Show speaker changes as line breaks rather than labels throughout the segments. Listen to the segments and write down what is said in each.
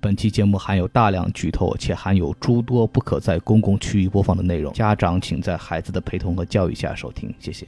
本期节目含有大量剧透，且含有诸多不可在公共区域播放的内容，家长请在孩子的陪同和教育下收听，谢谢。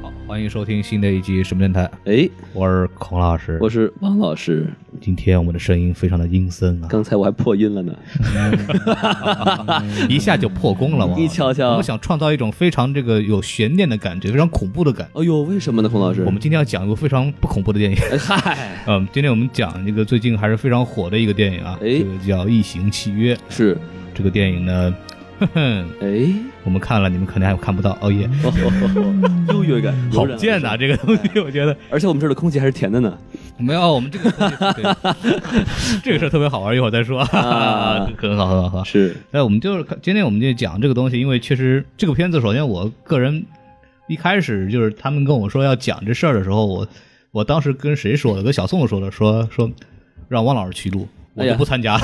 好，欢迎收听新的一集什么电台，
哎，
我是孔老师，
我是王老师，
今天我们的声音非常的阴森啊，
刚才我还破音了呢。
一下就破功了嘛。
你瞧瞧
我们想创造一种非常这个有悬念的感觉，非常恐怖的感觉。
哎呦，为什么呢，孔老师？
我们今天要讲一部非常不恐怖的电影。
哎 嗨，
嗯，今天我们讲一个最近还是非常火的一个电影啊，
哎
这个叫《异形契约》。
是
这个电影呢，哼哼，
哎，
我们看了，你们可能还看不到。哦耶，
哦 吼吼吼优越感，
好
油然而
贱呐、
生
这个东西，我觉得
而且我们这儿的空气还是甜的 呢。
没有，我们这个东西对这个事儿特别好玩，一会儿再说。
啊
很好，很好，很好。
是
那我们就是今天我们就讲这个东西，因为确实这个片子，首先我个人一开始就是他们跟我说要讲这事儿的时候，我我当时跟谁说的？跟小宋说的，说说让汪老师去录，我
哎呀
就不参加。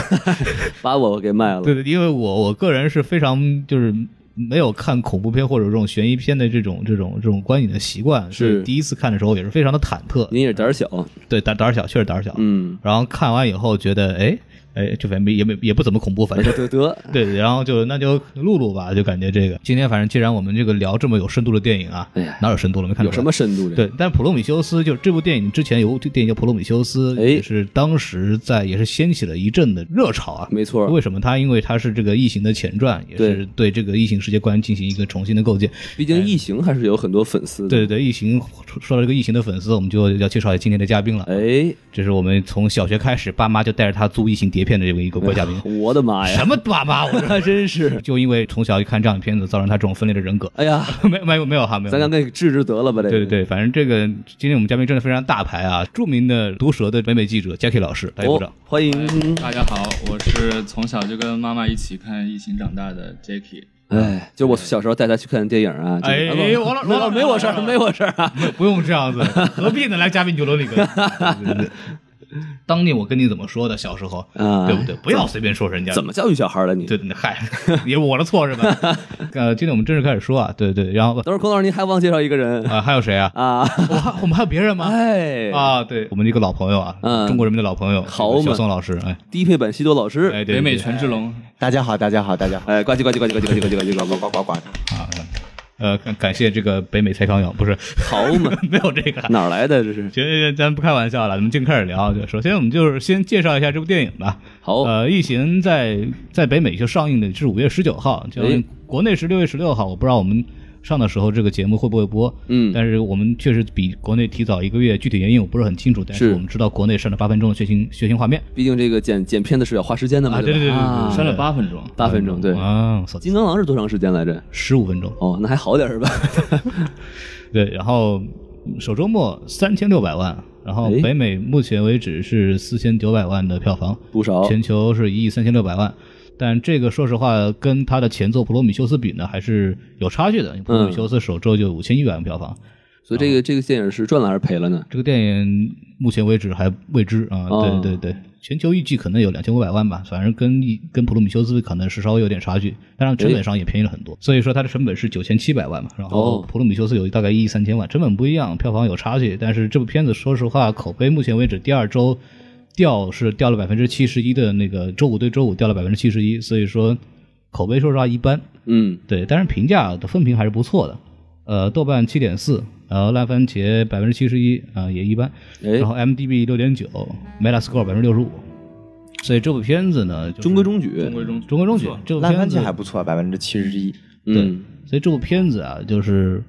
把我给卖了。
对对，因为我我个人是非常就是没有看恐怖片或者这种悬疑片的这种这种这种观影的习惯，
是
所以第一次看的时候也是非常的忐忑，
您也是胆儿小，
对胆胆儿小，确实胆儿小。
嗯，
然后看完以后觉得，哎哎，这反正也没也不怎么恐怖，反 正
得得得，
对，然后就那就录录吧，就感觉这个今天反正既然我们这个聊这么有深度的电影啊，
哎呀
哪有深度了？没看出
有
来
什么？深度的？
对，但《普罗米修斯》就是这部电影之前有部电影叫《普罗米修斯》，
哎
也是当时在也是掀起了一阵的热潮啊。
没错，
为什么它？因为它是这个异形的前传，也是对这个异形世界观进行一个重新的构建。
毕竟异形还是有很多粉丝的。
对对对，异形说到这个异形的粉丝，我们就要介绍一下今天的嘉宾了。
哎，
这是我们从小学开始，爸妈就带着他租异形碟片的这么一个怪嘉宾。
我的妈呀
啊 什，么爸妈？我这
还真是，
就因为从小一看这样的片子，造成他这种分裂的人格。
哎呀，
没有没有没有哈，没有。
咱俩给治治得了吧？这个
对对对，反正这个今天我们嘉宾真的非常大牌啊，著名的毒舌的北美记者 Jackie 老师，大家鼓掌
哦。，欢迎。
大家好，我是从小就跟妈妈一起看《异形》长大的 Jacky。
哎，就我小时候带他去看电影啊，就
哎
啊不
王老
没
王老
有没我事儿，没我事儿啊。
不用这样子， 何必呢？来嘉宾就轮你 哥。对对对当年我跟你怎么说的？小时候，
啊
对不
哎
对？不要随便说人家。
怎么教育小孩了你？
对？对，对嗨，也我的错是吧？呃，今天我们正式开始说啊，对对，然后
等会儿孔老师您还忘介绍一个人
啊，还有 谁啊？
啊？
我还我们还有别人吗？
哎，
啊，对，我们一个老朋友啊，
嗯
中国人民的老朋友，
好
这个小
嘛
宋老师，哎，
低配版西多老师，
哎，对
北美
对
权志龙，
大家好，大家好，大家好，
哎，呱唧呱唧呱唧呱唧呱唧呱唧呱唧呱呱呱呱，
啊，呃，感感谢这个北美蔡康永，不是
好嘛，
没有这个。
哪儿来的这是？
行行行，咱不开玩笑了，咱们尽开始聊。就首先我们就是先介绍一下这部电影吧。
好，
呃，《异形在》在北美就上映的是五月十九号，就
哎
国内是六月十六号。我不知道我们上的时候这个节目会不会播，
嗯
但是我们确实比国内提早一个月，具体原因我不是很清楚，但是
是
我们知道国内上了八分钟的血腥血腥画面
毕竟这个剪剪片子是要花时间的嘛，
啊，对
吧
对对对
啊
对，
删了八分钟。
八分钟，对。
啊，
金刚狼是多长时间来着？
十五分钟，
哦，那还好点儿是吧？
对，然后嗯首周末三千六百万，然后
哎
北美目前为止是四千九百万的票房，
不少，
全球是一亿三千六百万。但这个说实话，跟它的前作《普罗米修斯》比呢，还是有差距的。《普罗米修斯》首周就五千一百万票房，
所以这个这个电影是赚了还是赔了呢？
这个电影目前为止还未知啊。
哦
对对对，全球预计可能有两千五百万吧，反正跟一跟《普罗米修斯》可能是稍微有点差距，但是成本上也便宜了很多。所以说它的成本是九千七百万嘛，然后
哦
《普罗米修斯》有大概一亿三千万，成本不一样，票房有差距。但是这部片子说实话，口碑目前为止第二周掉是掉了百分之七十一的那个周五对周五掉了百分之七十一，所以说口碑说实话一般，
嗯，
对，但是评价的分评还是不错的，呃，豆瓣七点四，然后烂番茄百分之七十一啊也一般，
哎
然，后 M D B 六点九，Metascore 百分之六十五，所以这部片子呢，就是
中规中矩，
中规中矩，
中规中矩
不错，
这部
烂
片
番
子
茄还不错，百分之七十一。
嗯，
所以这部片子啊，就是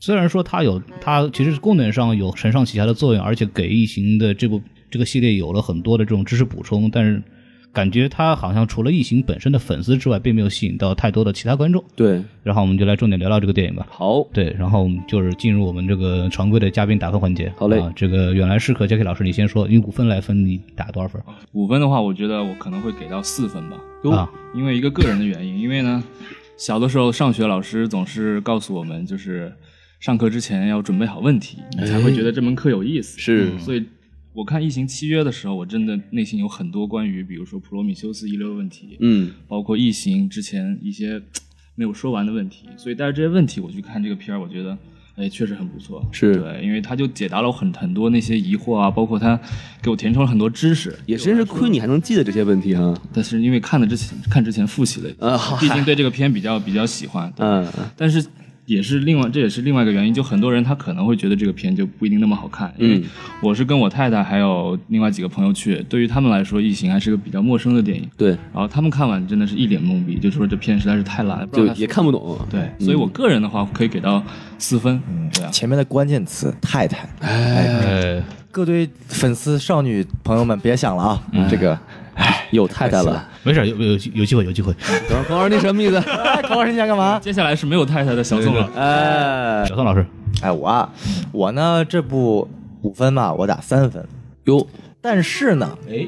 虽然说它有它其实功能上有承上启下的作用，而且给《异形》的这部这个系列有了很多的这种知识补充，但是感觉它好像除了《异形》本身的粉丝之外，并没有吸引到太多的其他观众。
对，
然后我们就来重点聊聊这个电影吧。
好，
对，然后我们就是进入我们这个常规的嘉宾打分环节。
好嘞
啊，这个原来是可 Jacky 老师，你先说，用股份来分，你打多少分？
五分的话，我觉得我可能会给到四分吧，
啊，
因为一个个人的原因。因为呢，小的时候上学，老师总是告诉我们，就是上课之前要准备好问题，你才会觉得这门课有意思。
哎是
嗯所以我看《异形契约》的时候，我真的内心有很多关于，比如说普罗米修斯遗留的问题，
嗯，
包括异形之前一些嘖没有说完的问题，所以带着这些问题我去看这个片儿，我觉得。哎，确实很不错，
是
对，因为他就解答了我很很多那些疑惑啊，包括他给我填充了很多知识，
也真是亏你还能记得这些问题哈，
但是因为看了之前看之前复习了一下，
啊，好
毕竟对这个片比较比较喜欢，
嗯，
但是也是另外这也是另外一个原因，就很多人他可能会觉得这个片就不一定那么好看，因为
嗯
我是跟我太太还有另外几个朋友去，对于他们来说，《异形》还是个比较陌生的电影，
对，
然后他们看完真的是一脸懵逼，就说这片实在是太烂了，不知
就
道他
也看不懂，
对，所以我个人的话可以给到四分，
嗯
对啊，，
前面的关键词太太，哎，
呃，
各位粉丝少女朋友们别想了啊，这个，哎，
有太太了，
没事，有有有机会，有机会。
等会儿等会儿那什么 意思？
哎，孔老师你想干 嘛？
接下来是没有太太的小宋了，
哎，
小宋老师，
哎，我啊，我呢这部五分吧，我打三分，
哟，
但是呢，
哎，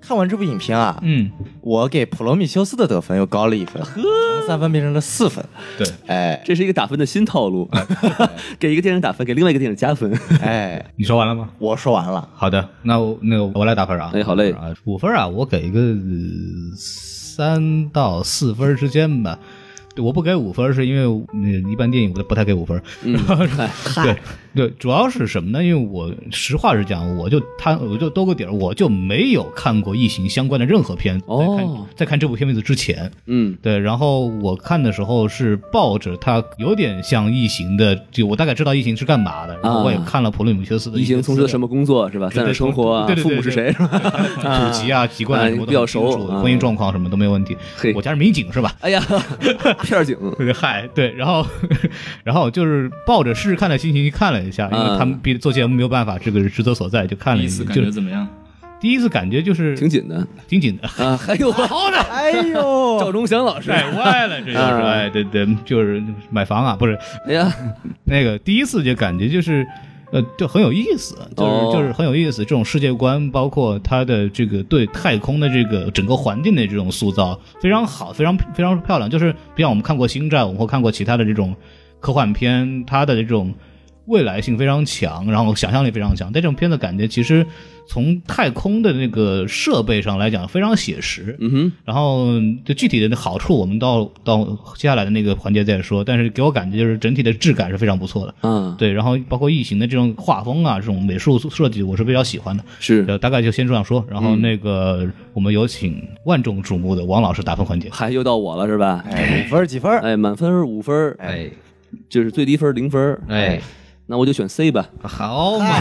看完这部影片啊，
嗯，
我给普罗米修斯的得分又高了一分，从三分变成了四分。
对，
哎
这是一个打分的新套路， 给一个电影打分，给另外一个电影加 分，
哎，
你说完了吗？
我说完了，
好的，那我那个我来打分啊。
哎好嘞
啊，五分啊，我给个呃三到四分之间吧。对我不给五分，是因为嗯，一般电影我都不太给五分。
嗯，
对对，主要是什么呢？因为我实话实讲，我就贪，我就兜个底儿，我就没有看过《异形》相关的任何片。在
哦
看在看这部片子之前，
嗯，
对，然后我看的时候是抱着它有点像《异形》的，就我大概知道《异形》是干嘛的，然后我也
啊
看了普罗米修斯的
异形
些
从
资
事
料
的什么工作是吧？在哪儿生活啊？
对对对
父母是谁是 吧？
祖籍啊、籍贯啊
啊
什
你
么都
比较
很清
熟
楚
啊
婚姻状况什么都没问题
嘿。
我家是民警是吧？
哎呀，片儿警，
对嗨，对，然后， 然后就是抱着试试看的心情去看了一下，因为他
嗯
们毕做节目没有办法，这个是职责所在，就看了
第
一
一
下
次感
嗯就
觉
是
怎么样？
第一次感觉就是
挺紧的
挺紧的，哎
啊，还有好的，
哎呦，
赵忠祥老师，
拽歪了，这就是
啊
哎，对对，就是买房啊，不是
哎呀，
那个第一次就感觉就是。呃，就很有意思，就是、
哦
就是很有意思。这种世界观，包括它的这个对太空的这个整个环境的这种塑造，非常好，非常非常漂亮。就是不像我们看过《星战》，我们会看过其他的这种科幻片，它的这种未来性非常强，然后想象力非常强。但这种片子感觉其实从太空的那个设备上来讲非常写实，
嗯哼，
然后就具体的好处，我们到到接下来的那个环节再说。但是给我感觉就是整体的质感是非常不错的，
啊，
对。然后包括异形的这种画风啊，这种美术设计，我是比较喜欢的。
是
呃，大概就先这样说。然后
嗯
那个、我们有请万众瞩目的王老师打分环节。
还又到我了是吧？
哎，五分儿 几分儿？
哎，满分五分儿，
哎，
就是最低分儿零分儿，
哎，
那我就选 C 吧。
好嘛，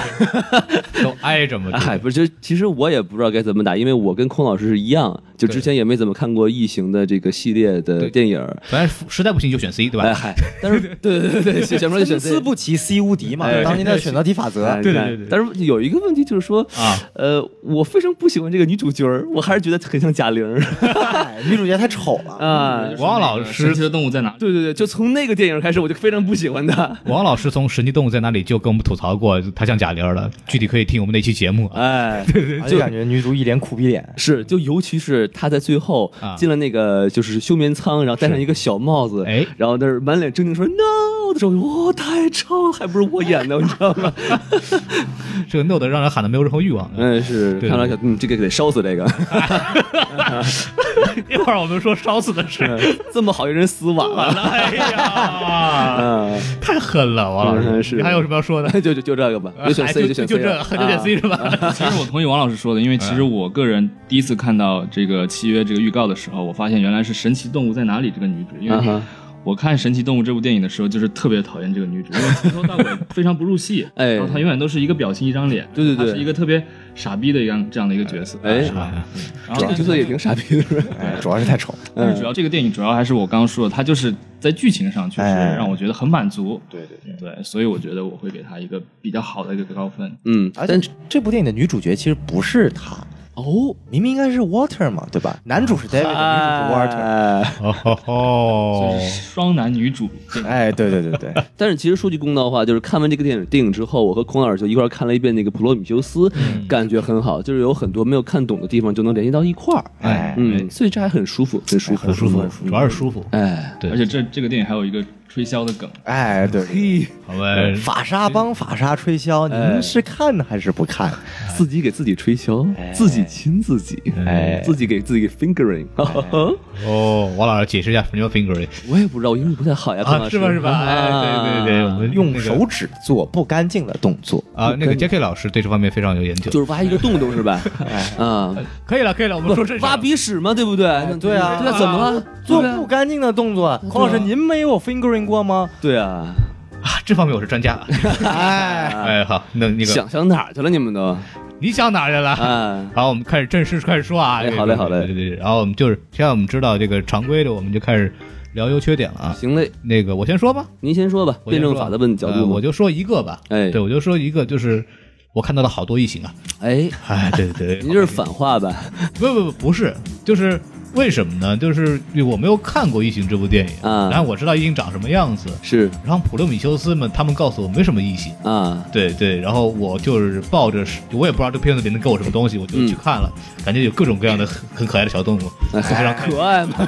都挨着嘛。这
哎，不是，就其实我也不知道该怎么打，因为我跟空老师是一样，就之前也没怎么看过《异形》的这个系列的电影儿。
反正实在不行就选 C，对吧？
哎嗨，但是对对对对，选 不出来就选
参
C
差。不齐 C 无敌嘛
哎，
当年的选择题法则
哎。
啊对
你看
对对对
但是有一个问题就是说，
啊，
呃，我非常不喜欢这个女主角儿，我还是觉得很像贾 玲儿
哎女主角太丑了，
啊。
王老
就是那
师
个神奇的动物在哪里？
对对对，就从那个电影开始，我就非常不喜欢她。
王老师从《神奇动物在哪里》就跟我们吐槽过，他像贾玲儿了。具体可以听我们那期节目啊。
哎，
而且感觉女主一脸苦逼脸。
是，就尤其是她在最后
啊
进了那个就是休眠舱，然后戴上一个小帽子，
哎
然后那儿满脸狰狞说 “no”，的时候，哇、太臭了，还不是我演 的，你知道吗？
这个 note 让人喊的没有任何欲望。
嗯，是，
对
看来嗯，这个得烧死这个，
一会儿我们说烧死的事。
这么好一人死晚了，
哎呀，
嗯，
太狠了，王老
嗯
师！
是
你还有什么要说的？
就就就这个吧，
哎
就选 C
就
选 C，
就这，
了
就这
啊
C 是吧？
其实我同意王老师说的，因为其实我个人第一次看到这个契约这个预告的时候，我发现原来是《神奇动物在哪里》这个女主，因
嗯
为
哼
我看《神奇动物》这部电影的时候，就是特别讨厌这个女主，因为从头到尾非常不入戏，
哎
然后她永远都是一个表情一张脸，
对对对
她是一个特别傻逼的一样这样的一个角色，
哎
是吧？然后
这角色也挺傻逼的，是吧？
哎主要是太丑。
但是主要这个电影主要还是我刚刚说的，它就是在剧情上确实
哎
让我觉得很满足，
对对对。
对，所以我觉得我会给他一个比较好的一个高分。
嗯，
而
但
且这部电影的女主角其实不是她，
哦，
明明应该是 Water 嘛，对吧？男主是
哎
David，、女主是 Water。
哎
哦
所以是双男女主，
哎，对对对对，
但是其实说句公道话，就是看完这个电影电影之后，我和孔老师就一块儿看了一遍那个《普罗米修斯》，
嗯
感觉很好，就是有很多没有看懂的地方就能联系到一块儿，
哎
嗯，所以这还很舒服，很舒服，
哎很舒服，
嗯
主要是舒服。
哎，
对
而且这这个电影还有一个吹箫的梗，
哎对对，
好呗，
哎法沙帮法沙吹箫，你
哎
们是看还是不看？
自己给自己吹箫，
哎
自己亲自己，
哎
自己给自己 fingering，
哦，王老师解释一下什么叫 fingering
我也不知道，我英语不太好呀，孔老
啊？
师
是吧？是吧？哎哎，对对对，我们
用
那个
手指做不干净的动作。
啊，那个 Jackie 老师对这方面非常有研究。
就是挖一个洞洞是吧？啊，
可以了，可以了，我们哎说正
挖鼻屎嘛，对不对？
哎
对啊
对啊，怎么了？
做不干净的动作，孔老师，您没有 fingering 过吗？
对啊，
啊，这方面我是专家。
哎，
哎，好，那那个
想想哪儿去了你们都？
你想哪儿 去了？
啊，
好，我们开始正式开始说啊。
哎
这个
好嘞好嘞
对对对。然后我们就是现在我们知道这个常规的，我们就开始聊优缺点了啊。
行嘞，
那个我先说吧，
您先说吧，
我先
辩
说
证法的问角
呃
度嘛，
我就说一个吧。
哎
对，我就说一个，就是我看到了好多异 形啊。
哎，
哎，对 对对，
您这是反话吧？
不不不，不是，就是为什么呢？就是我没有看过《异形》这部电影，
啊
然后我知道异形长什么样子，
是
然后普罗米修斯们他们告诉我没什么异形，
啊，
对对，然后我就是抱着是，我也不知道这片子里能给我什么东西，我就去看了，
嗯
感觉有各种各样的很很可爱的小动物，
哎
非常可
可爱 嘛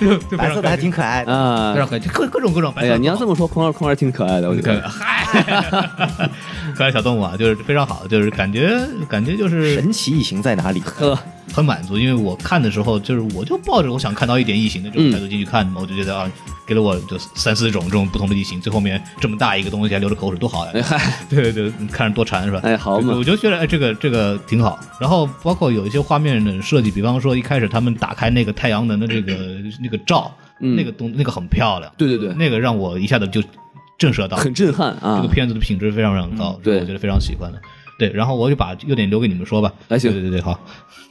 就非
白
常
色
可
的
爱
还挺可爱的。
非常
啊。
可爱， 就各各种各种白
哎
色。
呀，你要这么说，空儿空儿挺可爱的，我觉
可爱
得。
嗨，可爱小动物啊，就是非常好，就是感觉感觉就是
神奇异形在哪里？
呵，
很满足，因为我看的时候就是我就抱着我想看到一点异形的这
嗯
种态度进去看的嘛，我就觉得啊，给了我就三四种这种不同的异形，最后面这么大一个东西还流着口水，多好呀！
哎嗨，
对对对，看着多馋是吧？
哎好嘛
对我就觉得哎这个这个挺好。然后包括有一些画面的设计，比方说一开始他们打开那个太阳能的这个那个罩，
嗯
那个东那个很漂亮，
对对对
那个让我一下子就震慑到，
很震撼
这
啊嗯
个！片子的品质非常非常高，这是
对
我觉得非常喜欢的。对，然后我就把优点留给你们说吧。
哎行
对对对，好，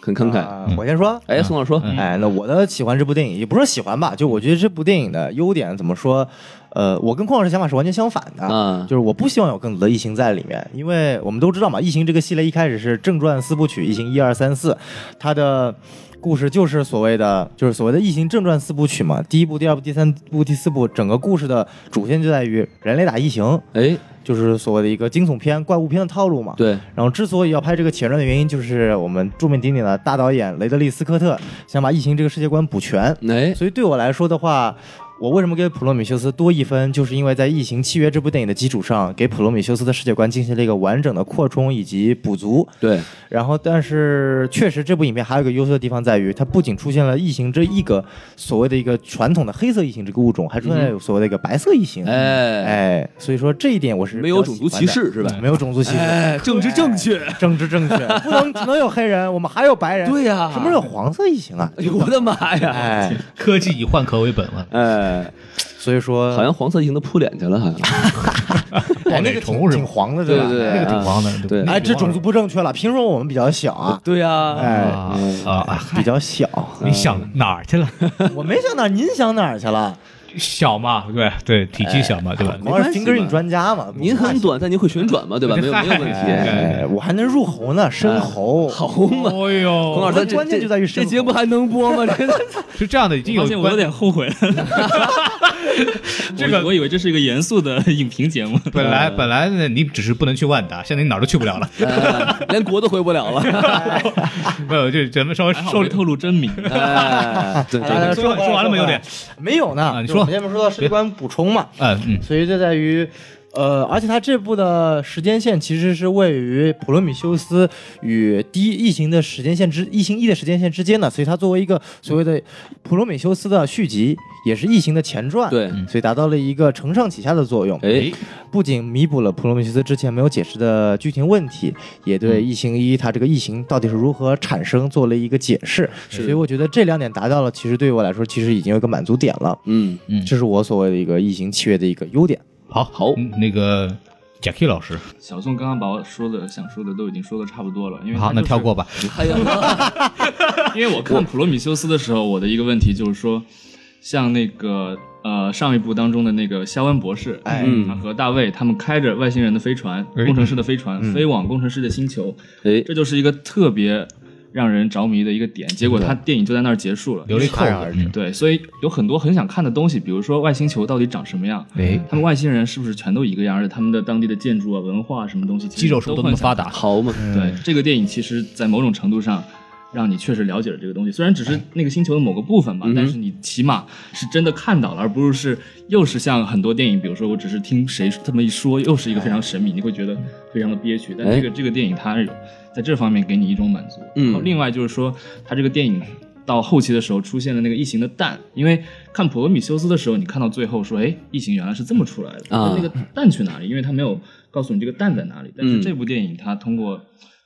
很
嗯
慷慨。
啊我先说，
哎，宋老师说，
哎，那我的喜欢这部电影，也不是说喜欢吧，就我觉得这部电影的优点怎么说？呃，我跟邝老师想法是完全相反的，
啊
就是我不希望有更多的异形在里面，因为我们都知道嘛，异形这个系列一开始是正传四部曲，异形一二三四，它的。故事就是所谓的，就是所谓的《异形正传》四部曲嘛，第一部、第二部、第三部、第四部，整个故事的主线就在于人类打异形，
哎，
就是所谓的一个惊悚片、怪物片的套路嘛。
对，
然后之所以要拍这个前传的原因，就是我们著名鼎鼎的大导演雷德利·斯科特想把《异形》这个世界观补全。
哎，
所以对我来说的话，我为什么给《普罗米修斯》多一分，就是因为在《异形契约》这部电影的基础上，给《普罗米修斯》的世界观进行了一个完整的扩充以及补足。
对，
然后，但是确实这部影片还有一个优秀的地方在于，它不仅出现了异形这一个所谓的一个传统的黑色异形这个物种，还出现了有所谓的一个白色异形。
哎，
哎，所以说这一点我是
没有
比较
种
喜
族
欢
歧
的，
视是吧？
没有种族歧视。
哎，政治正确。
政治正确， 不能只能有黑人，我们还有白人。
对呀
什么时候有黄色异形啊？
哎呦，我的妈呀！
哎，
科技以换壳为本 嘛，
哎，
所以说
好像黄色已经都扑脸去了，好像。
堡
哎那
垒
个
宠物
挺
人
挺黄的，
对
吧？
哎
对，
那个挺黄的
啊
对
对
吧，
哎，这种族不正确了，凭什么我们比较小啊？
对呀，
哎，
啊
嗯
啊，
比
嗨
较小，
你想哪儿去 了？
我没想哪儿，您想哪儿去了？
小嘛，对对，体积小
哎
嘛，对吧？
我是
关系嘛
finger in 专家嘛，
您很短暂，您会旋转吗？对吧？没有没有问题。
哎，我还能入侯呢，生侯。
好嘛，
哦呦，
孔老师，这
关键
这
就在于
这
生
节目
活
还能播吗？这
是这样的，已经
发
有
现我有
观
点后悔了，
这个
我我 以为这是一个严肃的影评节目。
本来本来呢你只是不能去万达，现在你哪儿都去不了 了。
哎连国都回不了了。
没有，就咱们稍微
哎还好
收
没透露真名，
哎，对对对，
说完说完了没有
点
点？
没有
啊
呢。
你
就是
说
我们前面说到世界观补充嘛，
嗯嗯，
所以就在于，呃，而且它这部的时间线其实是位于《普罗米修斯》与第一异形的时间线之异形一的时间线之间的，所以它作为一个所谓的《普罗米修斯》的续集，也是异形的前传，
对
所以达到了一个承上启下的作用。
哎，
不仅弥补了《普罗米修斯》之前没有解释的剧情问题，也
嗯
对异形一它这个异形到底是如何产生做了一个解释。所以我觉得这两点达到了，其实对于我来说，其实已经有一个满足点了。
嗯，
这是我所谓的一个异形契约的一个优点。
好
好
嗯那个 Jackie 老师，
小宋刚刚把我说的想说的都已经说的差不多了，因为
好，
他
那
嗯就是
跳过吧。
哎呀，
因为我看《普罗米修斯》的时候，我的一个问题就是说，像那个呃上一部当中的那个夏湾博士，
哎
嗯
他和大卫他们开着外星人的飞船，
哎
工程师的飞船、飞往工程师的星球，
哎，
这就是一个特别让人着迷的一个点。结果他电影就在那儿结束了。
琉璃扣
戛然而止
子，
对，所以有很多很想看的东西，比如说外星球到底长什么样，
哎，
他们外星人是不是全都一个样，而且他们的当地的建筑啊、文化啊什么东西，其实
肌肉是不是
都
都那
很
么
想
发
看
达？
好嘛，
对，这个电影其实，在某种程度上，让你确实了解了这个东西，虽然只是那个星球的某个部分吧，
哎嗯哼
但是你起码是真的看到了，而不是又是像很多电影，比如说我只是听谁这么一说，又是一个非常神秘，你会觉得非常的憋屈。但
哎
这个这个电影它是有在这方面给你一种满足。
嗯
然后另外就是说，它这个电影。到后期的时候出现了那个异形的蛋，因为看《普罗米修斯》的时候，你看到最后说，哎，异形原来是这么出来的，
啊
那那个蛋去哪里？因为它没有告诉你这个蛋在哪里。但
嗯
是这部电影它通过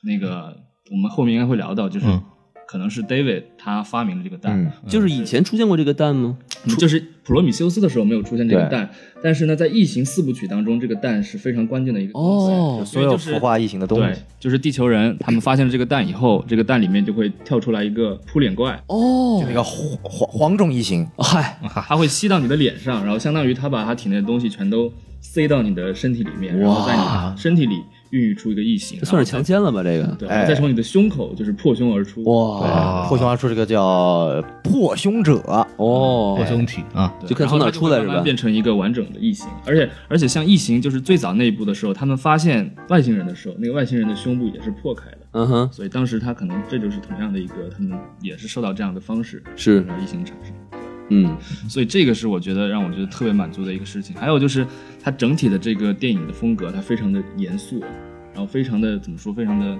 那个我们后面应该会聊到，就是
嗯
可能是 David 他发明了这个蛋，
就是以前出现过这个蛋吗？
就是普罗米修斯的时候没有出现这个
对
蛋，但是呢，在异形四部曲当中，这个蛋是非常关键的一个东西
哦
所有孵。化异形的
因
东
为就是
西
对。，就是地球人他们发现了这个蛋以后，这个蛋里面就会跳出来一个扑脸怪，
哦
那，个黄黄黄种异形，
嗨，
它会吸到你的脸上，然后相当于它把它体内的东西全都塞到你的身体里面，然后在你身体里孕育出一个异形，
算
然后
是强奸了吧？这个
对，
哎
再从你的胸口就是破胸而出。
哇，破胸而出这个叫破胸者，
嗯
哦
扩，胸体啊，
对，
就看从哪儿出来是
然后它就会慢
吧
慢？变成一个完整的异形，而且而且像异形，就是最早那一部的时候，他们发现外星人的时候，那个外星人的胸部也是破开的，
嗯哼，
所以当时他可能这就是同样的一个，他们也是受到这样的方式
是，
让异形产生。
嗯，
所以这个是我觉得让我觉得特别满足的一个事情。还有就是它整体的这个电影的风格，它非常的严肃，然后非常的怎么说，非常的，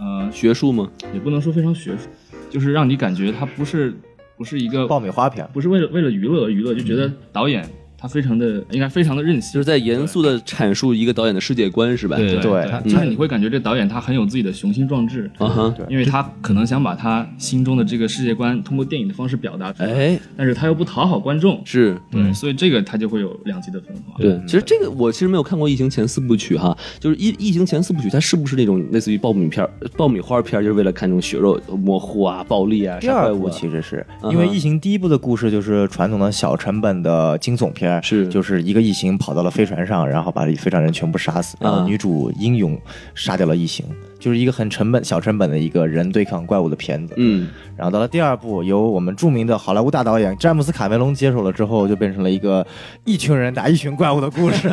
呃，
学术吗？
也不能说非常学术，就是让你感觉它不是不是一个
爆米花片。嗯
不是为了为了娱乐而娱乐，就觉得导演他非常的应该非常的任性，
就是在严肃的阐述一个导演的世界观是吧？
对
对
对
他
就是你会感觉这导演他很有自己的雄心壮志，
啊哈，
因为他可能想把他心中的这个世界观通过电影的方式表达出来，
哎，
但是他又不讨好观众，
是。
对，所以这个他就会有两极的分化。
对，其实这个我其实没有看过《异形前四部曲》哈，就是《异异形前四部曲》，它是不是那种类似于爆米片儿、爆米花片儿，就是为了看这种血肉模糊啊、暴力啊、
第
杀怪
二
物
部
啊？
其实是
嗯哼
因为异形第一部的故事就是传统的小成本的惊悚片儿，
是
就是一个异形跑到了飞船上，然后把飞船人全部杀死，然后
嗯
女主英勇杀掉了异形，就是一个很成本小成本的一个人对抗怪物的片子。
嗯，
然后到了第二部，由我们著名的好莱坞大导演詹姆斯·卡梅隆接手了之后，就变成了一个一群人打一群怪物的故 事，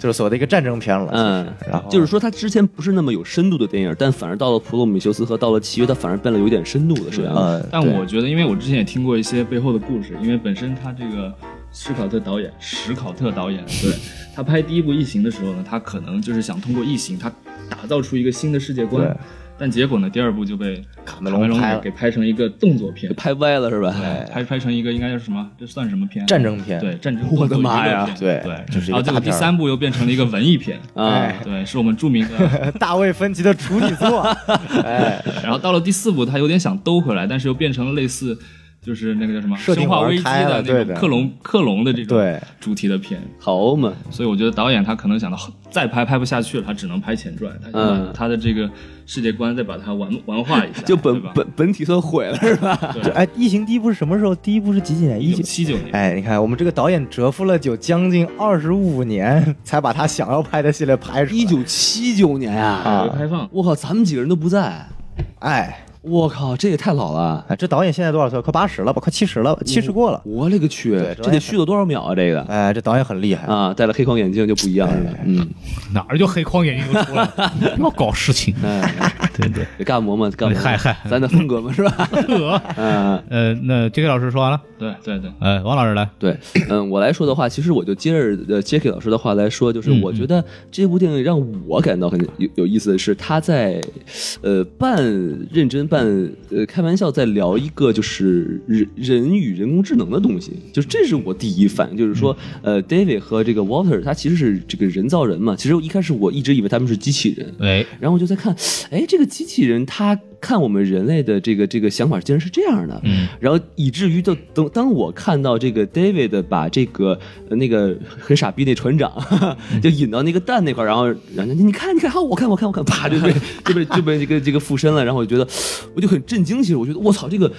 就是所谓的一个战争片了。
嗯
其实然后
就是说它之前不是那么有深度的电影，但反而到了《普罗米修斯》和到了《契约》，它反而变得有点深度了，是吧？
呃，
但
对
我觉得，因为我之前也听过一些背后的故事，因为本身他这个史考特导演，史考特导演， 对他拍第一部《异形》的时候呢，他可能就是想通过《异形》，他打造出一个新的世界观
对，
但结果呢，第二部就被卡
梅
梅
隆
隆
拍
给
了
给拍成一个动作片，
拍歪了是吧？啊
对，拍拍成一个应该叫什么？这算什么片？
战争片，
对战争，
我的妈呀
动作
对
娱乐片对，
这是一
然
个
后
大片儿
结果第三部又变成了一个文艺片，
啊，
哎
对，是我们著名 的
呃大卫芬奇的处女 作，哎，
然后到了第四部，他有点想兜回来，但是又变成了类似就是那个叫什么《
设定
生化
玩
危机》
开了
的
对的
那种克隆克隆的这种
对
主题的片。
好嘛，
所以我觉得导演他可能想到再拍拍不下去了，他只能拍前传，他想
嗯
把他的这个世界观再把它玩玩 化一下，
就本
对吧
本本体算毁了是吧？
这哎，异形第一部是什么时候？第一部是几几年？一
一九
九。
七九年。
哎，你看，我们这个导演蛰伏了有将近二十五年，才把他想要拍的系列拍出来。
一九七九年啊，
改革开放，
我靠，咱们几个人都不在，
哎，
我靠，这也太老了！
哎，这导演现在多少岁？快八十了吧？快七十了，
嗯
七十过了。
我勒个去，
对
这得续了多少秒啊？这个
哎，这导演很厉
嗯
害。
啊，戴了黑框眼镜就不一样
哎
了。嗯，
哪儿就黑框眼镜就出来了， 不要搞事情。
嗯
哎，
对对，
得干磨嘛，干磨。
嗨嗨
咱的风格嘛，是 吧？嗯，
呃，那 J.K. 老师说完了，
对对对，
呃，王老师来，
对，嗯，我来说的话，其实我就接着呃 Jacky 老师的话来说，就是
嗯
我觉得这部电影让我感到很有有意思的是，他在呃半认真半呃开玩笑在聊一个就是人人与人工智能的东西，就是这是我第一反应，就是说
嗯
呃 David 和这个 Walter 他其实是这个人造人嘛，其实一开始我一直以为他们是机器
嗯
人，
喂，
然后我就在看，哎，这个机器人它看我们人类的这个这个想法竟然是这样的，
嗯，
然后以至于就等当我看到这个 David 把这个呃那个很傻逼那船长 就引到那个蛋那块儿，然后然后你看你看，好我看我看我看，啪就被就被就被这个这个附身了，然后我就觉得我就很震惊，其实我觉得我操这个。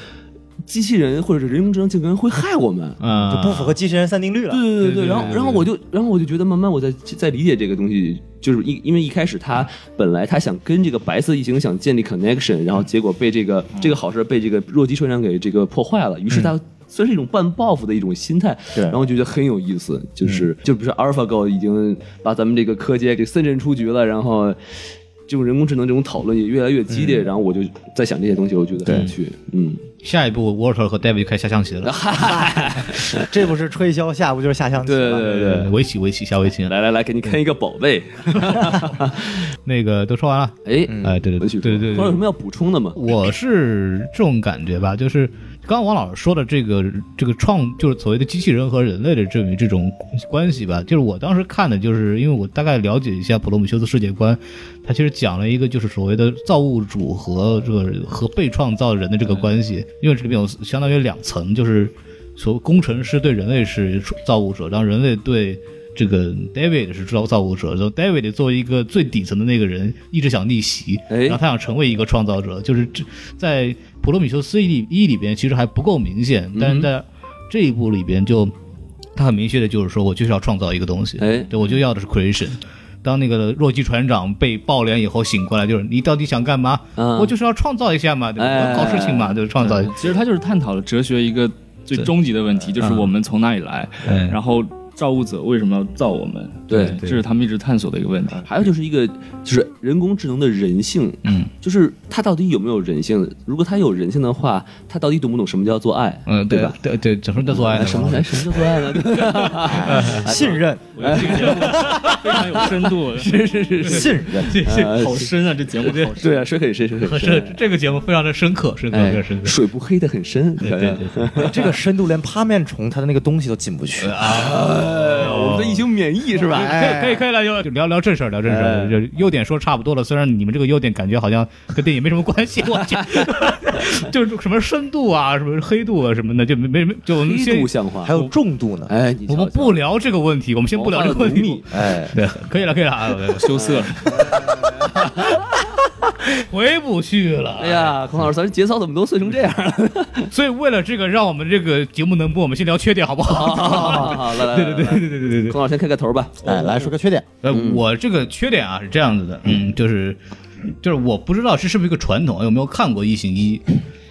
机器人或者是人工智能竟然会害我们，
嗯，
就不符合机器人三定律了。
对对对
对
对，然后
对
然后我就然后我就觉得慢慢我在在理解这个东西，就是因因为一开始他本来他想跟这个白色异形想建立 connection，然后结果被这个这个好事被这个弱鸡船长给这个破坏了，于是他。算是一种半报复的一种心态，
对
然后就觉得很有意思，就是、就比如说 AlphaGo 已经把咱们这个科技给深圳出局了，然后这种人工智能这种讨论也越来越激烈，然后我就在想这些东西，我觉得很有趣，嗯，
下一步 Walter 和 David 就开始下象棋了，
这不是吹箫，下不就是下象棋
对
了？
对对，
嗯围棋围棋下围棋，
来来来，给你看一个宝贝，
那个都说完了，
哎，
哎，对对
文曲
对对对
或者有
对
什，么要补充的吗？
我是这种感觉吧，就是刚刚王老师说的这个这个创，就是所谓的机器人和人类的这么这种关系吧。就是我当时看的，就是因为我大概了解一下普罗米修斯世界观，他其实讲了一个就是所谓的造物主和这个和被创造人的这个关系，因为这里面有相当于两层，就是所谓工程师对人类是造物者，然后人类对。这个 David 是造造物者，然后 David 作为一个最底层的那个人，一直想逆袭，
哎
然后他想成为一个创造者，就是这在《普罗米修斯一》一里边其实还不够明显，但
嗯
是在这一部里边就他很明确的就是说我就是要创造一个东西，
哎
对我就要的是 creation。当那个弱鸡船长被爆脸以后醒过来，就是你到底想干嘛？
嗯
我就是要创造一下嘛，对吧？
哎
我要搞事情嘛，就是创造一下。
其实他就是探讨了哲学一个最终极的问
嗯
题，就是我们从哪里来，
哎
嗯
然后造物者为什么要造我们？
对
这是他们一直探索的一个问题。
还有就是一个就是人工智能的人性，
嗯，
就是它到底有没有人性？如果它有人性的话，它到底懂不懂什么叫做爱？
嗯，对
吧？？
对对，怎么叫做爱呢？
什么哎什么叫做爱呢？
信任，
我觉得这个节目非常有深 度，是是是
信任。
这这好深啊！这 节目好深。
对啊，水很深，水很
这
深。
这个节目非常的深刻，深刻，非
哎
常深，刻。
水不黑的很深，哎对
对对对，
这个深度连趴面虫它的那个东西都进不去。
我们的疫情免疫是吧？
哎
可以可以了，就就聊聊正事儿，聊正事
哎
儿。就优点说差不多了，虽然你们这个优点感觉好像跟电影没什么关系，我去， 就是什么深度啊，什么黑度啊什么的，就没没没就我们
黑
先
度，像话，
还有重度呢。
哎，你
我们不聊这个问题，我们先不聊这个问题。
哎，
对，可以了，可以 了啊，
羞涩了，
回不去了。
哎，呀，孔老师，咱节操怎么都碎成这样了？
所以为了这个，让我们这个节目能播，我们先聊缺点好不好？
哦 好，来来，对对对对对对对，孔老师先开个头吧。
哎，来说个缺点，
呃，
嗯
我这个缺点啊是这样子的，嗯，就是就是我不知道这是不是一个传统，有没有看过《异形一》，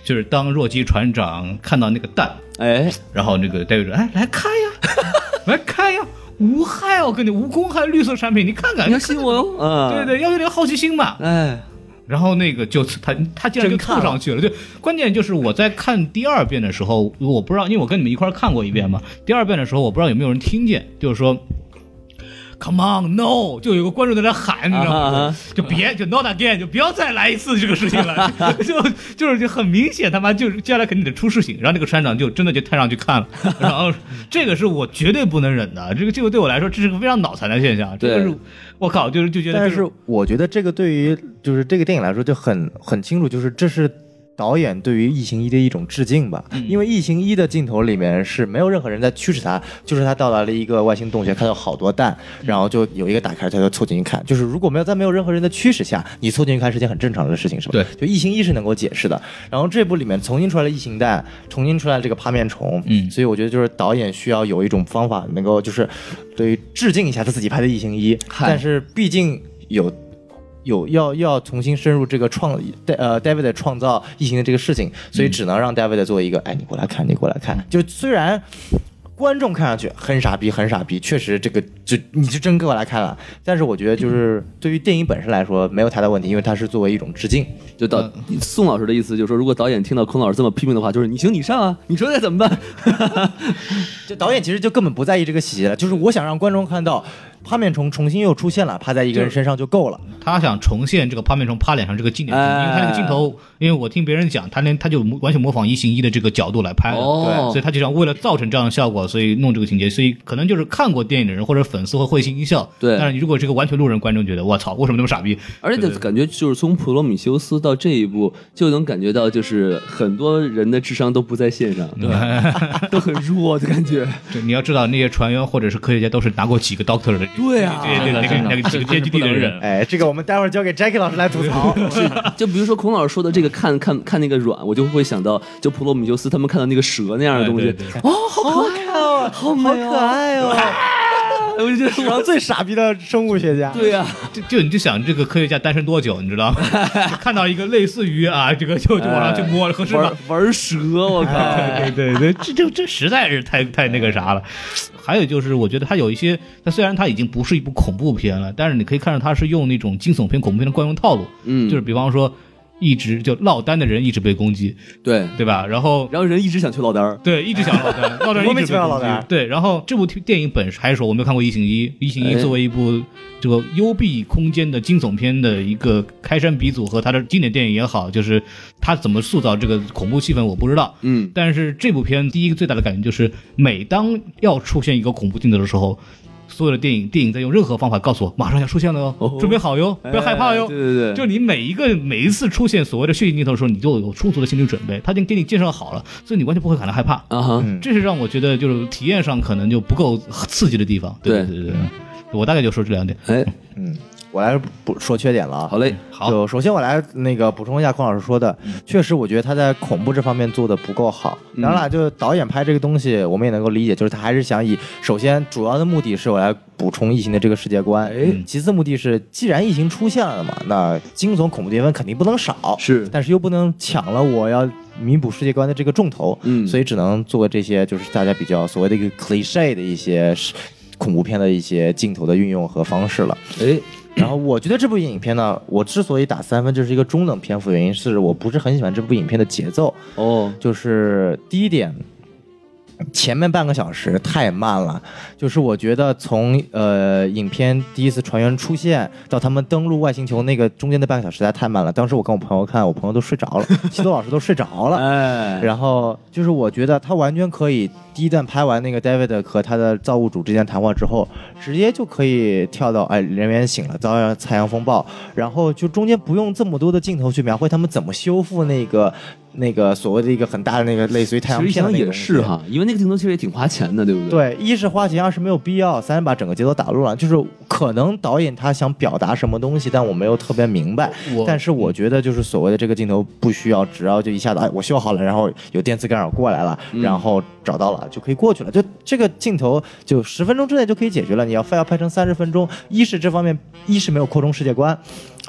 就是当弱鸡船长看到那个蛋，
哎，
然后那个戴维说：“哎，来看呀， 来看呀，无害哦，跟你无公害绿色产品，你看看，
你要信我哟，嗯，
对，对，要有点好奇心嘛。
哎，
然后那个就他他竟然就凑上去了，对，关键就是我在看第二遍的时候，我不知道，因为我跟你们一块儿看过一遍嘛。第二遍的时候，我不知道有没有人听见，就是说，Come on no，就有个观众在那喊，你知道
啊啊
吗
啊？
就别就 not again，就不要再来一次这个事情了， 就就是就很明显，他妈就是接下来肯定得出事情。然后那个船长就真的就探上去 看了，然后这个是我绝对不能忍的，这个这个对我来说这是个非常脑残的现象，这个
对
是我靠，就是就觉得
但
就是
我觉得这个对于就是这个电影来说就很很清楚，就是这是导演对于《异形一》的一种致敬吧。
嗯
因为《异形一》的镜头里面是没有任何人在驱使他，就是他到达了一个外星洞穴，看到好多蛋，
嗯
然后就有一个打开，他就凑进去看。就是如果没有在没有任何人的驱使下，你凑进去看是件很正常的事情，是吧？
对
就《异形一》是能够解释的。然后这部里面重新出来了异形蛋，重新出来这个趴面虫，
嗯
所以我觉得就是导演需要有一种方法能够就是对于致敬一下他自己拍的《异形一》，但是毕竟有。有要要重新深入这个创呃 David 创造异形的这个事情，所以只能让 David 做一个，哎，你过来看，你过来看。就虽然观众看上去很傻逼，很傻逼，确实这个就你就真过来看了，但是我觉得就是对于电影本身来说没有太大问题，因为它是作为一种致敬。
就导
嗯
宋老师的意思就是说，如果导演听到孔老师这么批评的话，就是你行你上啊，你说该怎么办？
就导演其实就根本不在意这个细节了，就是我想让观众看到趴面虫重新又出现了，趴在一个人身上就够了。
他想重现这个趴面虫趴脸上这个经典镜头，因为他那个镜头，因为我听别人讲，他连他就模完全模仿一行一的这个角度来拍的，
哦
所以他就想为了造成这样的效果，所以弄这个情节，所以可能就是看过电影的人或者粉丝会会心一笑。
对
但是如果这个完全路人观众觉得我操，为什么那么傻逼？
而且就感觉就是从普罗米修斯到这一步，就能感觉到就是很多人的智商都不在线上，对吧， 都很弱的感觉。
对你要知道那些船员或者是科学家都是拿过几个 doctor 的，
对啊
对对，那个那个几个阶级地
不
的
能
人
忍。。
哎，这个我们待会儿交给 Jackie 老师来吐槽。
就比如说孔老师说的这个看看看那个软，我就会想到就普罗米修斯他们看到那个蛇那样的东西
哎对对，
哦，好可爱哦，好美
好
哦
可，爱哦！
哎我就觉
史
得
上
我
最傻逼的生物学家。
对呀，
就就你就想这个科学家单身多久，你知道吗？就看到一个类似于啊，这个就就往上去摸了，合适哎吗
玩？玩蛇，我靠，
对对对，这这这实在是太太那个啥了。还有就是，我觉得它有一些，它虽然它已经不是一部恐怖片了，但是你可以看到它是用那种惊悚片、恐怖片的惯用套路，
嗯，
就是比方说，一直就落单的人一直被攻击，
对。
对吧？然后。
然后人一直想去落单儿，
对，一直想落单，落单人一
莫名
直
其
被
妙
攻
落单
击。对，然后这部电影本身还是说我没有看过《异形一》，《异形一
哎》
作为一部这个幽闭空间的惊悚片的一个开山鼻祖和它的经典电影也好，就是它怎么塑造这个恐怖气氛，我不知道。
嗯，
但是这部片第一个最大的感觉就是，每当要出现一个恐怖镜头的时候，所有的电影电影在用任何方法告诉我，马上要出现了
哦
哦，准备好哟，不要害怕
哎
哟
对。对对，
就你每一个每一次出现所谓的血腥镜头的时候，你就有充足的心理准备，他已经给你介绍好了，所以你完全不会感到害怕。
啊哈，
嗯
这是让我觉得就是体验上可能就不够刺激的地方。对
对
对对对，对我大概就说这两点。
哎，
嗯，我来补说缺点了啊。
好嗯嘞，
好
就首先我来那个补充一下匡老师说的，确实我觉得他在恐怖这方面做的不够好。
嗯
当然了，就是导演拍这个东西，我们也能够理解，就是他还是想以首先主要的目的是我来补充异形的这个世界观，嗯
哎
其次目的是既然异形出现了嘛，那惊悚恐怖的成分肯定不能少，
是
但是又不能抢了我要弥补世界观的这个重头，
嗯
所以只能做这些就是大家比较所谓的一个 cliche 的一些是恐怖片的一些镜头的运用和方式了。
哎，
然后我觉得这部影片呢，我之所以打三分，就是一个中等篇幅，原因是我不是很喜欢这部影片的节奏，
哦，
就是第一点。前面半个小时太慢了，就是我觉得从呃影片第一次船员出现到他们登陆外星球那个中间的半个小时实在太慢了。当时我跟我朋友看，我朋友都睡着了，西多老师都睡着了。
哎，
然后就是我觉得他完全可以第一段拍完那个 David 和他的造物主之间谈话之后，直接就可以跳到哎人员醒了遭到太阳风暴，然后就中间不用这么多的镜头去描绘他们怎么修复那个那个所谓的一个很大的那个类似于太阳
其实
片的
想
那个
也
东西
是。哈，因为那个镜头其实也挺花钱的，对不对？
对，一是花钱，二是没有必要，三是把整个节奏打乱了。就是可能导演他想表达什么东西，但我没有特别明白。
我
但是我觉得就是所谓的这个镜头不需要，只要就一下子哎，我修好了，然后有电磁干扰过来了，然后找到了就可以过去了。就这个镜头就十分钟之内就可以解决了。你要非要拍成三十分钟，一是这方面一是没有扩充世界观，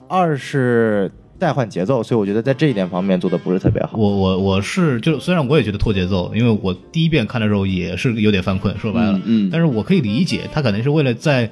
二是代换节奏，所以我觉得在这一点方面做的不是特别好。
我我我是就是虽然我也觉得拖节奏，因为我第一遍看的时候也是有点犯困，说白了，
嗯嗯
但是我可以理解，他可能是为了在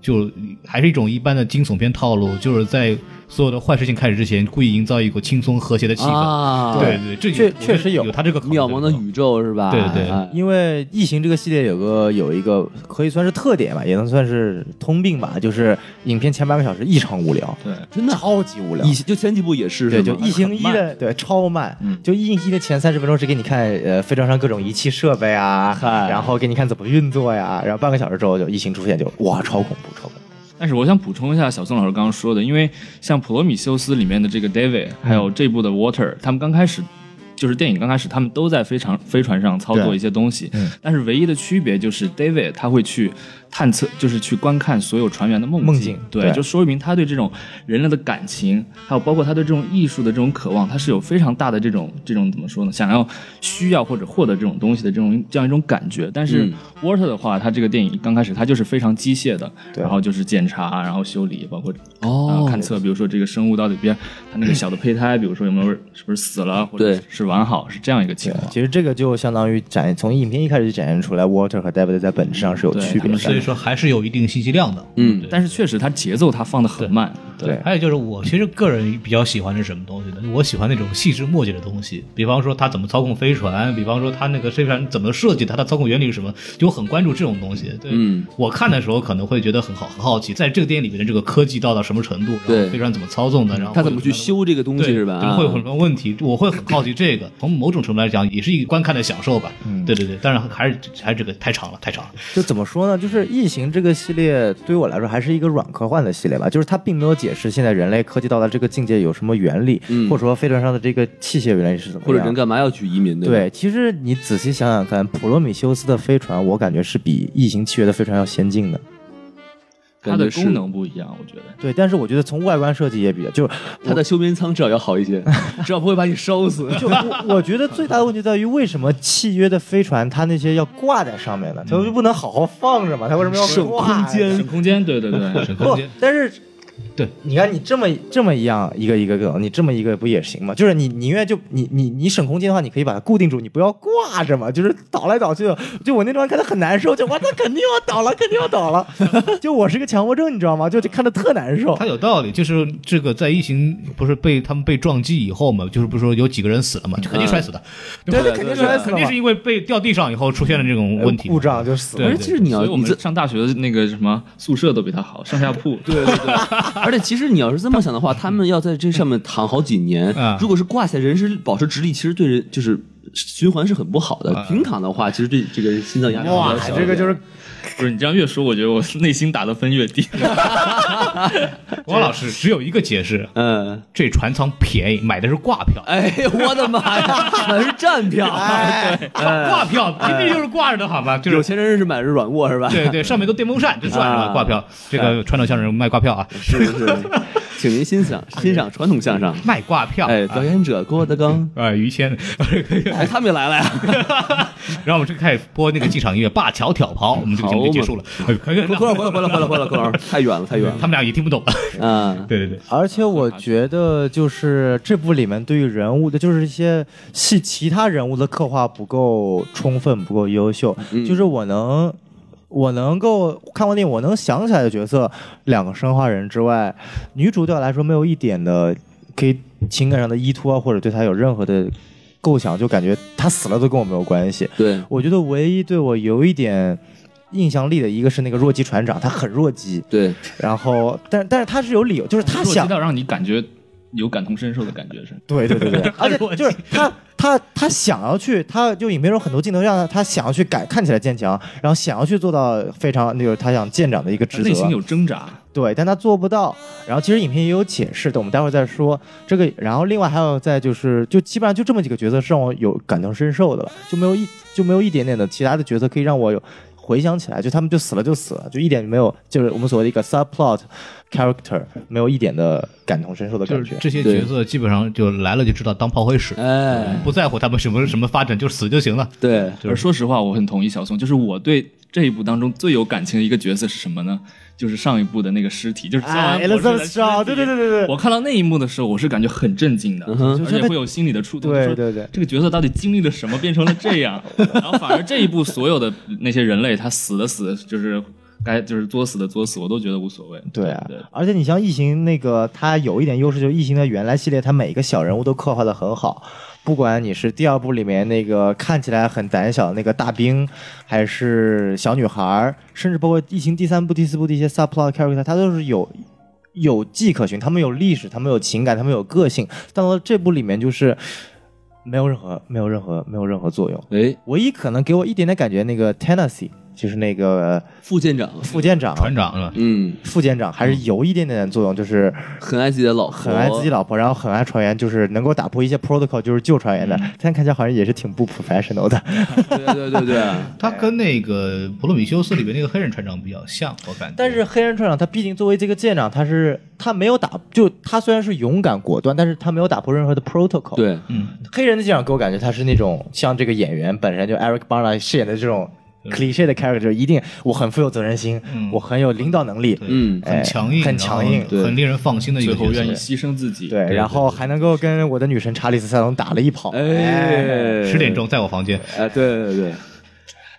就还是一种一般的惊悚片套路，就是在所有的坏事情开始之前，故意营造一个轻松和谐的气氛。
啊，
对，对，这
确
有
确实有
有他这个考虑
渺茫的宇宙是吧？
对对
啊
因为《异形》这个系列有个有一个可以算是特点吧，也能算是通病吧，就是影片前半个小时异常无聊，
对，
真的
超级无聊。
以前就前几部也是，
对，
是
就
吗
异形一
很
的对超慢，
嗯
就异形一的前三十分钟是给你看呃飞船上各种仪器设备啊，
嗨
然后给你看怎么运作呀，然后半个小时之后就异形出现就哇超恐怖超恐怖，
但是我想补充一下小宋老师刚刚
嗯
说的，因为像《普罗米修斯》里面的这个 David，还有这部的 Water，他们刚开始就是电影刚开始他们都在飞船飞船上操作
对
一些东西，
嗯
但是唯一的区别就是 David 他会去探测，就是去观看所有船员的梦
梦境
境对，
对
就说明他对这种人类的感情，还有包括他对这种艺术的这种渴望，他是有非常大的这种这种怎么说呢？想要需要或者获得这种东西的这种这样一种感觉。但是
嗯
Water 的话，他这个电影刚开始他就是非常机械的，
对
然后就是检查，然后修理，包括
哦
呃、探测，比如说这个生物到底边它那个小的胚胎，比如说有 没有是不是死了，或者
对
是完好，是这样一个情况。
其实这个就相当于展从影片一开始就展现出来，Water 和 David 在本质上是有
对
区
他
别
们
所以
的。
说还是有一定信息量的。
嗯
对
但是确实，它节奏它放的很慢，
对
还有就是我其实个人比较喜欢是什么东西呢？我喜欢那种细枝末节的东西，比方说它怎么操控飞船，比方说它那个飞船怎么设计，它的操控原理是什么，就我很关注这种东西。对，
嗯
我看的时候可能会觉得很好很好奇，在这个电影里面的这个科技到到什么程度，然
对
后飞船怎么操纵的，然后
嗯他怎么去
会有什么
修
样的
这个东西
对
是吧？
就
啊
会有什么问题？我会很好奇这个。从某种程度来讲，也是一个观看的享受吧。嗯，对对对，当然还是还是这个太长了，太长了。
就怎么说呢？就是《异形》这个系列对于我来说还是一个软科幻的系列吧，就是它并没有解释现在人类科技到达这个境界有什么原理，
嗯
或者说飞船上的这个器械原理是怎么
或者
样。
人干嘛要去移民对吧？
对，其实你仔细想想看，普罗米修斯的飞船，我感觉是比《异形契约》的飞船要先进的。
它
感觉
的
是
功能不一样，我觉得。
对，但是我觉得从外观设计也比较，就是
他的休眠舱至少要好一 些，至少不会把你烧死。
就我我觉得最大的问题在于，为什么契约的飞船它那些要挂在上面呢？它就不能好好放着吗？它为什么要
省
挂
空
呀
间
省空间，对 对对，
沈
不
空间，，
但是。
对，
你看你这么这么一样一个一个梗，你这么一个不也行吗？就是你你宁愿就你你你省空间的话，你可以把它固定住，你不要挂着嘛，就是倒来倒去的。就我那地方看的很难受，就哇，它肯定要倒了， 肯定要倒了。就我是个强迫症，你知道吗？就就看着特难受
他。有道理，就是这个在异形不是被他们被撞击以后嘛，就是不是说有几个人死了嘛，就肯定摔死的，
对，
嗯对
肯定
对
摔死
肯
了
定
嘛
是。因为被掉地上以后出现了这种问
呃
题嘛
故。障就死了
对
而。且其实你要
所以我
你
们
这，
上大学的那个什么宿舍都比他好，上下铺。对对对，
而且其实你要是这么想的话，他们要在这上面躺好几年
嗯，
如果是挂起来，人是保持直立，其实对人就是循环是很不好的。
嗯
平躺的话，其实对这个心脏压力比较小一点。
这个就是
不是你这样越说，我觉得我内心打的分越低。
王老师只有一个解释，
嗯，
这船舱便宜，买的是挂票，
哎呀，我的妈 呀，那是站票，哎
挂票明明就是挂着的好吧？就
呃有
是
钱人是买的是软卧是吧？
对对，上面都电风扇，就算了
啊
吧，挂票。这个传统相声卖挂票啊，
是是是，请您欣赏欣赏传统相声。
卖挂票。
哎，
啊
表演者郭德纲，
啊，于谦，
哎，他们也来了呀。
然后我们就开始播那个进场音乐《灞桥挑袍》，我们这个节目就结束了。哎可以，
回来回来回来回来回来回来，太远了太远
他们俩也听不懂。
了啊！
对对对，
而且我觉得，就是这部里面对于人物的，就是一些系其他人物的刻画不够充分，不够优秀。就是我能，我能够看完电影，我能想起来的角色，两个生化人之外，女主对我来说没有一点的可以情感上的依托啊，或者对她有任何的构想，就感觉她死了都跟我没有关系。
对，
我觉得唯一对我有一点印象力的一个是那个弱鸡船长，他很弱鸡，
对，
然后但但是他是有理由，就是 他
弱
想
鸡，到让你感觉有感同身受的感觉是。
对对对对， 而且
弱鸡
就是他他他想要去，他就影片中很多镜头让他想要去改看起来坚强，然后想要去做到非常就是他想舰长的一个职责
内，心有挣扎，
对，但他做不到。然后其实影片也有解释的，我们待会儿再说这个。然后另外还有再就是，就基本上就这么几个角色是让我有感同身受的了，就没有一就没有一点点的其他的角色可以让我有回想起来，就他们就死了就死了，就一点没有就是我们所谓的一个 subplot character 没有一点的感同身受的
就
感
是
觉。
这些角色基本上就来了就知道当炮灰使，
哎，
不在乎他们什么什么发展，就死就行了。
对，
就是
而说实话，我很同意小宋，就是我对这一部当中最有感情的一个角色是什么呢？就是上一部的那个尸体，就是肖
哎
恩
e
博
l i
士
z a
的
b
尸
e Strong，对对
体
对 对对
我看到那一幕的时候，我是感觉很震惊的，
嗯哼
而且会有心理的触动，
对
说
对对
这个角色到底经历了什么，变成了这 样？然后反而这一部所有的那些人类，他死的死，就是该就是作死的作死，我都觉得无所谓。
对啊
对，
而且你像异形那个，它有一点优势，就是异形的原来系列，它每一个小人物都刻画的很好。不管你是第二部里面那个看起来很胆小的那个大兵，还是小女孩儿，甚至包括异形第三部、第四部的一些 subplot character，它都是有有迹可循，他们有历史，他们有情感，他们有个性。但到这部里面就是没有任何、没有任何、没有任何作用。
哎，
唯一可能给我一点点感觉，那个 Tennessee 就是那个
副舰长，
副舰长、
船长是吧？
嗯，
副舰长还是有一点点的作用，就是
很爱自己的老婆，
很爱自己老婆，然后很爱船员，就是能够打破一些 protocol，就是救船员的。但看起来好像也是挺不 professional 的。
对对对对，
他跟那个《普罗米修斯》里边那个黑人船长比较像，我感觉。
但是黑人船长他毕竟作为这个舰长，他是他没有打，就他虽然是勇敢果断，但是他没有打破任何的 protocol。，
对，
黑人的舰长给我感觉他是那种像这个演员本身就 Eric Bana 饰演的这种 cliche 的 character，就是一定我很富有责任心，
嗯
我很有领导能力，
嗯，
哎
很强硬，
很强硬
然后很令人放心的一
最
个
后
角色
愿意牺牲自己。
对，然后还能够跟我的女神查理斯塞隆打了一跑。
哎，
十点，钟在我房间，
哎，对对对，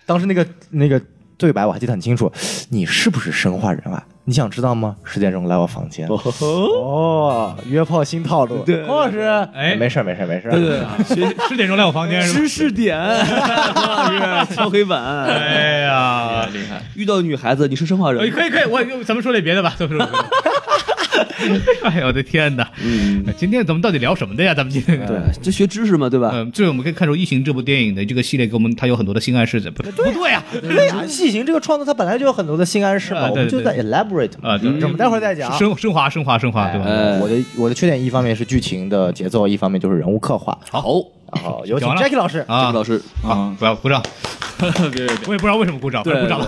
当时那个那个对白我还记得很清楚，你是不是生化人啊？你想知道吗？十点钟来我房间。哦，约炮新套路，哦啊对，孔老师，
哎
没事儿没事儿没事儿，对 对
学啊十点钟来我房间是吧？
知识点，老师敲黑板，
哎呀，
厉害，
遇到女孩子你是生化
哎，
人，
可以可以，我咱们说点别的吧，咱们说点别的。 哎呦我的天哪！哎
嗯，
今天咱们到底聊什么的呀？咱们今天
对，就学知识嘛，对吧？
嗯，这我们可以看出《异形》这部电影的这个系列给我们它有很多的性暗示，不不对呀、
对呀，细行这个创作它本来就有很多的性暗示嘛，
啊
我
对
们就
对
在 elaborate 嘛，
啊对
嗯我们待会儿再讲。呃
升升华升华升华，对吧？
哎
我的我的缺点一方面是剧情的节奏，一方面就是人物刻画。
好，
然后有请
讲完了
Jackie 老师，
啊，
老师，
啊，不要鼓掌，
别别别，
我也不知道为什么鼓掌，不
对
鼓掌。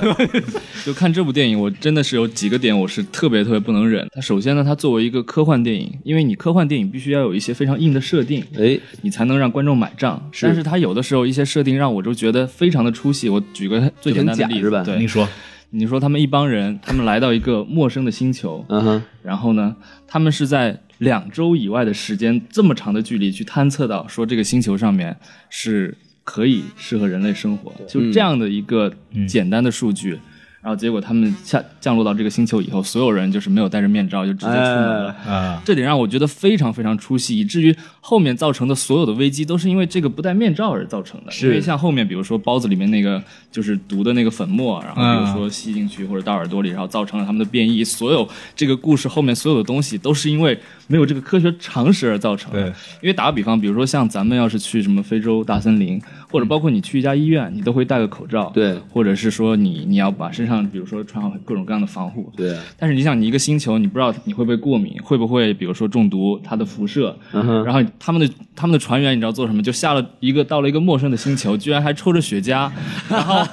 就看这部电影，我真的是有几个点我是特别特别不能忍。它首先呢，它作为一个科幻电影，因为你科幻电影必须要有一些非常硬的设定，
哎，
你才能让观众买账。但是它有的时候一些设定让我就觉得非常的出戏。我举个最简单
就
的
很假
例子，
是吧
你
对，
说，
你说他们一帮人，他们来到一个陌生的星球，
嗯哼，
然后呢，他们是在两周以外的时间这么长的距离去探测到说这个星球上面是可以适合人类生活，就这样的一个简单的数据。
嗯
然后结果他们下降落到这个星球以后，所有人就是没有戴着面罩就直接出门了。
哎
啊，
这点让我觉得非常非常出戏，以至于后面造成的所有的危机都是因为这个不戴面罩而造成的。
是
因为像后面比如说包子里面那个就是毒的那个粉末，然后比如说吸进去或者到耳朵里，然后造成了他们的变异。所有这个故事后面所有的东西都是因为没有这个科学常识而造成的。
对
因为打个比方，比如说像咱们要是去什么非洲大森林，或者包括你去一家医院，你都会戴个口罩，
嗯对
或者是说你你要把身上比如说穿好各种各样的防护，
对，
但是你想，你一个星球，你不知道你会不会过敏，会不会比如说中毒它的辐射，
嗯哼，
然后他们的他们的船员你知道做什么？就下了一个到了一个陌生的星球，居然还抽着雪茄，然后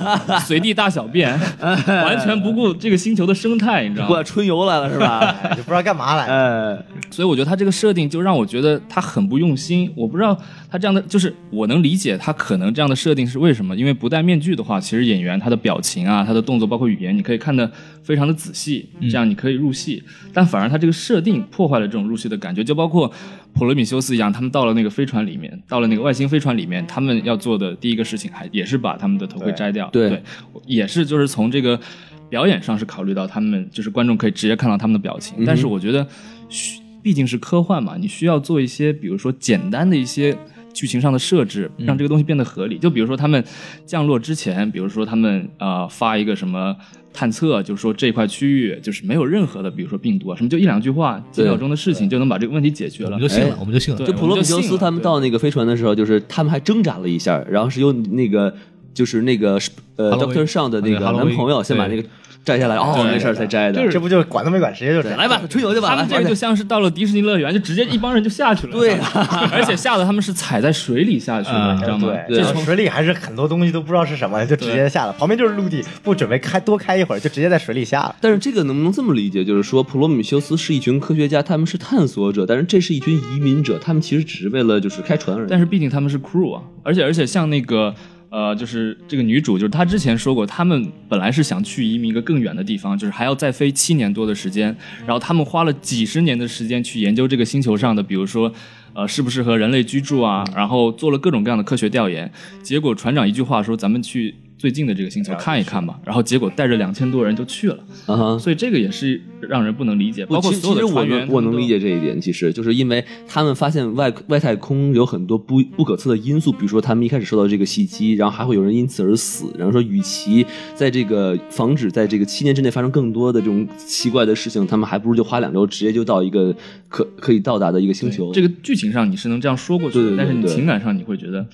随地大小 便，完全不顾这个星球的生态，你知道
过
吗
来？春游来了是吧？
哎 就不知道干嘛来。
哎，
所以我觉得他这个设定就让我觉得他很不用心。我不知道他这样的，就是我能理解他可能这样的设定是为什么，因为不戴面具的话，其实演员他的表情啊、他的动作，包括语言，你可以看得非常的仔细，
嗯
这样你可以入戏。但反而他这个设定破坏了这种入戏的感觉，就包括普罗米修斯一样，他们到了那个飞船里面，到了那个外星飞船里面，他们要做的第一个事情还也是把他们的头盔摘掉，
对
也是就是从这个表演上是考虑到他们就是观众可以直接看到他们的表
嗯
情，但是我觉得需毕竟是科幻嘛，你需要做一些比如说简单的一些。剧情上的设置，让这个东西变得合
嗯
理。就比如说他们降落之前，比如说他们呃发一个什么探测，就是说这块区域就是没有任何的，比如说病毒啊什么，就一两句话几秒钟的事情就能把这个问题解决
我
了
们就。
哎
信了，我们就信了
对。
就普罗米修斯他们到那个飞船的时候，就是他们还挣扎了一下，然后是由那个就是那个呃
Holloway
Doctor 上的那个
对，Holloway，
男朋友先把那个摘下来，哦，没事儿才摘的，
这不就管都没管，直接就来
来吧，春游去吧，
他们这
来
个就像是到了迪士尼乐园，就直接一帮人就下去了。
对
啊，而且下的他们是踩在水里下去的，
嗯
你知道吗？
对，
对
这水里还是很多东西都不知道是什么，就直接下了。旁边就是陆地，不准备开多开一会儿，就直接在水里下了。
但是这个能不能这么理解？就是说，普罗米修斯是一群科学家，他们是探索者，但是这是一群移民者，他们其实只是为了就是开船而已。
但
是
是毕竟他们是 crew 啊，而且而且像那个呃，就是这个女主，就是她之前说过，他们本来是想去移民一个更远的地方，就是还要再飞七年多的时间，然后他们花了几十年的时间去研究这个星球上的，比如说。呃，适不适合人类居住啊？然后做了各种各样的科学调研，结果船长一句话说：“咱们去最近的这个星球看一看吧。”然后结果带着两千多人就去了，
啊哈，
所以这个也是让人不能理解。包括
其
所有
其
的
实我
船员
能我能理解这一
嗯
点，其实就是因为他们发现外外太空有很多不不可测的因素，比如说他们一开始受到这个袭击，然后还会有人因此而死，然后说与其在这个防止在这个七年之内发生更多的这种奇怪的事情，他们还不如就花两周直接就到一个可可以到达的一个星球。
这个剧情上你是能这样说过去的，
对对对
但是你
对
情感上你会觉得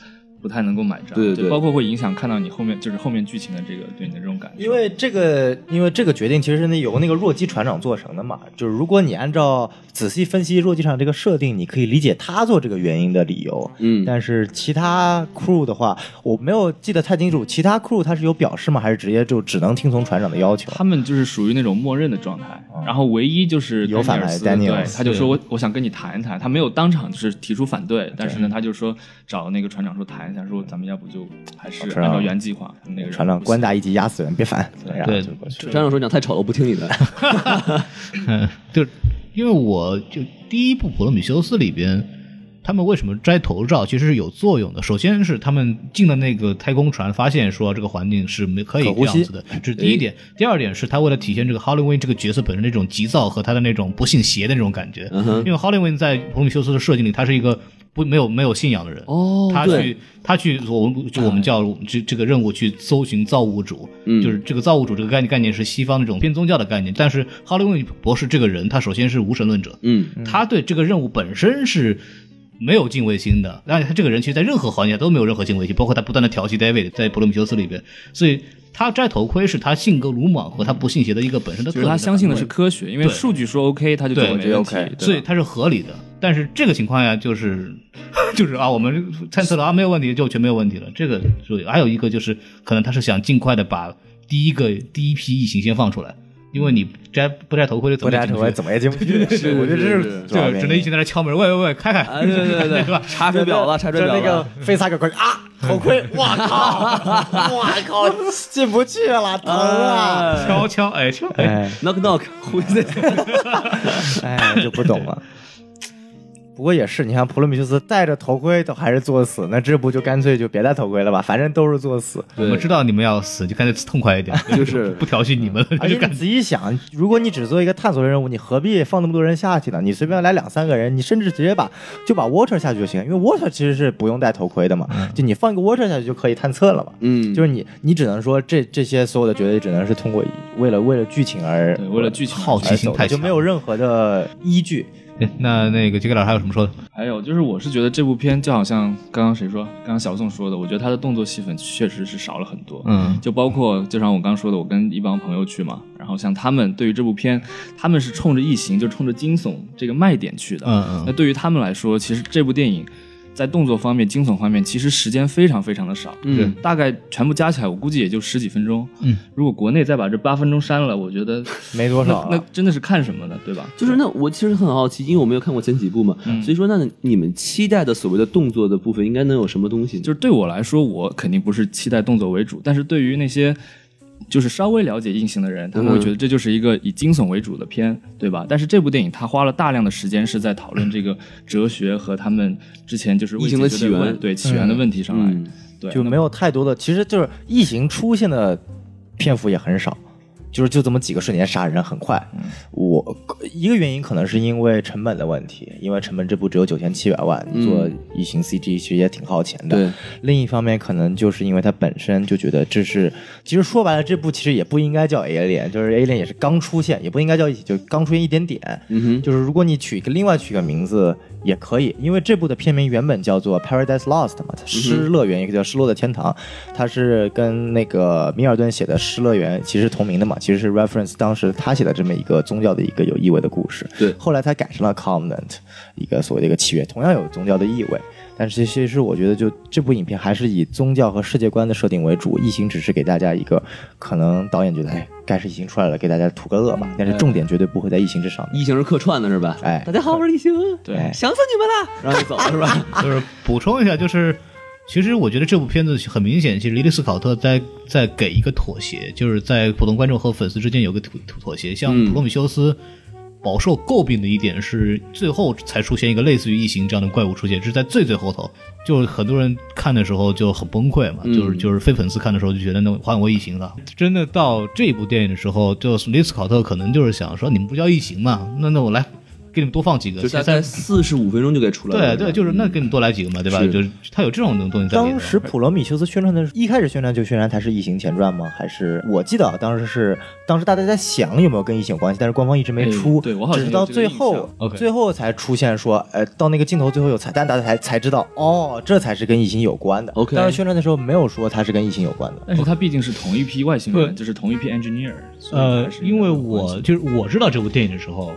不太能够买账，
对对对
包括会影响看到你后面就是后面剧情的这个对你的这种感受。
因为这个，因为这个决定其实是那由那个弱鸡船长做成的嘛。就是如果你按照仔细分析弱鸡船长这个设定，你可以理解他做这个原因的理由。
嗯，
但是其他 crew 的话，我没有记得太清楚，其他 crew 他是有表示吗？还是直接就只能听从船长的要求？
他们就是属于那种默认的状态，
啊
然后唯一就是
有反来
Daniels，对
Daniels，，
他就说我我想跟你谈一谈，他没有当场就是提出反对，但是呢，他就说找那个船长说谈一下，说咱们要不就还是
船
按
长
照原计划，那个人
船长
不行
官大一级压死人，别烦。然后
对
就过去了
张长说讲太吵了，我不听你的。
嗯，就是因为我就第一部《普罗米修斯》里边，他们为什么摘头罩，其实是有作用的。首先是他们进了那个太空船，发现说这个环境是没可以
可
这
呼吸
样子的，这是第一点。
哎
第二点是他为了体现这个 Halloween 这个角色本身那种急躁和他的那种不信邪的那种感觉，
嗯哼
因为 Halloween 在《普罗米修斯》的设计里，他是一个。不，没有没有信仰的人，
哦
他
对
去他去，我们就我们叫这这个任务去搜寻造物主，
嗯
就是这个造物主这个概念概念是西方那种偏宗教的概念，但是哈利·温博士这个人，他首先是无神论者，
嗯，
他对这个任务本身是。没有敬畏心的，而且他这个人其实，在任何环节都没有任何敬畏心，包括他不断的调戏 David 在《普罗米修斯》里边，所以他摘头盔是他性格鲁莽和他不信邪的一个本身的特
就
点。
是他相信的是科学，因为
对
数据说 OK，他就觉
对
得没
觉得
问题
OK，
对
所以
吧
它是合理的。但是这个情况下，就是 就是啊，我们探测了啊，没有问题，就全没有问题了。这个所以还有一个就是，可能他是想尽快的把第一个第一批异形先放出来，因为你摘不摘头盔就怎
不
么
摘
进
头
去
盔怎么也进不去。
是
我觉得这
是
是
是
主要
就
原
只能一
因
群在那敲门，喂喂喂，开开，
啊，对对 对
吧
对，查水表了，查哎水表
就那个
了。
费萨克过去啊，头盔，哇靠，哇靠，进不去了，疼啊！
敲敲，哎敲哎，
哎
knock knock，who is it？
哎，就不懂了。不过也是，你看普罗米修斯戴着头盔都还是作死，那这不就干脆就别戴头盔了吧？反正都是作死。
我们知道你们要死，就干脆痛快一点，
就是
不调戏你们了，
而
就
且
干
你仔细想，如果你只做一个探索任务，你何必放那么多人下去呢？你随便来两三个人，你甚至直接把就把 Water 下去就行，因为 Water 其实是不用戴头盔的嘛，就你放一个 Water 下去就可以探测了嘛。
嗯，
就是你，你只能说这这些所有的决定，只能是通过为了为了剧情而
对为了剧情
好奇
而
心
走
太
的，
强
就没有任何的依据。
哎 那那个杰克老师还有什么说的？
还有就是，我是觉得这部片就好像刚刚谁说，刚刚小宋说的，我觉得他的动作戏份确实是少了很多。
嗯
就包括就像我刚说的，我跟一帮朋友去嘛，然后像他们对于这部片，他们是冲着异形，就冲着惊悚这个卖点去的。
嗯
那
嗯，
对于他们来说，其实这部电影在动作方面、惊悚方面，其实时间非常非常的少。
嗯，
大概全部加起来，我估计也就十几分钟。
嗯，
如果国内再把这八分钟删了，我觉得
没多少啊
那那真的是看什么呢？对吧？
就是那我其实很好奇，因为我没有看过前几部嘛，所以说那你们期待的所谓的动作的部分应该能有什么东西呢？
就是对我来说，我肯定不是期待动作为主，但是对于那些就是稍微了解硬性的人，他们会觉得这就是一个以惊悚为主的片，对吧？但是这部电影它花了大量的时间是在讨论这个哲学和他们之前就是
疫情的
未解决问
起源
对起源的问题上来，
嗯
对，
就没有太多的，其实就是异形出现的篇幅也很少，就是就这么几个瞬间杀人很快。
嗯
我一个原因可能是因为成本的问题，因为成本这部只有九千七百万，
嗯
做异形 CG 其实也挺耗钱的。
对，
另一方面可能就是因为它本身就觉得这是，其实说白了，这部其实也不应该叫 Alien，就是 Alien 也是刚出现，也不应该叫一起，就刚出现一点点。
嗯哼，
就是如果你取一个另外取一个名字也可以，因为这部的片名原本叫做《Paradise Lost》嘛，它失乐园，一个叫失落的天堂，它是跟那个米尔顿写的《失乐园》其实同名的嘛，其实是 reference 当时他写的这么一个宗教的一个有意味的故事。
对
后来他改成了 Covenant，一个所谓的一个契约，同样有宗教的意味。但是其实我觉得，就这部影片还是以宗教和世界观的设定为主，异形只是给大家一个可能导演觉得，哎，该是异形出来了，给大家图个乐吧。但是重点绝对不会在异形之上面。
异形是客串的是吧？
哎
大家好，我是异形，
对
哎
想死你们了，然后就走了是吧？
就是补充一下，就是其实我觉得这部片子很明显，其实莉莉斯考特在在给一个妥协，就是在普通观众和粉丝之间有个妥妥协。像
嗯
普罗米修斯饱受诟病的一点是，最后才出现一个类似于异形这样的怪物出现，是在最最后头。就是很多人看的时候就很崩溃嘛，就是就是非粉丝看的时候就觉得那还我异形了。真的到这部电影的时候，就莉斯考特可能就是想说，你们不叫异形嘛？那那我来给你们多放几个，
就大
三
概四十五分钟就该出来
对
了。
对，
嗯
就是那给你多来几个嘛，对吧？
是
就是他有这种东西在里面。
当时普罗米修斯宣传的，一开始宣传就宣传它是《异形前传》吗？还是我记得啊，当时是当时大家在想有没有跟异形有关系，但是官方一直没出，
哎对我好像
只是到最
有这个
后
印，
OK
最后才出现说，呃，到那个镜头最后有彩蛋，大家才才知道，哦，这才是跟异形有关的。
OK
当时宣传的时候没有说它是跟异形有关的。
但是他毕竟是同一批外星人，
不
就是同一批 engineer，所以
呃
还，是
因为
有关系
我就是我知道这部电影的时候，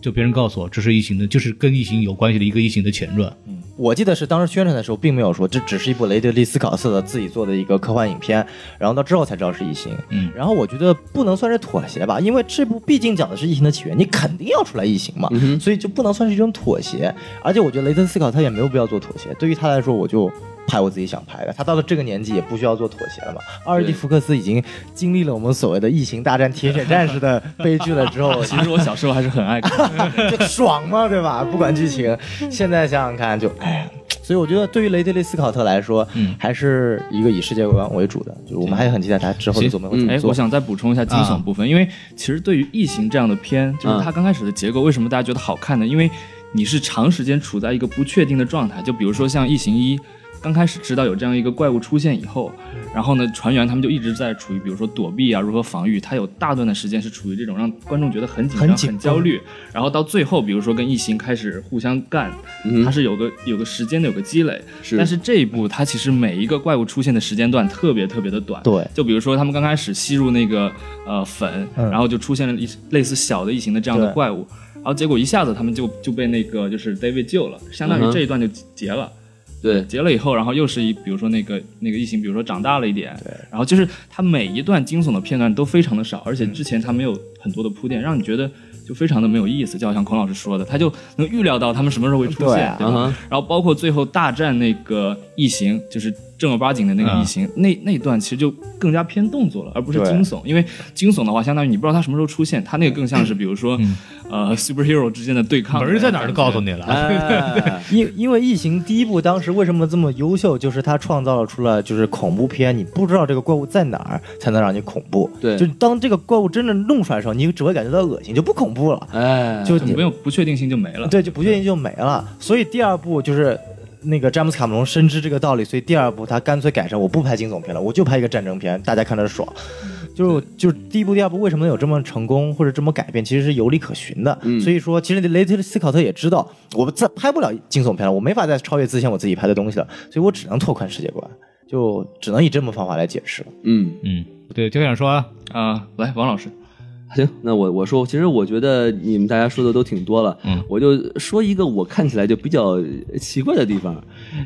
就别人告诉我这是异形的，就是跟异形有关系的一个异形的前传。
我记得是当时宣传的时候，并没有说这只是一部雷德利·斯考特的自己做的一个科幻影片，然后到之后才知道是异形。
嗯
然后我觉得不能算是妥协吧，因为这部毕竟讲的是异形的起源，你肯定要出来异形嘛，所以就不能算是一种妥协。而且我觉得雷德利·斯考特也没有必要做妥协，对于他来说，我就。拍我自己想拍的，他到了这个年纪也不需要做妥协了嘛。阿尔蒂福克斯已经经历了我们所谓的《异形大战铁血战士》的悲剧了之后，
其实我小时候还是很爱看，
就爽嘛，对吧？不管剧情，现在想想看就，哎呀。所以我觉得，对于雷德利·斯考特来说，
嗯
还是一个以世界观为主的。就是我们还很期待他之后的作品会怎么
哎，
嗯做。啊
我想再补充一下惊悚部分，因为其实对于《异形》这样的片，
嗯
就是它刚开始的结构，为什么大家觉得好看呢？因为你是长时间处在一个不确定的状态，就比如说像《异形一》。刚开始知道有这样一个怪物出现以后，然后呢，船员他们就一直在处于比如说躲避啊，如何防御，它有大段的时间是处于这种让观众觉得很紧张、
很
很
紧绷嗯
焦虑，然后到最后，比如说跟异形开始互相干，
嗯
它是有个有个时间的有个积累，
是
但是这一部它其实每一个怪物出现的时间段特别特别的短，
对
就比如说他们刚开始吸入那个呃粉，
嗯
然后就出现了一类似小的异形的这样的
对
怪物，然后结果一下子他们就就被那个就是 David 救了，相当
嗯哼
于这一段就结了。
对
结了以后，然后又是一，比如说那个那个异形，比如说长大了一点，对，然后就是它每一段惊悚的片段都非常的少，而且
嗯
之前它没有很多的铺垫，让你觉得就非常的没有意思，就好像孔老师说的，他就能预料到他们什么时候会出
对
现
啊，
对吧？
嗯哼
然后包括最后大战那个异形，就是正儿八经的那个异形，那那段其实就更加偏动作了，而不是
对
惊悚，因为惊悚的话，相当于你不知道它什么时候出现，它那个更像是比如说、呃 superhero 之间的对抗，
门儿在哪儿都告诉
你。
你了。
啊
哎因因为《异形》第一部当时为什么这么优秀，就是它创造了出了就是恐怖片，你不知道这个怪物在哪儿才能让你恐怖。
对
就是当这个怪物真正弄出来的时候，你只会感觉到恶心，就不恐怖了。
哎，
就
就没有不确定性就 没了。
对，就不确定就没了。所以第二部就是那个詹姆斯卡梅隆深知这个道理，所以第二部他干脆改成我不拍惊悚片了，我就拍一个战争片，大家看着爽。就是就是第一部、第二部为什么能有这么成功或者这么改变，其实是有理可循的。所以说，其实雷特斯考特也知道，我再拍不了惊悚片了，我没法再超越之前我自己拍的东西了，所以我只能拓宽世界观，就只能以这么方法来解释了。
嗯。
嗯，对，就想说啊，
啊、来，王老师，
行，那我我说，其实我觉得你们大家说的都挺多了，
嗯
我就说一个我看起来就比较奇怪的地方，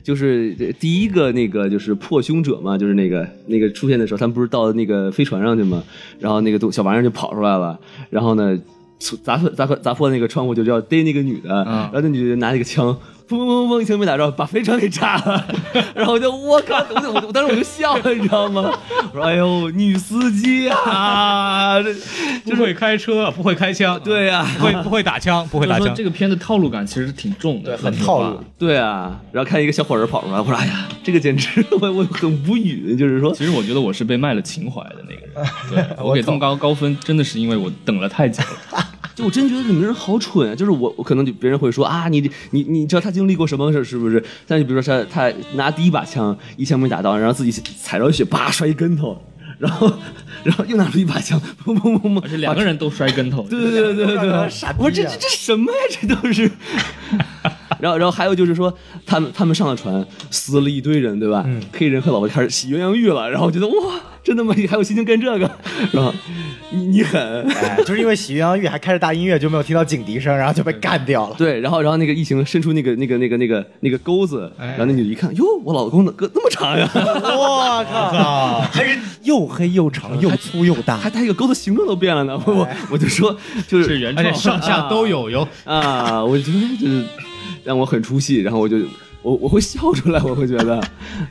就是这第一个那个就是破胸者嘛，就是那个那个出现的时候，他们不是到那个飞船上去嘛，然后那个东小玩意儿就跑出来了，然后呢从砸破砸破砸破那个窗户就要逮那个女的，然后那女的拿那个枪。砰砰砰砰！一枪没打着，把飞船给炸了。 然后我就我靠！我就我就我当时我就笑了，你知道吗？我说：“哎呦，女司机啊，这
不会开车，不会开枪，嗯
对呀、
不会不会打枪，不会
就
打
是说
枪
这。个片的套路感其实挺重的，
很套路。
对啊，然后看一个小火人跑出 来，我说哎呀，这个简直我我很无语，就是说
其实我觉得我是被卖了情怀的那个人，对我给这么高高分，真的是因为我等了太久了。
就我真觉得你们人好蠢啊！就是我，我可能就别人会说啊，你你你知道他经历过什么事是不是？但是比如说他他拿第一把枪，一枪没打到，然后自己踩着血，叭摔一跟头，然后然后又拿出一把枪，砰砰砰
而
砰，
且两个人都摔跟头，
对对对对对对，
傻逼
我说这
呀
这这什么呀？这都是。然后，然后还有就是说，他们他们上了船，死了一堆人，对吧？黑人和老白开始洗鸳鸯浴了，然后我觉得哇，真他妈还有心情干这个？然后你你狠，
哎，就是因为喜鸳鸯浴还开着大音乐，就没有听到警笛声，然后就被干掉了。
对，然后然后那个异形伸出那个那个那个那个那个钩子，然后那女的一看，哟，我老公的胳那么长呀，
我靠，还是又黑又长又粗又大
还他一个钩子形状都变了呢，我我我就说就是
是原
而且
创。
上下都有哟，
啊，我觉得就是让我很出戏，然后我就我我会笑出来，我会觉得，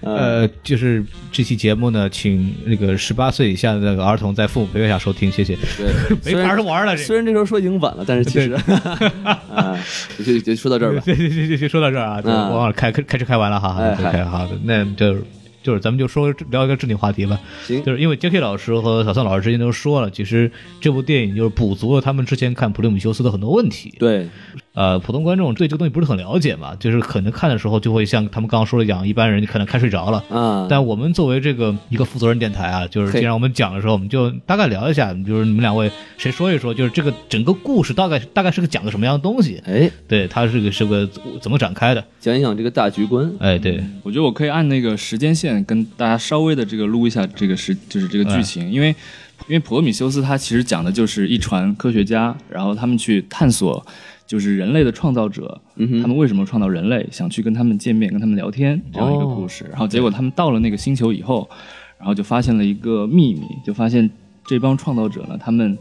嗯
呃，
呃，就是这期节目呢，请那个十八岁以下的那个儿童在父母陪伴下收听，谢谢。
对，
没法儿玩了，这
虽然这时候说已经晚了，但是其实， 啊，就就说到 这儿吧。
对对对对，就说到这儿啊，就
嗯
我忘了开开开车开完了哈
哎
，OK，好的，那就是就是咱们就说聊一个正经话题吧，
行
就是因为 J.K. 老师和小宋老师之前都说了，其实这部电影就是补足了他们之前看普利姆修斯的很多问题，
对，
呃，普通观众对这个东西不是很了解嘛，就是可能看的时候就会像他们刚刚说的一样，一般人可能看睡着了。
啊，
但我们作为这个一个负责任电台啊，就是
嘿
既然我们讲的时候，我们就大概聊一下，就是你们两位谁说一说，就是这个整个故事大概大概是个讲个什么样的东西？
哎，
对，它是个是个怎么展开的？
讲一讲这个大局观。
哎，对，
我觉得我可以按那个时间线跟大家稍微的这个撸一下这个时，就是这个
嗯
剧情，因为因为普罗米修斯他其实讲的就是一船科学家，然后他们去探索就是人类的创造者，
嗯哼
他们为什么创造人类，想去跟他们见面，跟他们聊天这样一个
哦
故事。然后结果他们到了那个星球以后，然后就发现了一个秘密，就发现这帮创造者呢，他们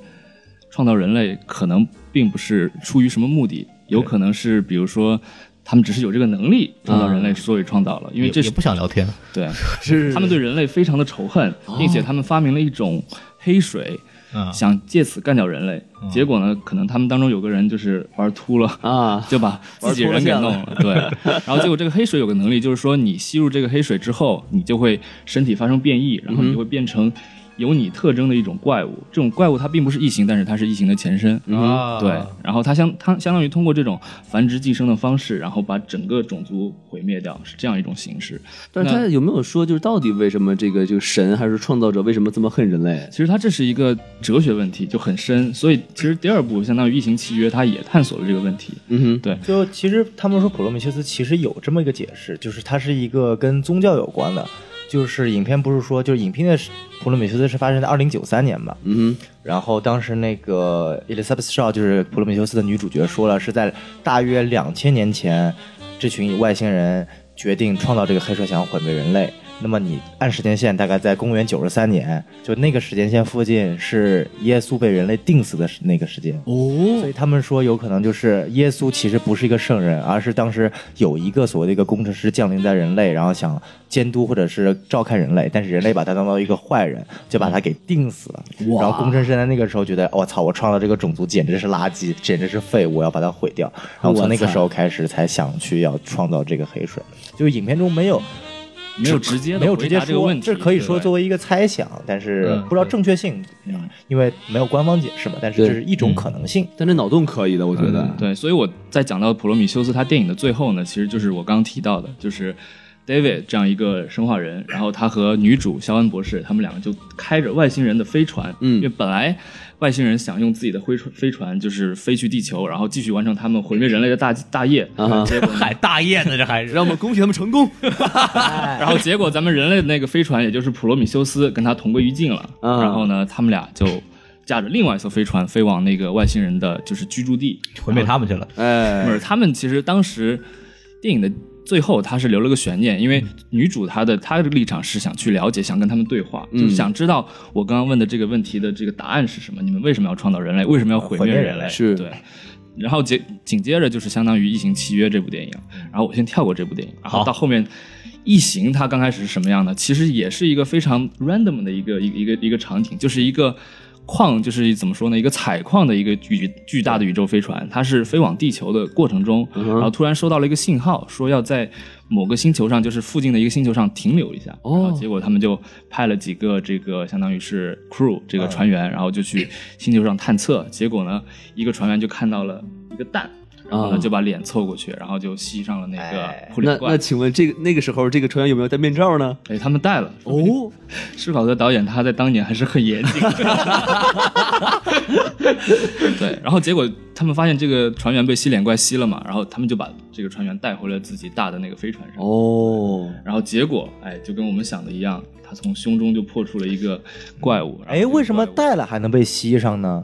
创造人类可能并不是出于什么目的，有可能是比如说。他们只是有这个能力创造人类，
嗯
所以创造了，因为
也
这是
也不想聊天，
对，
是
他们对人类非常的仇恨，并且他们发明了一种黑水，
嗯，
想借此干掉人类。结果呢，可能他们当中有个人就是玩秃了。
啊，
就把自己人给弄了，对。然后结果这个黑水有个能力，就是说你吸入这个黑水之后，你就会身体发生变异，然后你就会变成有你特征的一种怪物。这种怪物它并不是异形，但是它是异形的前身。
啊，
嗯对，然后它相它相当于通过这种繁殖寄生的方式，然后把整个种族毁灭掉，是这样一种形式。
但是他有没有说，就是到底为什么这个这个神还是创造者为什么这么恨人类？
其实它这是一个哲学问题，就很深。所以其实第二部相当于《异形契约》，它也探索了这个问题。
嗯
对，
就其实他们说普罗米修斯其实有这么一个解释，就是它是一个跟宗教有关的，就是影片不是说就是影片的是普罗米修斯是发生在二零九三年吧，
哼，嗯
然后当时那个 Elizabeth Shaw 就是普罗米修斯的女主角说了，是在大约两千年前，这群外星人决定创造这个黑水，想要毁灭人类。那么你按时间线，大概在公元九十三年，就那个时间线附近是耶稣被人类定死的时那个时间。
哼，
所
哦，
以他们说，有可能就是耶稣其实不是一个圣人，而是当时有一个所谓的一个工程师降临在人类，然后想监督或者是照看人类，但是人类把他当做一个坏人，就把他给定死了。
哇
然后工程师在那个时候觉得，我、操，我创造这个种族简直是垃圾，简直是废物，我要把它毁掉。然后从那个时候开始才想去要创造这个黑水，就是影片中没有
没有直接的
没有直接
这个
说
问，题，
这可以说
对
作为一个猜想，但是
嗯
不知道正确性，
嗯
因为没有官方解释嘛，但是
对
这是一种可能性。
但这脑洞可以的，我觉得。
嗯对，所以我在讲到普罗米修斯他电影的最后呢，其实就是我刚刚提到的，就是 David 这样一个生化人，然后他和女主肖恩博士，他们两个就开着外星人的飞船，
嗯
因为本来外星人想用自己的飞船飞船就是飞去地球，然后继续完成他们毁灭人类的大大业，
啊哈
结果呢
海大雁呢，这还是
让我们恭喜他们成功。
然后结果咱们人类的那个飞船，也就是普罗米修斯，跟他同归于尽了。
啊
然后呢，他们俩就驾着另外一艘飞船飞往那个外星人的就是居住地。
毁灭他们去了。
不
哎，
是，他们其实当时电影的最后，他是留了个悬念，因为女主她的她的立场是想去了解，想跟他们对话，
嗯
就是想知道我刚刚问的这个问题的这个答案是什么，你们为什么要创造人类，为什么要毁
毁灭
灭人
人
类？
类
是
对。然后接紧接着就是相当于《异形契约》这部电影，然后我先跳过这部电影，然后
好
到后面。异形它刚开始是什么样的？其实也是一个非常 random 的一个一个一个一个场景，就是一个矿，就是怎么说呢，一个采矿的一个巨巨大的宇宙飞船，它是飞往地球的过程中，
哼
然后突然收到了一个信号，说要在某个星球上，就是附近的一个星球上停留一下。
哦
然后结果他们就派了几个这个相当于是 crew 这个
嗯
船员，然后就去星球上探测。结果呢，一个船员就看到了一个蛋，然后呢
啊
就把脸凑过去，然后就吸上了那
哎
个普
那
林
那
怪。
请问这个那个时候这个船员有没有戴面罩呢？
哎，他们带了
哦，
施考特导演他在当年还是很严谨的， 对。然后结果他们发现这个船员被吸脸怪吸了嘛，然后他们就把这个船员带回了自己大的那个飞船上。
哦，
然后结果，哎，就跟我们想的一样，他从胸中就破出了一个怪物。然后这
哎，
个
为什么
怪物
带了还能被吸上呢？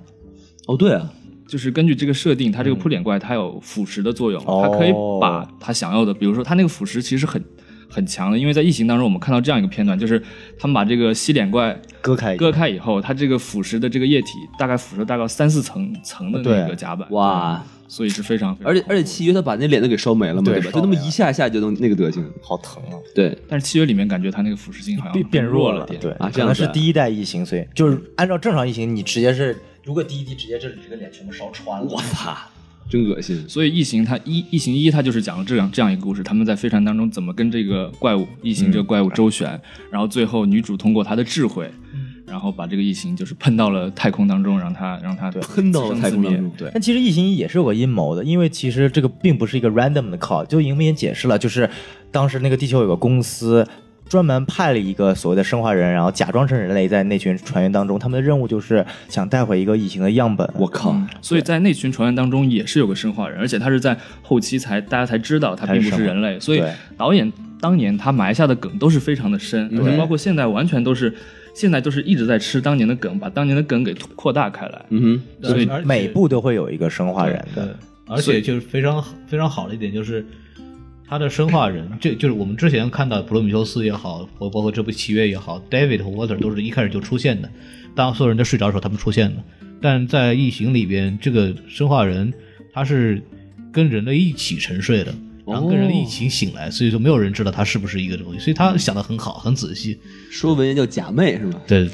哦对啊，
就是根据这个设定，它这
嗯
个扑脸怪它有腐蚀的作用，
哦
它可以把它想要的，比如说它那个腐蚀其实很很强的，因为在异形当中我们看到这样一个片段，就是他们把这个吸脸怪
割开一个
割开以后，它这个腐蚀的这个液体大概腐蚀大概三四层层的那个
对
甲板，
哇！
对，所以是非常非常
而且而且
恐怖的
契约他把那脸都给烧没了嘛，
对
对吧？
烧
就那么
没了
一下下就能那个德行，
好疼啊！
对，
但是契约里面感觉它那个腐蚀性好像了点，
对，
啊这
可
样
能
子啊
是第一代异形，所以就是按照正常异形，你直接是如果第一集直接这里这个脸全部烧穿了，
我操， 真恶心。
所以异形它一异形一它就是讲了这样这样一个故事，他们在飞船当中
嗯
怎么跟这个怪物异形这个怪物周旋，然后最后女主通过她的智慧，然后把这个异形就是喷到了太空当中，让它让它
喷到了太空当中
对，
但其实异形也是有个阴谋的，因为其实这个并不是一个 random 的 call，就影片也解释了，就是当时那个地球有个公司。专门派了一个所谓的生化人，然后假装成人类，在那群船员当中，他们的任务就是想带回一个异形的样本。
我靠，
所以在那群船员当中也是有个生化人，而且他是在后期才大家才知道他并不是人类，所以
对
导演当年他埋下的梗都是非常的深，
嗯
而且包括现在完全都是现在都是一直在吃当年的梗，把当年的梗给扩大开来。
嗯哼，
所以
而且
每部都会有一个生化人
对
的，，
而且就是非常好非常好的一点就是，他的生化人，这就是我们之前看到《普罗米修斯》也好，包包括这部《契约》也好，David 和 Water 都是一开始就出现的，当所有人在睡着的时候，他们出现的。但在《异形》里边，这个生化人他是跟人类一起沉睡的。然后跟人类一起醒来，所以说没有人知道他是不是一个东西，所以他想的很好，很仔细。
说文言叫假寐是吗？
对，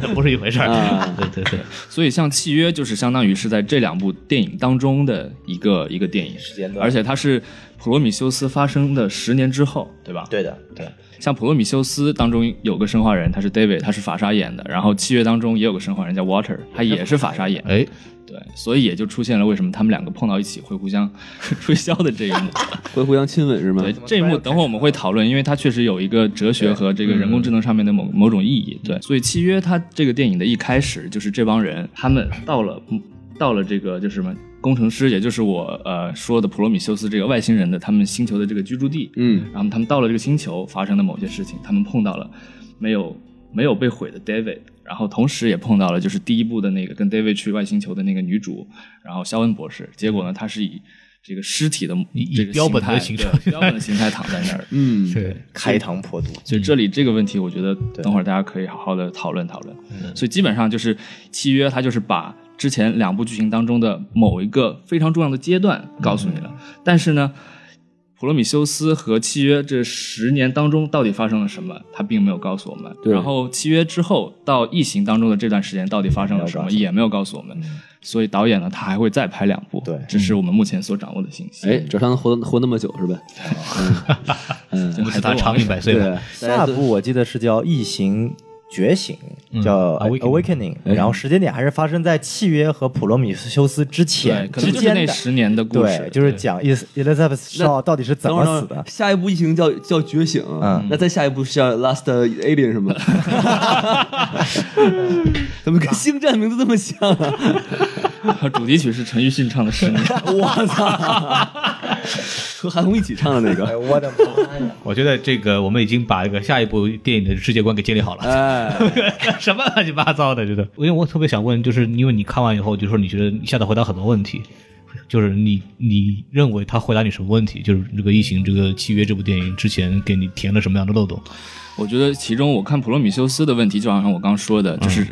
对不是一回事儿。
啊
对对对，
所以像《契约》就是相当于是在这两部电影当中的一个一个电影，
时间段
而且它是《普罗米修斯》发生的十年之后，对吧？
对的，对。
像《普罗米修斯》当中有个生化人，他是 David，他是法沙演的。然后《契约》当中也有个生化人叫 Water，他也是法沙演。
哎，
对，所以也就出现了为什么他们两个碰到一起会互相 吹箫的这一幕。
会互相亲吻是吗？
对，这一幕等会儿我们会讨论，因为它确实有一个哲学和这个人工智能上面的某某种意义。对，所以《契约》它这个电影的一开始就是这帮人他们到了嗯到了这个就是什么工程师，也就是我呃说的普罗米修斯这个外星人的他们星球的这个居住地。
嗯，
然后他们到了这个星球发生的某些事情，他们碰到了没有没有被毁的 David，然后同时也碰到了就是第一部的那个跟 David 去外星球的那个女主，然后肖恩博士。结果呢，她是以这个尸体的
以
这个
标本的形
形态
状
对标本的形态躺在那儿。
嗯，
对，
开膛破肚。
所以
嗯
这里这个问题，我觉得等会儿大家可以好好的讨论讨论。
嗯
所以基本上就是契约，它就是把之前两部剧情当中的某一个非常重要的阶段
嗯
告诉你了。但是呢，普罗米修斯和契约这十年当中到底发生了什么，它并没有告诉我们。
对
然后契约之后到异形当中的这段时间到底发生了什么，
没有告诉我们嗯
也没有告诉我们。所以导演呢，他还会再拍两部。
对
这是我们目前所掌握的信息。
哎，只要他能活活那么久是吧？嗯，
就
嗯
哎
海
使
贼
他
王
长命百岁吧。
对，
下部我记得是叫《异形觉醒》，
嗯
叫
Awakening
Awakening，然
哎
后时间点还是发生在契约和普罗米修斯之
对，
前
可
之
能就是
间
那
的。
十年的故事
对，，就是讲 Is- Elizabeth Shaw 到底是怎
等会
么
儿等
死
会儿
的，
下一部异形叫叫觉醒，
嗯
那再下一部是叫 Last Alien 是吗？ 怎么跟星战名字这么像 啊？
主题曲是陈奕迅唱的《十年》。
我操！ 和韩红一起唱的那个，
哎我的妈呀！
我觉得这个我们已经把这个下一部电影的世界观给建立好了，
哎，
什么乱七八糟的，觉得。因为呃我特别想问，就是因为你看完以后，就说你觉得一下子回答很多问题，就是你你认为他回答你什么问题？就是这个《异形》这个契约这部电影之前给你填了什么样的漏洞？
我觉得其中我看普罗米修斯的问题，就好像我刚说的，就是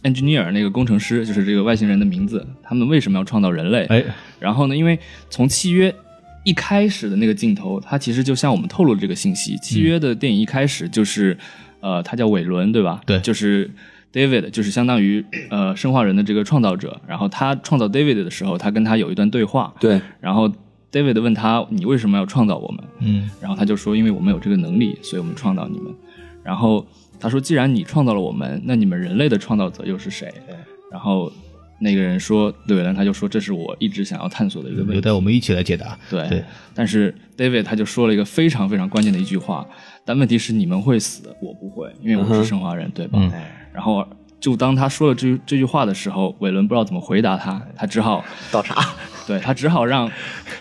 嗯
engineer 那个工程师，就是这个外星人的名字，他们为什么要创造人类？
哎，
然后呢，因为从契约一开始的那个镜头，它其实就向我们透露了这个信息。
嗯
契约的电影一开始就是，呃，他叫韦伦，对吧？
对
就是 David，就是相当于呃生化人的这个创造者。然后他创造 David 的时候，他跟他有一段对话，
对，
然后 David 问他：“你为什么要创造我们？”
嗯，
然后他就说：“因为我们有这个能力，所以我们创造你们。”然后他说：“既然你创造了我们，那你们人类的创造者又是谁？”然后那个人说：“韦伦，他就说这是我一直想要探索的一个问
留
题。
待我们一起来解答。
对”
对
但是 David 他就说了一个非常非常关键的一句话，但问题是你们会死，我不会，因为我是生化人，对吧？
嗯
然后。就当他说了这这句话的时候，韦伦不知道怎么回答他，他只好
倒茶，
对他只好让，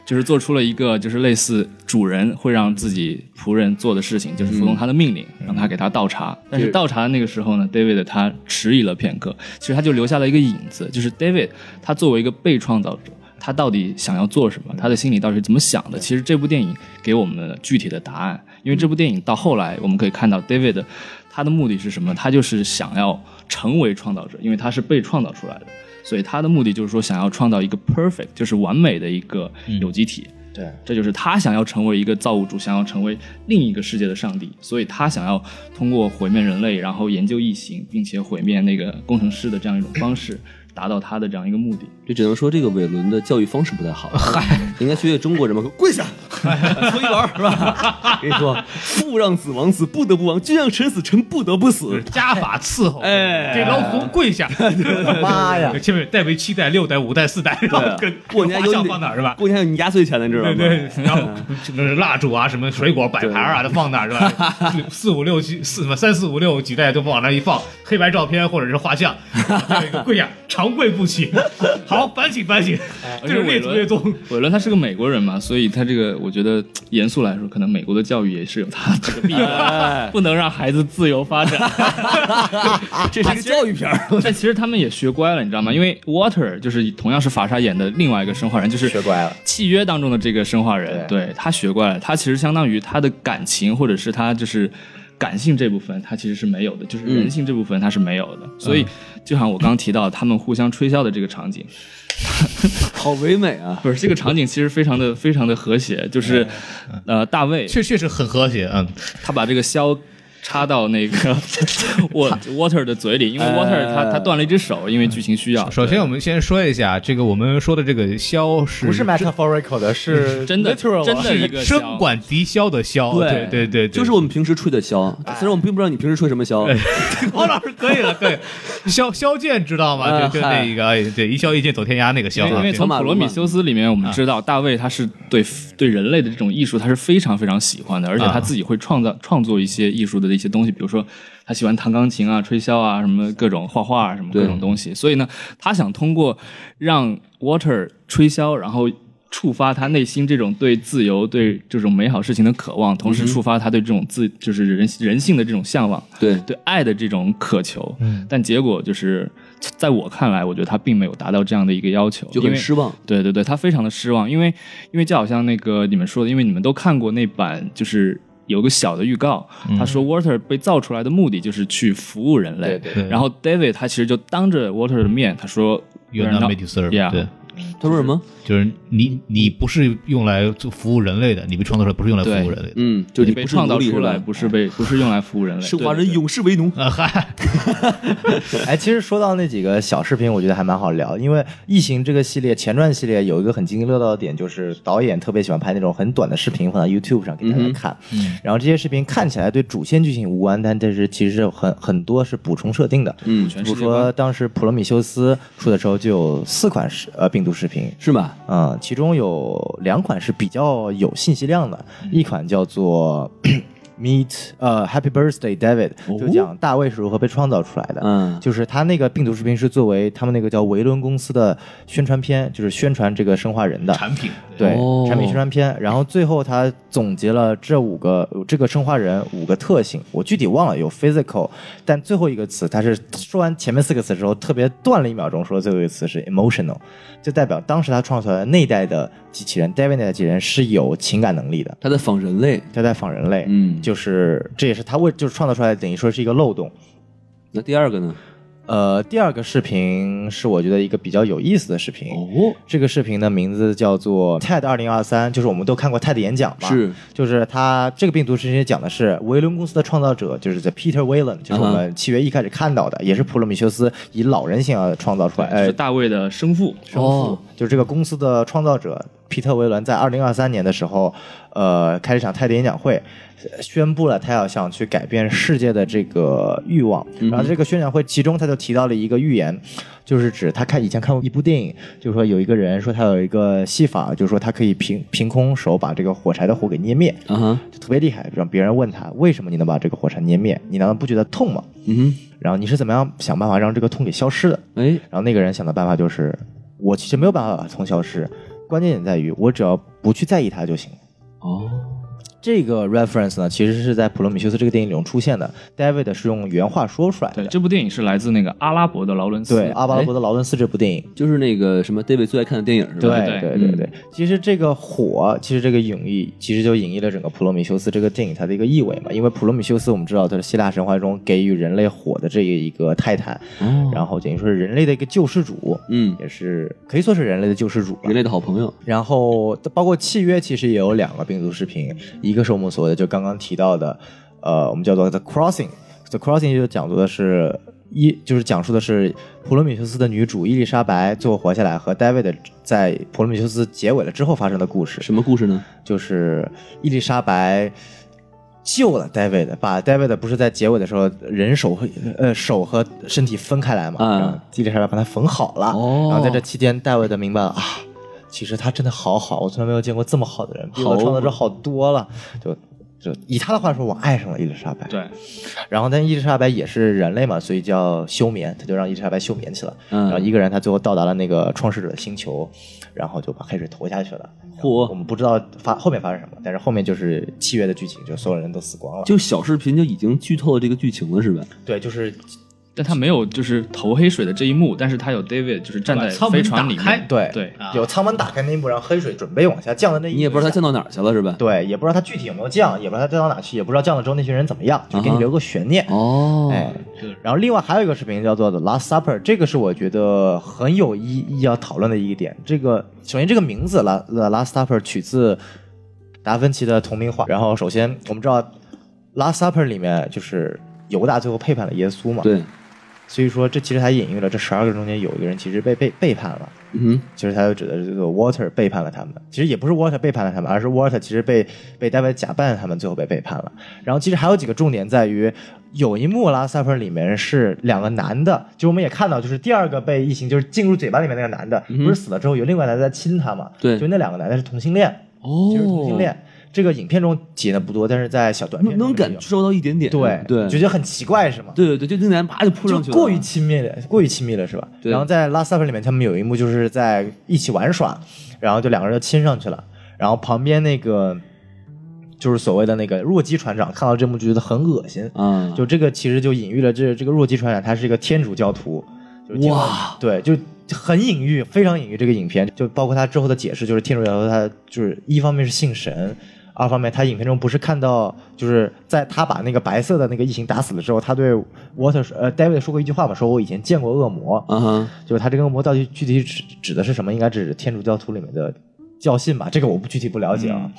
就是做出了一个就是类似主人会让自己仆人做的事情，就是服从他的命令，让他给他倒茶。但是倒茶的那个时候呢，David 他迟疑了片刻，其实他就留下了一个影子，就是 David 他作为一个被创造者，他到底想要做什么，他的心里到底是怎么想的？其实这部电影给我们具体的答案，因为这部电影到后来我们可以看到 David 他的目的是什么？他就是想要成为创造者，因为他是被创造出来的。所以他的目的就是说，想要创造一个 perfect，就是完美的一个有机体。
对，
这就是他想要成为一个造物主，想要成为另一个世界的上帝。所以他想要 通过毁灭人类，然后研究异形，并且毁灭那个工程师的这样一种方式，达到他的这样一个目的。
这只能说这个伟伦的教育方式不太好。嗨，应该学学中国人嘛，给我跪下，搓衣篮儿是吧？跟你说，父让子王死，不得不亡；君让臣死，臣不得不死。
家法伺候，
哎
给老祖宗跪 下！
妈
嗯
呀！
前面代为七代、六代、五代、四代，然后跟
啊过年
画
还有
像
你
放哪儿是吧？
过年还有你压岁钱呢，你知道
对
吗？
对，然后什么蜡烛啊，什么水果摆盘啊，都放那儿是吧？ 四四五六七四什么三四五六几代都往那儿一放，黑白照片或者是画像，还有一个跪下，长跪不起。 好，反省反省，
哎
这是越
伟
走越
伦
宗。
伟伦他是个美国人嘛，所以他这个我觉得严肃来说，可能美国的教育也是有他这个必 要的，不能让孩子自由发展。
这是一个教育片儿。
但其实他们也学乖了，你知道吗？因为 Water 就是同样是法沙演的另外一个生化人，就是
学乖了。
契约当中的这个生化人，对他学乖了，他其实相当于他的感情或者是他就是。感性这部分他其实是没有的，就是人性这部分他是没有的，所以就像我刚提到他们互相吹箫的这个场景，
好唯美 啊！
不是这个场景其实非常的非常的和谐，就是，呃，大卫
确确实很和谐，嗯，
他把这个箫插到那个 我 Water 的嘴里，因为 Water 他他断了一只手，因为剧情需要。
首先，我们先说一下这个我们说的这个箫是
不是 metaphorical 的，是
真的
literal 啊
真的一个箫
声管笛箫的箫，对对对，
就是我们平时吹的箫，虽然我们并不知道你平时吹什么箫，
王老师可以了，可以了。萧萧剑知道吗？
啊
就就那一个，哎对，一萧一剑走天涯那个萧
嗯因为因为
啊。
从《普罗米修斯》里面，我们知道大卫他是对对人类的这种艺术，他是非常非常喜欢的，而且
啊
他自己会创造创作一些艺术的一些东西，比如说他喜欢弹钢琴啊、吹箫啊、什么各种画画啊、什么各种东西。所以呢，他想通过让 Water 吹箫，然后触发他内心这种对自由、对这种美好事情的渴望，
嗯
同时触发他对这种自就是人人性的这种向往。
对，
对爱的这种渴求，但结果就是，在我看来，我觉得他并没有达到这样的一个要求，
就
因
很
为
失望。
对对对，他非常的失望，因为因为就好像那个你们说的，因为你们都看过那版，就是有个小的预告，他说 Water 被造出来的目的就是去服务人类，
对
对
然后 David 他其实就当着 Water 的面，他说
You're not made to serve，
Yeah
对，
他说什么？
就是你你不是用来做服务人类的，你被创造出来不是用来服务人类的。
嗯，就
你
你
被
不是
创造
奴隶
出
是吧
来，不是被不是用来服务人 类，
生化人永世为奴。
啊嗨，
哎，其实说到那几个小视频，我觉得还蛮好聊，因为《异形》这个系列前传系列有一个很津津乐道的点，就是导演特别喜欢拍那种很短的视频放在 YouTube 上给大家看，然后这些视频看起来对主线剧情无关，但这是其实是很很多是补充设定的。
嗯
比如说当时《普罗米修斯》出的时候就有四款视呃病毒视频，
是吧？
嗯，其中有两款是比较有信息量的，一款叫做 Meet 呃 Happy Birthday David，、就讲大卫是如何被创造出来的。
嗯
就是他那个病毒视频是作为他们那个叫维伦公司的宣传片，就是宣传这个生化人的。
产品
对、
哦
产品宣传片，然后最后他总结了这五个这个生化人五个特性，我具体忘了有 physical，但最后一个词他是说完前面四个词之后特别断了一秒钟，说最后一个词是 emotional，就代表当时他创造出来的那一代的机器人 David 那代机器人是有情感能力的，
他在仿人类。
他在仿人类，
嗯
就是这也是他为就是创造出来的等于说是一个漏洞，
那第二个呢？
呃，第二个视频是我觉得一个比较有意思的视频。
哦，
这个视频的名字叫做 TED 二零二三，就是我们都看过 TED 演讲嘛，
是，
就是他这个病毒视频讲的是维伦公司的创造者，就是叫 Peter Whalen，就是
啊
我们七月一开始看到的，也是普罗米修斯以老人形象创造出来，
对是
呃，
大卫的生父，
哦，
就是这个公司的创造者皮特·维伦在二零二三年的时候，呃，开了一场泰迪演讲会，呃宣布了他要想去改变世界的这个欲望。然后这个宣讲会其中他就提到了一个预言，就是指他看以前看过一部电影，就是说有一个人说他有一个戏法，就是说他可以凭凭空手把这个火柴的火给捏灭，
啊哈，
就特别厉害。让别人问他为什么你能把这个火柴捏灭，你难道不觉得痛吗？
嗯
然后你是怎么样想办法让这个痛给消失的？
哼，哎，
然后那个人想的办法就是，我其实没有办法把它从消失，关键点在于我只要不去在意它就行了。
哦，
这个 reference 呢，其实是在《普罗米修斯》这个电影中出现的。David 是用原话说出来
对，
的。
这部电影是来自那个阿拉伯的劳伦斯，
对，阿巴拉伯的劳伦斯这部电影，
就是那个什么 David 最爱看的电影是吧？
对
对对对，其实这个火，其实这个隐喻，其实就隐喻了整个《普罗米修斯》这个电影它的一个意味嘛。因为《普罗米修斯》我们知道它是希腊神话中给予人类火的这一个泰坦，
嗯
哦
然后等于说是人类的一个救世主，
嗯，
也是可以说是人类的救世主吧。
人类的好朋友，
然后包括契约，其实也有两个病毒视频，一个是我们所谓的就刚刚提到的，呃，我们叫做 The Crossing。The Crossing 就讲述的是伊就是讲述的是普罗米修斯的女主伊丽莎白最后活下来和 David 在普罗米修斯结尾了之后发生的故事。
什么故事呢？
就是伊丽莎白救了 David，把 David 不是在结尾的时候人手和呃手和身体分开来嘛，
嗯
然后伊丽莎白把它缝好了，
哦
然后在这期间，David 明白了啊。其实他真的好好，我从来没有见过这么好的人，比我的创作者好多了。就就以他的话说，我爱上了伊丽莎白。
对，
然后，但伊丽莎白也是人类嘛，所以叫休眠，他就让伊丽莎白休眠去了。然后
嗯，
一个人，他最后到达了那个创世者的星球，然后就把黑水投下去了。
嚯
我们不知道发后面发生什么，但是后面就是契约的剧情，就所有人都死光了。
就小视频就已经剧透了这个剧情了，是吧？
对，就是
但他没有就是投黑水的这一幕，但是他有 David 就是站在
把舱门
飞船里
打开
面，
对
对啊
有舱门打开那一幕，然后黑水准备往下降的那一
你也不知道他降到哪儿去了，是吧？
对，也不知道他具体有没有降，也不知道他降到哪去，也不知道降了之后那群人怎么样，就给你留个悬念。
啊哦，
哎，然后另外还有一个视频叫做《The Last Supper》，这个是我觉得很有意义要讨论的一个点。这个首先这个名字《La The Last Supper》取自达芬奇的同名画。然后首先我们知道，《Last Supper》里面就是犹大最后背叛了耶稣嘛，
对，
所以说这其实他隐喻了这十二个人中间有一个人其实被背背叛了。
嗯
其实他就指的是这个 Water 背叛了他们，其实也不是 Water 背叛了他们，而是 Water 其实被被 David 假扮他们，最后被背叛了。然后其实还有几个重点在于，有一幕《拉萨 r 里面是两个男的，就我们也看到，就是第二个被异形就是进入嘴巴里面那个男的，不是死了之后有另外一个男的在亲他嘛？
嗯对
就那两个男的是同性恋，
哼，哦
其实是同性恋。这个影片中体现的不多，但是在小短片
能
中
能
有
感受到一点点，
对
对，
觉得很奇怪是吗？
对对对，就那男啪就扑上去
就
了，
过于亲密了，过于亲密了是吧？
对
然后在《Last Supper》里面，他们有一幕就是在一起玩耍，然后就两个人就亲上去了，然后旁边那个就是所谓的那个弱鸡船长看到这幕就觉得很恶心，
啊，
就这个其实就隐喻了这这个弱鸡船长他是一个天主教徒，就是听到
哇，
对，就很隐喻，非常隐喻这个影片，就包括他之后的解释，就是天主教徒他就是一方面是信神。二方面，他影片中不是看到，就是在他把那个白色的那个异形打死了之后，他对 Water 说呃 David 说过一句话嘛，说我以前见过恶魔，
啊哈，
就是他这个恶魔到底具体指指的是什么？应该指天主教徒里面的教信吧，这个我不具体不了解啊。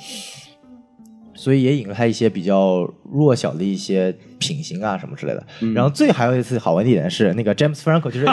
所以也引了他一些比较弱小的一些品行啊什么之类的。然后最还有一次好玩的一点是，那个 James Franco 就是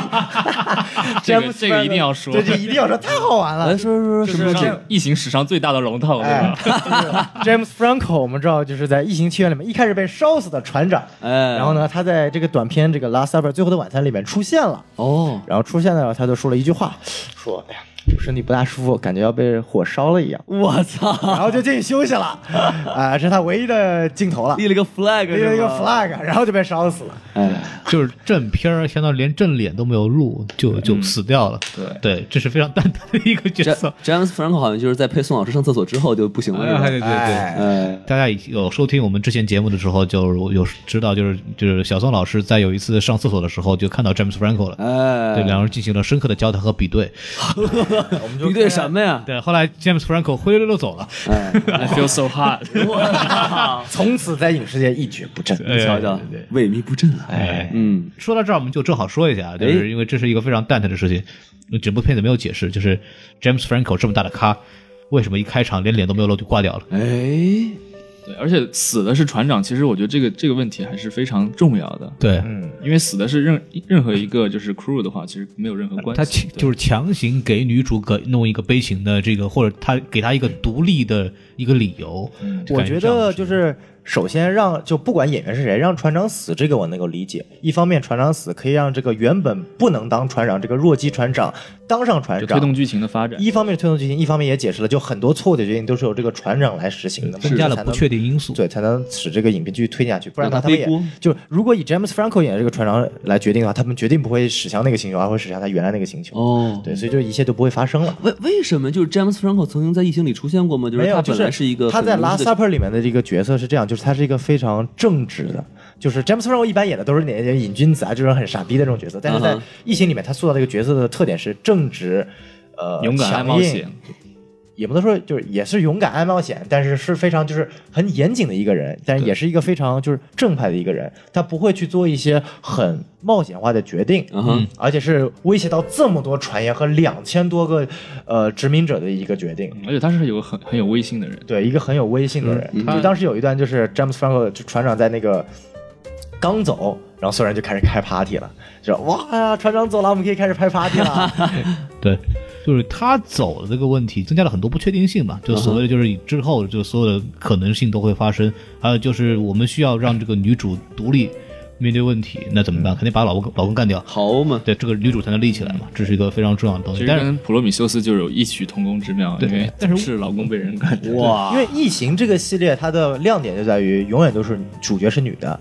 这
James
个
Franco,
这个一定要说
对，这一定要说，太好玩了
来。哎说说说
就
什
是
么
让异形史上最大的龙套，对
哎
吧？，
就是 James Franco，我们知道就是在《异形契约》里面一开始被烧死的船长，
哎，
然后呢，他在这个短片《这个 Last Supper》最后的晚餐里面出现了。
哦，
然后出现的时候，他就说了一句话，说：“哎呀，我身体不大舒服，感觉要被火烧了一样。
我”操，
然后就进去休息了， 啊、这是他唯一的镜头了，
立了个 flag，
立了一
是
个
吧
flag，然后就被烧死了。
哎，
就是正片儿，相当于连正脸都没有露，
嗯
就就死掉了。
对
对，这是非常蛋疼的一个角
詹
色。
詹姆斯·弗兰克好像就是在陪宋老师上厕所之后就不行了，是吧？
对
哎，
哎，
大家有收听我们之前节目的时候，就有知道，就是就是小宋老师在有一次上厕所的时候，就看到 James Franco 了，
哎，
对，两人进行了深刻的交谈和比对。
比对什么呀？
对，后来 James Franco 灰溜溜走了。
哎，
，I feel so hot，
啊从此在影视界一蹶不振。
哎
瞧瞧
对对
萎
对，
靡不振了。
哎，
嗯，
说到这儿，我们就正好说一下，啊就
哎
是因为这是一个非常蛋疼的事情，整部片子没有解释，就是 James Franco 这么大的咖，为什么一开场连脸都没有露就挂掉了？
哎，
对，而且死的是船长，其实我觉得这个这个问题还是非常重要的，
对，
嗯，
因为死的是任任何一个就是 crew 的话，其实没有任何关
他
系
强，就是强行给女主给弄一个悲情的这个，或者他给她一个独立的一个理由。
我
感
觉
这样
得就是。首先让就不管演员是谁，让船长死这个我能够理解。一方面，船长死可以让这个原本不能当船长这个弱鸡船长当上船
就推
长，
动剧情的发展。
一方面是推动剧情，一方面也解释了，就很多错误的决定都是由这个船长来实行的，
增加了不确定因素。
对，才能使这个影片继续推进下去。不然的
让
话，
他
他们也
背锅
就如果以 James Franco 演的这个船长来决定的话，他们绝对不会驶向那个星球，而会驶向他原来那个星球。
哦，
对，所以就一切都不会发生了。
为为什么就是詹姆斯·弗兰克曾经在《异形》里出现过吗？就
没
是
有，
他
就
本来是一个
他在《
很
拉
容易的
萨 r 里面的这个角色是这样，就是他是一个非常正直的，就是 James Franco 一般演的都是那些瘾君子啊，这种很傻逼的这种角色，但是在
嗯
《
哼
异形》里面，他塑造这个角色的特点是正直。呃，
勇敢爱
强
冒
硬
险，
也不能说就是也是勇敢爱冒险，但是是非常就是很严谨的一个人，但是也是一个非常就是正派的一个人，他不会去做一些很冒险化的决定，
嗯哼
而且是威胁到这么多船员和两千多个呃殖民者的一个决定。
而且他是有个很很有威信的人，
对，一个很有威信的人。
嗯
就当时有一段，就是詹姆斯·弗兰克就船长在那个刚走，然后所有人就开始开 party 了，就说哇呀，船长走了，我们可以开始拍 party 了。
对，就是他走的这个问题增加了很多不确定性嘛，就所谓的就是之后就所有的可能性都会发生，还有就是我们需要让这个女主独立面对问题，那怎么办？肯定把老公老公干掉，
好嘛，
对，这个女主才能立起来嘛，这是一个非常重要的东
其
西。
实
但是
跟普罗米修斯就有异曲同工之妙，
对
因为
但是
是老公被人干掉，
哇
因为《异形》这个系列，它的亮点就在于永远都是主角是女的，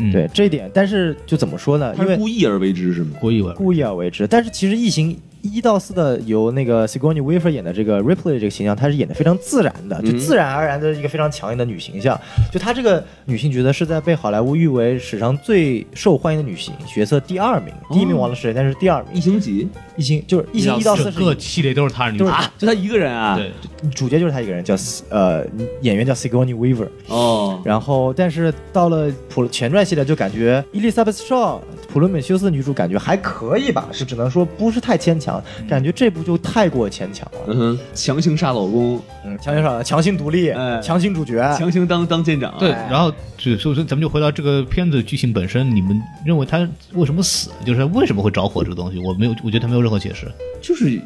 嗯
对这一点。但是就怎么说呢？
他
因
是
为
故意而为之是吗？
故意为
故意而为之。但是其实《异形》一到四的由那个 Sigourney Weaver 演的这个 Ripley 这个形象，她是演的非常自然
嗯
的，就自然而然的一个非常强硬的女形象。就她这个女性角色是在被好莱坞誉为史上最受欢迎的女性角色第二名，第一
哦
名忘了是谁，但是第二
异
名。
形几？
异形就是异形一到
到
四
整
是
个系列都是他是女主
都是，
就他一个人啊？
对，
主角就是她一个人，叫呃演员叫 Sigourney Weaver。
哦，
然后，但是到了普前传系列，就感觉伊丽莎白·绍普罗米修斯女主感觉还可以吧，是只能说不是太牵强，感觉这部就太过牵强了，
嗯哼，强行杀老公，
嗯，强行上强行独立，
哎
强行主角，
强行当当舰长，啊
对，，然后就所以说咱们就回到这个片子剧情本身，你们认为他为什么死，就是他为什么会着火这个东西，我没有，我觉得他没有任何解释。
就是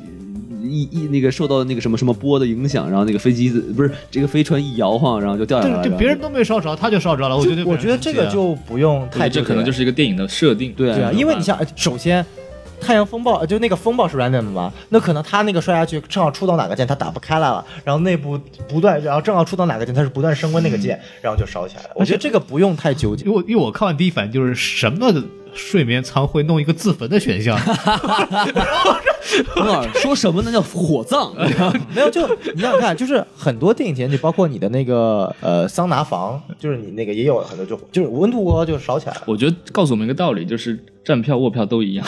一一那个受到那个什么什么波的影响，然后那个飞机不是这个飞船一摇晃，然后就掉下来
对
了。
对，别人都没烧着，他就烧着了，我觉得
我觉得这
啊
个就不用
对
太
这可能就是是一个电影的设定，
对
对啊，因为你像首先。太阳风暴呃就那个风暴是 random 的嘛，那可能他那个摔下去正好触到哪个键，他打不开来了，然后内部不断，然后正好触到哪个键，它是不断升温那个键，然后就烧起来了。我觉得这个不用太纠结
因。为我因为我看完第一反应就是什么睡眠舱会弄一个自焚的选 项，
等会儿说什么呢？叫火葬，
没有，就你想想看，就是很多电影节，你包括你的那个呃桑拿房，就是你那个也有很多就就是温度锅就烧起来了。
我觉得告诉我们一个道理，就是站票卧票都一样。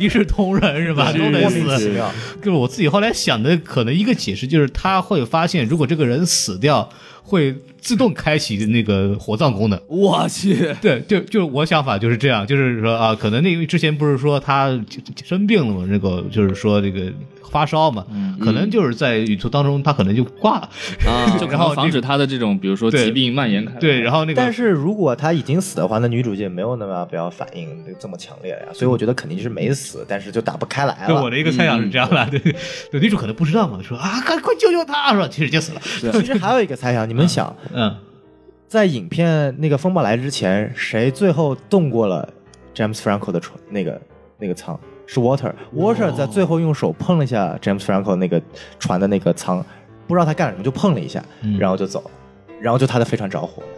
一视同仁是吧？都得
莫名其
死。
妙，
就是我自己后来想的，可能一个解释就是他会发现，如果这个人死掉，会自动开启那个火葬功能。
我去，
对，就就是我想法就是这样，就是说啊，可能那因为之前不是说他生病了嘛，那个就是说这个发烧嘛，可能就是在旅途当中他可能就挂了，
啊，
就可
然后
能防止他的这种，比如说
对
疾病蔓延开来。
对，然后那个
但是如果他已经死的话，那女主就没有那么表反应这么强烈了呀，所以我觉得肯定是没死，但是就打不开来
对
了。
我的一个猜想是这样的，对对，女主可能不知道嘛，说啊，快快救救他，是吧？其实已经死了，
其实还有一个猜想，你们想，
嗯，
在影片那个风暴来之前，谁最后动过了 James Franco 的船那个那个舱？是 Water。Water 在最后用手碰了一下 James Franco 那个船的那个舱，不知道他干什么，就碰了一下，
嗯
然后就走了，然后就他的飞船着火了。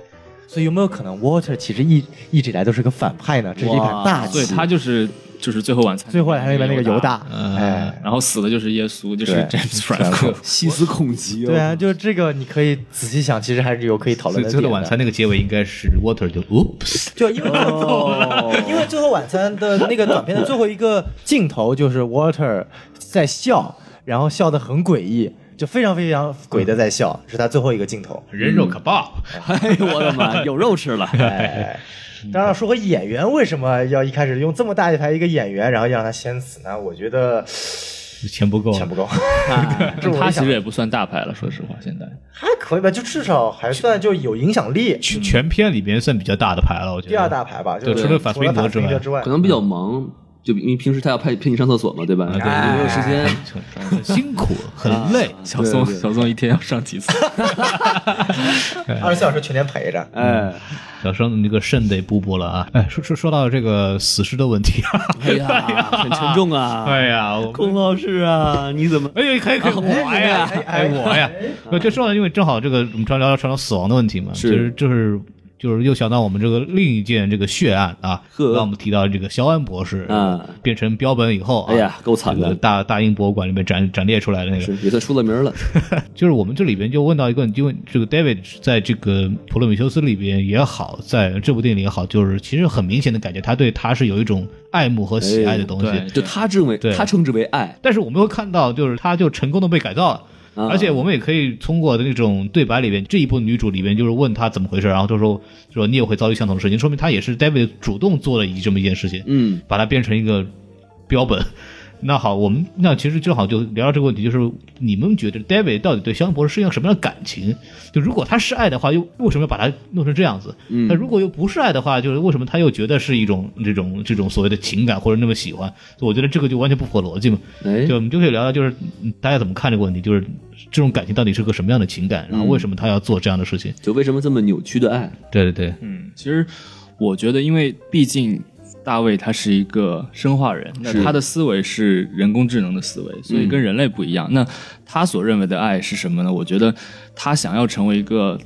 所以有没有可能 Water 其实一一直以来都是个反派呢？这是一盘
哇
大
对
棋。
他就是就是最后晚餐，
最后还是那个犹
犹，
大，
嗯
哎，
然后死的就是耶稣，就是
对
James Franco。
细思恐极
对啊，就这个你可以仔细想，其实还是有可以讨
所
论
以
的
最
点
后的
的
晚餐那哦个结尾应该是 Water 就 Oops，
就因为、
啊
因为《最后晚餐》的那个短片的最后一个镜头就是 Water 在笑，然后笑得很诡异，就非常非常鬼的在笑，是他最后一个镜头。
人肉可爆，
哎呦我的妈，有肉吃了。
哎，当然说个演员为什么要一开始用这么大一排一个演员，然后要让他先死呢？我觉得
钱不够，
钱不够，
啊
这是我
他
一
其
想
实也不算大牌了，说实话，现在
还可以吧，就至少还算就有影响力，
全全片里边算比较大的牌了，我觉得
第二大牌吧，就
对
是
除了反
除了
推
反
德之
推德
外
之外
可，能比较忙，就因为平时他要派陪你上厕所啊嘛，对吧？哎
对
也没有时间。
很辛苦，很累，
小宋
对对
小宋一天要上几次？
二十四小时全天陪着。
哎，
小生那个肾得补补了啊！哎，说说说到这个死尸的问题啊，
哎呀，很沉重啊。
哎呀，我
孔老师啊，你怎么？
哎呀，可以可以，我呀，
哎
哎我呀，呃就说到，因为正好这个我们常聊到传到死亡的问题嘛，其实就是就是又想到我们这个另一件这个血案啊，
呵
让我们提到这个肖恩博士
啊
变成标本以后啊，
哎呀，够
这
惨
个
的，
大大英博物馆里面展展列出来的那个
是，也算出了名儿了。
就是我们这里边就问到一个问题，因为这个 David 在这个《普罗米修斯》里边也好，在这部电影里也好，就是其实很明显的感觉，他对他是有一种爱慕和喜爱的东西。
对
就他认为，
对
他称之为爱
但是我们会看到，就是他就成功的被改造了。
啊
而且我们也可以通过那种对白里边，这一部女主里边就是问他怎么回事，然后就说就说你也会遭遇相同的事情，说明他也是 David 主动做了一这么一件事情，
嗯，
把它变成一个标本，那好，我们那其实正好就聊到这个问题，就是你们觉得 David 到底对香博士是一个什么样的感情？就如果他是爱的话，又为什么要把它弄成这样子？那如果又不是爱的话，就是为什么他又觉得是一种这种这种所谓的情感或者那么喜欢？所以我觉得这个就完全不符合逻辑嘛。
哎
就，我们就可以聊聊，就是嗯大家怎么看这个问题，就是这种感情到底是个什么样的情感，然后为什么他要做这样的事情？
就为什么这么扭曲的爱？
对对对，
嗯，其实我觉得，因为毕竟大卫他是一个生化人，那
是
他的思维是人工智能的思维，所以跟人类不一样。那他所认为的爱是什么呢？我觉得他想要成为一个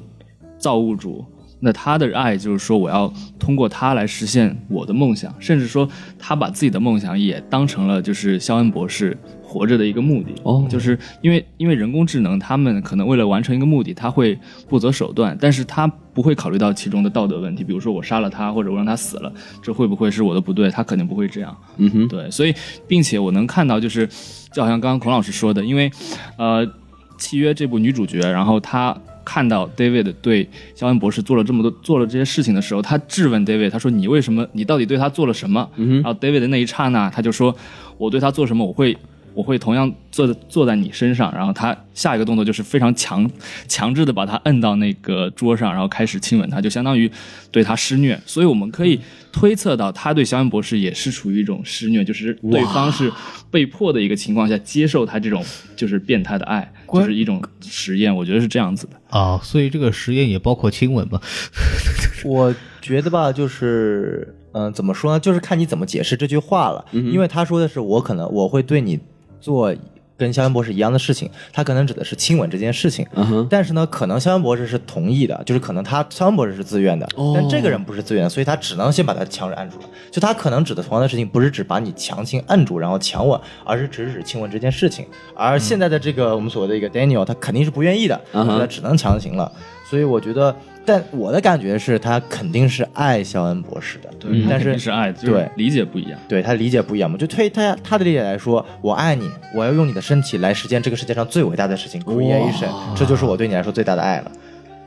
造物主。那他的爱就是说，我要通过他来实现我的梦想，甚至说他把自己的梦想也当成了就是肖恩博士活着的一个目的。
哦
就是因为因为人工智能，他们可能为了完成一个目的，他会不择手段，但是他不会考虑到其中的道德问题，比如说我杀了他，或者我让他死了，这会不会是我的不对？他肯定不会这样。
嗯哼，
对，所以并且我能看到，就是就好像刚刚孔老师说的，因为呃，《契约》这部女主角，然后她看到 David 对肖恩博士做了这么多做了这些事情的时候，她质问 David，她说：“你为什么？你到底对他做了什么？”然后 David 的那一刹那，他就说：“我对他做什么，我会。”我会同样坐坐在你身上，然后他下一个动作就是非常强强制的把他摁到那个桌上，然后开始亲吻他，就相当于对他施虐。所以我们可以推测到，他对肖恩博士也是处于一种施虐，就是对方是被迫的一个情况下接受他这种就是变态的爱，就是一种实验。我觉得是这样子的。
啊，所以这个实验也包括亲吻嘛？
我觉得吧，就是嗯、呃怎么说呢？就是看你怎么解释这句话了。因为他说的是我可能我会对你做跟肖恩博士一样的事情，他可能指的是亲吻这件事情。
嗯哼，
但是呢，可能肖恩博士是同意的，就是可能他肖恩博士是自愿的，
哦
但这个人不是自愿的，所以他只能先把他强制按住了。就他可能指的同样的事情，不是指把你强行按住然后强吻，而是只是指亲吻这件事情。而现在的这个、我们所谓的一个 Daniel，他肯定是不愿意的，
嗯哼
所以他只能强行了。所以我觉得，但我的感觉是他肯定是爱肖恩博士的，
对，
但
肯
是
定是爱，就是
对
理解不一样。
对他理解不一样嘛，就推他他的理解来说，我爱你，我要用你的身体来实现这个世界上最伟大的事情 creation，这就是我对你来说最大的爱了。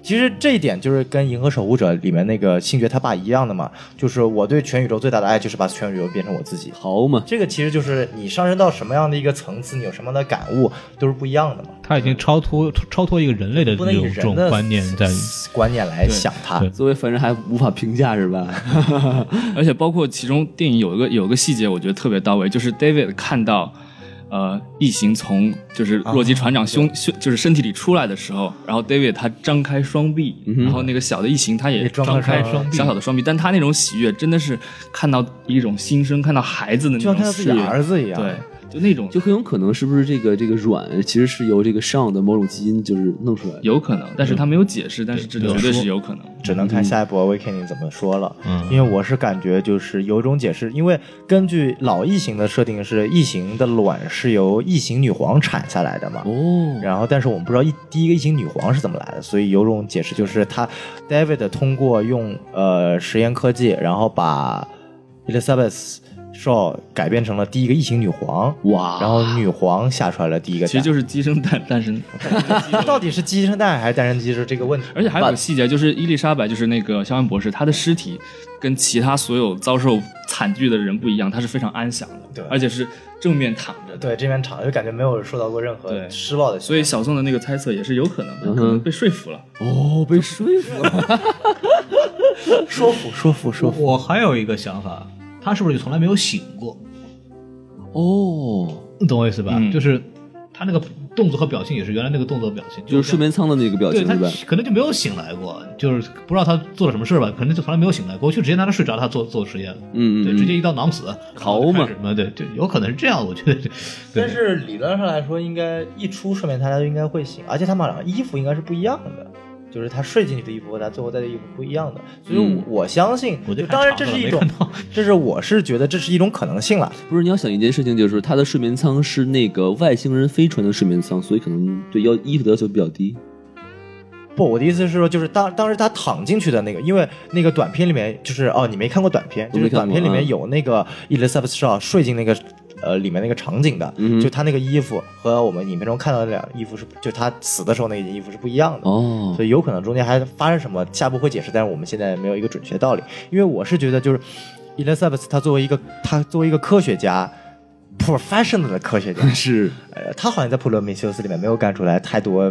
其实这一点就是跟《银河守护者》里面那个星爵他爸一样的嘛，就是我对全宇宙最大的爱就是把全宇宙变成我自己。
好嘛，
这个其实就是你上升到什么样的一个层次，你有什么样的感悟，都是不一样的嘛。
他已经超脱超脱一个人类的
不
这
能以
种这
人
种
的
观念在。
观念来想它。
对
作为凡人还无法评价是 吧？
而且包括其中电影有一个有一个细节，我觉得特别到位，就是 David 看到，呃，异形从就是
啊
洛基船长胸胸、就是身体里出来的时候，然后 David 他张开双臂，然后那个小的异形他也
嗯也张
张
开
开
双
小小的双臂，但他那种喜悦真的是看到一种新生，看到孩子的那
就像
种
看到自己的
喜悦
儿子一样，
对，就那种
就很有可能是不是这个这个软其实是由这个上的某种基因就是弄出来的？
有可能，但是他没有解释，但是这
没有
绝对
说
是有可能。
只能看下一步 Awakening 怎么说了。
嗯
因为我是感觉就是有一种解释，因为根据老异形的设定是异形的卵是由异形女皇产下来的嘛。
哦，
然后，但是我们不知道一第一个异形女皇是怎么来的，所以有种解释就是他 David 通过用呃实验科技，然后把 Elizabeth Shaw 改变成了第一个异形女皇，
哇，
然后女皇下出来了第一个
其实
蛋，
就是鸡生蛋， 蛋生。
到底是鸡生蛋还是蛋生鸡是这个问题。
而且还有个细节，就是伊丽莎白，就是那个肖恩博士，她的尸体跟其他所有遭受惨剧的人不一样，她是非常安详的，
对
而且是正面躺着的。
对这边厂就感觉没有受到过任何
对
施暴的行为，
所以小宋的那个猜测也是有可能
嗯
的，
哼
可能被说服了。
哦，被说服了，
说服说服说服。
我还有一个想法，他是不是就从来没有醒过？
哦，
你懂我意思吧？
嗯
就是他那个动作和表情也是原来那个动作表情，
就是睡眠舱的那个表
对
情
他
是吧？
可能就没有醒来过，就是不知道他做了什么事儿吧，可能就从来没有醒来过，就直接拿他睡着，他做做实验了，
嗯嗯
对，
嗯
直接一刀囊死，
好嘛
然后就开始什么对，就有可能是这样，我觉得，对
但是理论上来说，应该一出睡眠，大家就应该会醒，而且他们两个衣服应该是不一样的，就是他睡进去的衣服和他最后戴的衣服不一样的，所以
嗯
我我相信，
我就
就
看
当然
场
这
子
是
了
一
没
种
看到，
这是我是觉 得这是一种可能性了。
不是，你要想一件事情，就是他的睡眠舱是那个外星人飞船的睡眠舱，所以可能对要衣服的要求比较低。
不，我的意思是说，就是当当时他躺进去的那个，因为那个短片里面就是哦，你没看过短片，
我
就
没
是
看过
短片里
啊
面有那个 Elizabeth Shaw 睡进那个呃里面那个场景的，
嗯哼
就他那个衣服和我们影片中看到的那两个衣服是，就他死的时候那件衣服是不一样的。
哦
嗯
所，以有可能中间还发生什么，下部会解释，但是我们现在没有一个准确的道理。因为我是觉得，就是 Elizabeth 她作为一个她作为一个科学家， professional 的科学 家，
是
呃，他好像在普罗米修斯里面没有干出来太多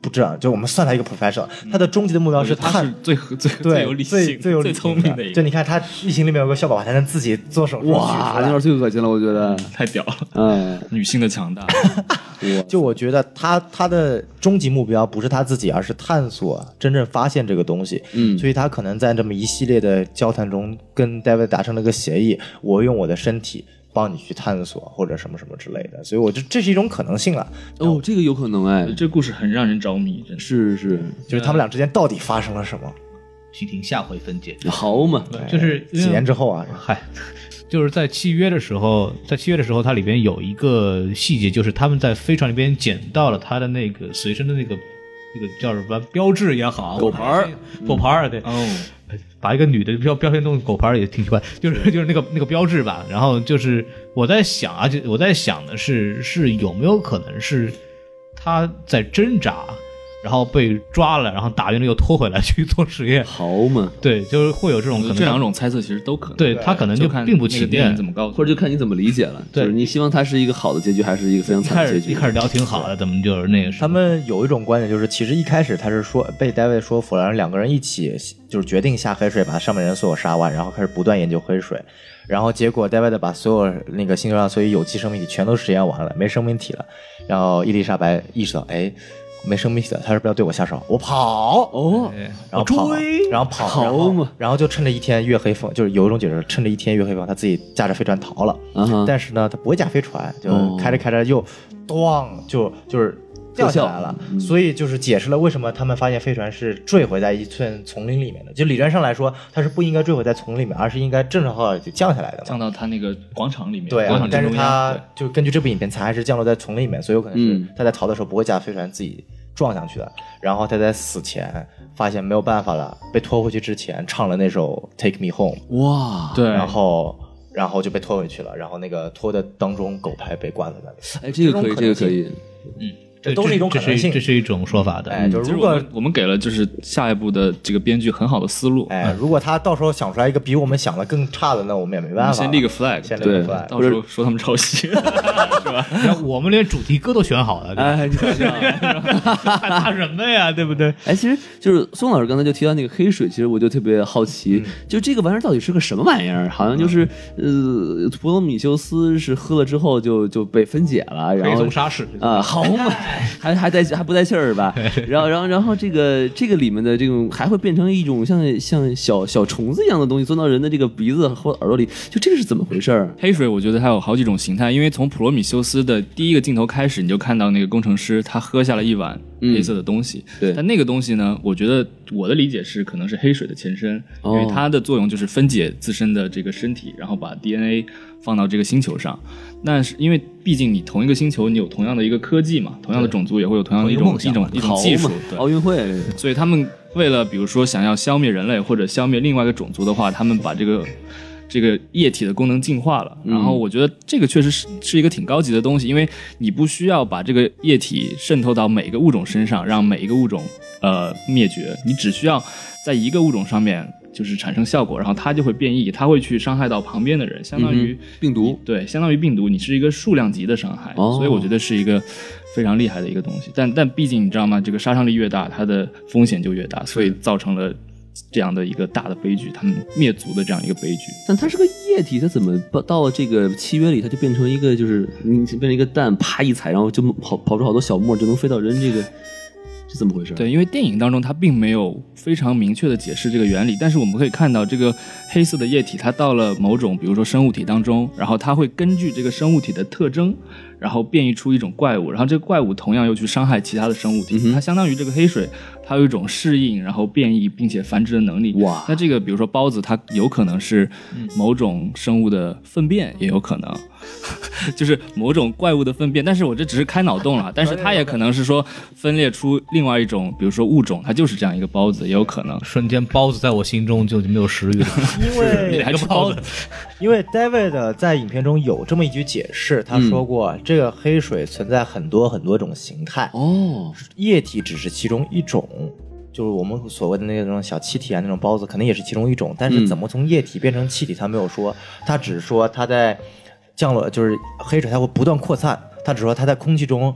不知道，就我们算他一个 professional，、他的终极的目标
嗯我觉
是
得他
探
是最合最
对
最有理性、
最有理
聪明的一
就
个，
你看他异形里面有个小宝宝，他能自己做手术取
哇，
出
那
来
段最恶心了，我觉得，
太屌了，
嗯，
女性的强大。
我
就我觉得他他的终极目标不是他自己，而是探索真正发现这个东西。
嗯
所以他可能在这么一系列的交谈中，跟 David 达成了个协议：我用我的身体帮你去探索，或者什么什么之类的。所以我就这是一种可能性了，
哦，这个有可能哎，
这故事很让人着迷，真的。
是是，
就是他们俩之间到底发生了什么？
请听下回分解。
好嘛，
就是因为
几年之后啊，
嗨，就是在契约的时候，在契约的时候，它里边有一个细节，就是他们在飞船里边捡到了他的那个随身的那个那个叫什么标志也好，哎
狗牌儿，嗯
狗牌儿，对，
哦，
把一个女的标标签弄狗牌儿也挺奇怪， 就是就是那个那个标志吧。然后就是我在想，而且我在想的是，是有没有可能是他在挣扎，然后被抓了，然后打晕了又拖回来去做实验。
好嘛，
对，就是会有这种可能。
这两种猜测其实都可能。
对他可能
就看
并不
那
情
个电
愿
影怎，么告诉你，
或者就看你怎么理解了，就
对
是你希望它是一个好的结局，还是一个非常
一
惨
开
的
始
结局？
一开始聊挺好的，怎么就是那个什么
他们有一种观点，就是其实一开始他是说被戴维说服了，让两个人一起就是决定下黑水，把上面人所有杀完，然后开始不断研究黑水，然后结果戴维的把所有那个星球上所有有机生命体全都实验完了，没生命体了，然后伊丽莎白意识到，哎，没生命体了，他是不是要对我下手？我跑，
哦，啊
对
然后跑，然后跑，然
好
后
嘛
然后就趁着一天月黑风，就是有一种解释，趁着一天月黑风，他自己驾着飞船逃了。
啊哈，
但是呢，他不会驾飞船，就
哦
开着开着又咣就就是掉下来了
特效，嗯
所以就是解释了为什么他们发现飞船是坠毁在一寸丛林里面的。就理论上来说，它是不应该坠毁在丛林里面，而是应该正正好好就降下来的嘛
降。到他那个广场里面，
对
广
啊
场，
但
正
是
中央
它。就根据这部影片，残骸是降落在丛林里面，所以有可能是
嗯
他在逃的时候不会驾飞船自己撞上去的。然后他在死前发现没有办法了，被拖回去之前唱了那首《Take Me Home》，
哇，
对，
然后然后就被拖回去了。然后那个拖的当中，狗牌被挂在那里。
哎，这个可以，这个可以，
这
对
都是一种可能性
这是这是一种说法
哎，
的。
就
就是
如
我
果
们我们给了就是下一步的这个编剧很好的思路，
哎，如果他到时候想出来一个比我们想的更差的，那我们也没办法了。
先立个 flag，
先立
对
个 flag。
到时候说他们抄袭，是吧？
然后我们连主题歌都选好了， 对吧
哎，你看这样。
还怕什么呀？对不对？
哎，其实就是宋老师刚才就提到那个黑水，其实我就特别好奇，就这个玩意儿到底是个什么玩意儿？好像就是、呃，普罗米修斯是喝了之后就就被分解了，
黑
然后
松沙士，
啊，好嘛， 还还带还不带气儿吧？然后，然后，然后这个这个里面的这种还会变成一种像像小小虫子一样的东西钻到人的这个鼻子或耳朵里，就这个是怎么回事儿？
黑水我觉得它有好几种形态，因为从普罗米修斯的第一个镜头开始，你就看到那个工程师他喝下了一碗
嗯
黑色的东西。
对
但那个东西呢，我觉得我的理解是可能是黑水的前身，
哦
因为它的作用就是分解自身的这个身体，然后把 DNA 放到这个星球上。那是因为毕竟你同一个星球，你有同样的一个科技嘛，同样的种族也会有同样的一种
同
一
一个
种
梦想
一种
好
技术
嘛，，
对
奥运会
所以他们为了比如说想要消灭人类或者消灭另外一个种族的话，他们把这个这个液体的功能进化了。然后我觉得这个确实是是一个挺高级的东西，因为你不需要把这个液体渗透到每个物种身上，让每一个物种呃灭绝，你只需要在一个物种上面。就是产生效果，然后它就会变异，它会去伤害到旁边的人，相当于
嗯病毒
对，相当于病毒，你是一个数量级的伤害，
哦
所以我觉得是一个非常厉害的一个东西。但但毕竟你知道吗？这个杀伤力越大，它的风险就越大，所以造成了这样的一个大的悲剧，他们灭族的这样一个悲剧。
但它是个液体，它怎么到到了这个契约里，它就变成一个就是你变成一个蛋，啪一踩，然后就跑跑出好多小沫，就能飞到人这个，是怎么回事？，
对，因为电影当中它并没有非常明确的解释这个原理，但是我们可以看到，这个黑色的液体它到了某种，比如说生物体当中，然后它会根据这个生物体的特征，然后变异出一种怪物，然后这个怪物同样又去伤害其他的生物体，它相当于这个黑水，它有一种适应，然后变异并且繁殖的能力。
哇
那这个比如说孢子，它有可能是
嗯
某种生物的粪便，也有可能。 就是某种怪物的粪便，但是我这只是开脑洞 了，但是它也可能是说分裂出另外一种，比如说物种，它就是这样一个孢子，也有可能。
瞬间包子在我心中就没有食欲了。
因为
你还吃包子？
因为 David 在影片中有这么一句解释，他说过、
嗯
这个黑水存在很多很多种形态，
哦，
液体只是其中一种。就是我们所谓的那种小气体啊，那种包子，可能也是其中一种。但是
嗯
怎么从液体变成气体，他没有说，他只是说他在降落，就是黑水它会不断扩散。它只说它在空气中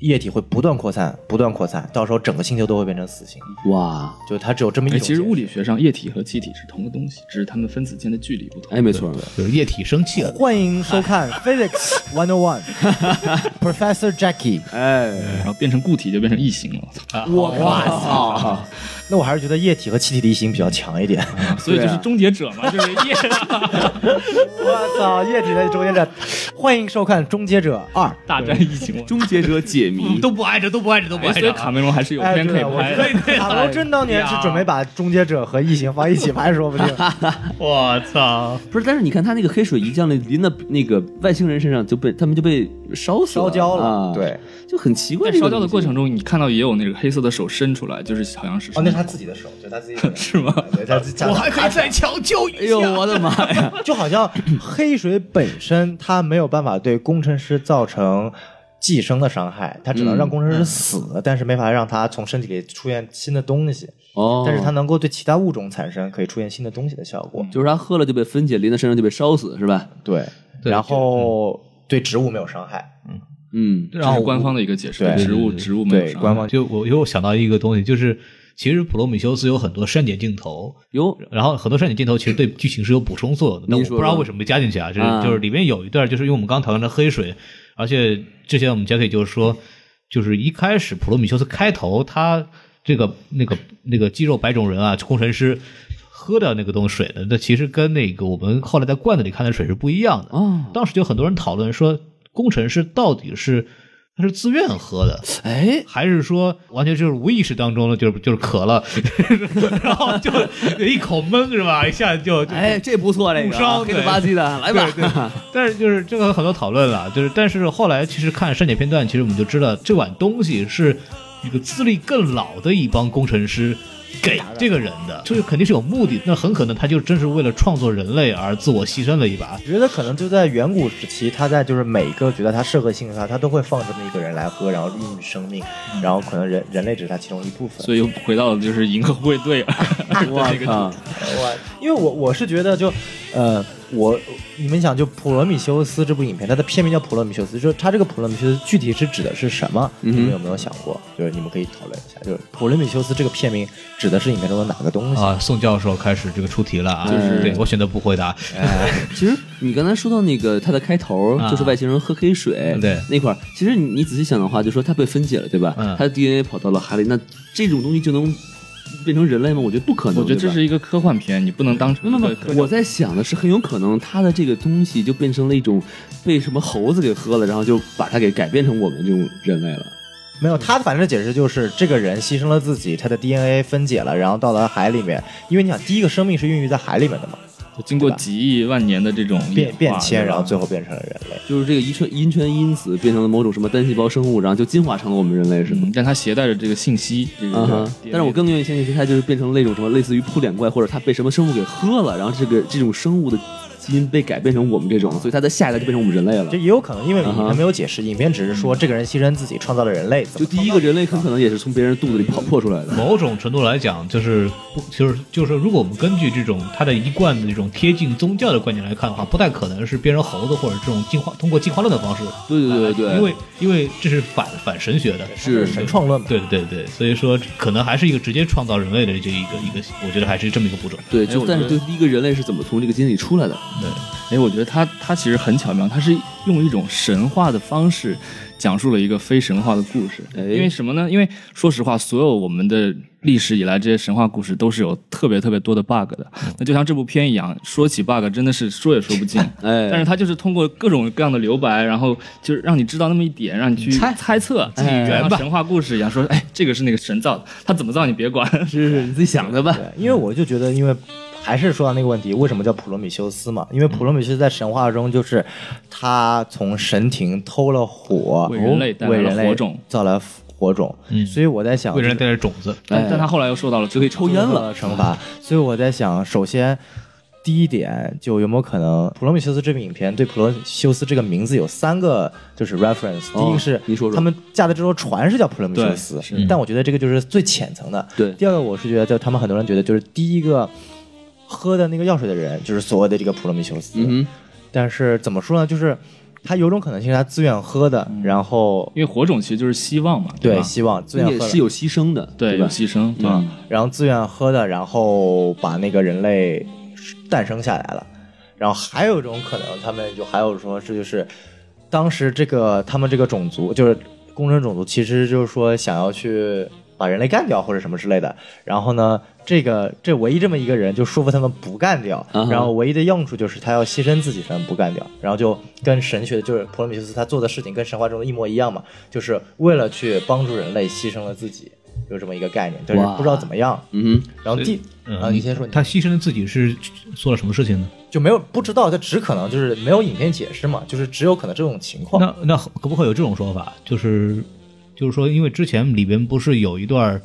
液体会不断扩散，不断扩散，到时候整个星球都会变成死星。
哇，
就它只有这么一
哎，
种。
其实物理学上液体和气体是同个东西，只是它们分子间的距离不同。
哎，没错，
就是液体生气了。
欢迎收 看 Physics One O One，Professor Jackie。
哎，
然后变成固体就变成异形了，
我
啊
操，
那我还是觉得液体和气体的异形比较强一点。
所以就是终结者嘛，就是液。
我操，液体的终结者，欢迎收看《终结者二
大战异形王。
终结者解谜，
嗯都不挨着，都不挨着，都不
哎
挨
所以
着。
卡梅隆还是》。有
哎，
片可
对，
以哎
我
拍
觉得
的。
塔罗真当年是准备把《终结者》和《异形》放一起拍，说 不定。
我操！
不是，但是你看他那个黑水一降临淋到那个外星人身上，就被他们就被烧死
烧焦
啊
了，，对，
就很奇怪。
在
这个
烧焦的
东
过
西
程中，你看到也有那个黑色的手伸出来，就是好像是
哦，那是他自己的手，就他自己的
是吗？
对，他自己
我还可以再抢救
哎
一
呦，
下。
我的妈呀！
就好像黑水本身它没有办法对工程师造成寄生的伤害，它只能让工程师死，但是没法让它从身体里出现新的东西。
哦，
但是它能够对其他物种产生可以出现新的东西的效果。
就是他喝了就被分解，淋到身上就被烧死，是吧？
对，
对
然后对植物没有伤害。
嗯，
这是官方的一个解释，
对
对植物植物没有
对，
伤
官
害。
方
就我又想到一个东西，就是其实普罗米修斯有很多删减镜头，
哟，
然后很多删减镜头其实对剧情是有补充作用的，但
您
我
说
不知道
说
为什么没加进去啊。就是
啊
就是里面有一段，就是因为我们刚讨论的黑水，而且之前我们 Jackie 就是说，就是一开始普罗米修斯开头他这个那个那个肌肉白种人啊，工程师喝的那个东西水呢，那其实跟那个我们后来在罐子里看的水是不一样的。
哦，
当时就很多人讨论说，工程师到底是他是自愿喝的，
哎，
还是说完全就是无意识当中的，就是就是渴了， 然后就一口闷是吧？一下就就
哎，这不错，这
误
个
伤
啊黑了吧唧 的，来吧，
但是就是这个有很多讨论了，就是但是后来其实看删减片段，其实我们就知道这碗东西是一个资历更老的一帮工程师。给这个人的，就是肯定是有目的，那很可能他就真是为了创作人类而自我牺牲了一把。
我觉得可能就在远古时期，他在就是每个觉得他适合性格的他，他都会放这么一个人来喝，然后孕育生命，然后可能人人类只是他其中一部分。
所以又回到了就是银河护卫队，啊
我
这个
靠，
我因为我我是觉得就，呃，我你们想就《普罗米修斯》这部影片，它的片名叫《普罗米修斯》，就是它这个普罗米修斯具体是指的是什么？
嗯哼
你们有没有想过？就是你们可以讨论一下，就是《普罗米修斯》这个片名指的是影片中的哪个东西？
啊，宋教授开始这个出题了啊！
就是
对我选择不回答。
其实你刚才说到那个它的开头，
啊
就是外星人喝黑水，
对
那块儿，其实你你仔细想的话，就说它被分解了，对吧？
嗯
它的 DNA 跑到了海里，那这种东西就能变成人类吗？我觉得不可能。
我觉得这
对吧
是一个科幻片，你不能当成
不不
一个科
不，我在想的是，很有可能它的这个东西就变成了一种被什么猴子给喝了，然后就把它给改变成我们这种人类了。
没有，他反正解释就是这个人牺牲了自己，他的 DNA 分解了，然后到了海里面，因为你想第一个生命是孕育在海里面的嘛，
就经过几亿万年的这种
嗯
演
变变
化
迁，
对吧
然后最后变成了人类。
就是这个遗传遗传因子变成了某种什么单细胞生物，然后就进化成了我们人类，是吗
嗯？但它携带着这个信息，这个
嗯哼，但是我更愿意相信是它就是变成了一种什么类似于扑脸怪，或者它被什么生物给喝了，然后这个这种生物的基因被改变成我们这种，所以它的下一代就变成我们人类了
这。也有可能，因为
啊
影
哈
片没有解释，影片只是说这个人牺牲自己创造了人类，
就
怎么
第一个人类很可能也是从别人肚子里跑破出来的。
某种程度来讲，就是不就是就是，如果我们根据这种它的一贯的这种贴近宗教的观点来看的话，不太可能是变成猴子或者这种进化通过进化论的方式。
对对对对，
因为因为这是反反神学的。
是
神创论嘛？
对对对，所以说可能还是一个直接创造人类的这一个一个，我觉得还是这么一个步骤。
对，
哎
就
我
但
觉
是
得
对第一个人类是怎么从这个基因里出来的？
哎，我觉得它它其实很巧妙，它是用一种神话的方式讲述了一个非神话的故事。
哎
因为什么呢？因为说实话，所有我们的历史以来这些神话故事都是有特别特别多的 bug 的。那就像这部片一样，说起 bug 真的是说也说不尽。
哎，
但是它就是通过各种各样的留白，然后就是让你知道那么一点，让你去
猜
猜测，自己
圆
像神话故事一样说，哎，这个是那个神造的，他怎么造你别管。
是是你自己想的吧
对，因为我就觉得，因为还是说到那个问题，为什么叫普罗米修斯嘛？因为普罗米修斯在神话中就是他从神庭偷了火，
为人类带来了
为人类
火种
造来火种。
嗯
所以我在想，
为人类
就是
带来种子，
但但他后来又受到了就可以抽
抽烟
受到
了，
惩罚。所以我在想，首先第一点就有没有可能，《普罗米修斯》这部影片对普罗修斯这个名字有三个就是 reference，、
哦
第一个是
你说说
他们驾的这艘船是叫普罗米修斯
对，
但我觉得这个就是最浅层的。
对
第二个我是觉得，就他们很多人觉得就是第一个。喝的那个药水的人就是所谓的这个普罗米修斯，
嗯哼，
但是怎么说呢，就是他有种可能性是他自愿喝的，然后
因为火种其实就是希望嘛，
对
吧？
希望自愿
也
喝的
是有牺牲的，
对，有
吧？
牺牲，对吧？
嗯
然后自愿喝的，然后把那个人类诞生下来了。然后还有一种可能，他们就还有说，这就是当时这个他们这个种族，就是工程种族，其实就是说想要去把人类干掉或者什么之类的。然后呢，这个这唯一这么一个人就说服他们不干掉，
啊哈
然后唯一的用处就是他要牺牲自己才能不干掉。然后就跟神学就是普罗米修斯他做的事情跟神话中的一模一样嘛，就是为了去帮助人类牺牲了自己。有这么一个概念，但是
哇
不知道怎么样。
嗯
然后第啊，
嗯，
你先说，你
他牺牲自己是做了什么事情呢？
就没有不知道，他只可能就是没有影片解释嘛，就是只有可能这种情况。
那那可不可以有这种说法？就是就是说，因为之前里边不是有一段儿，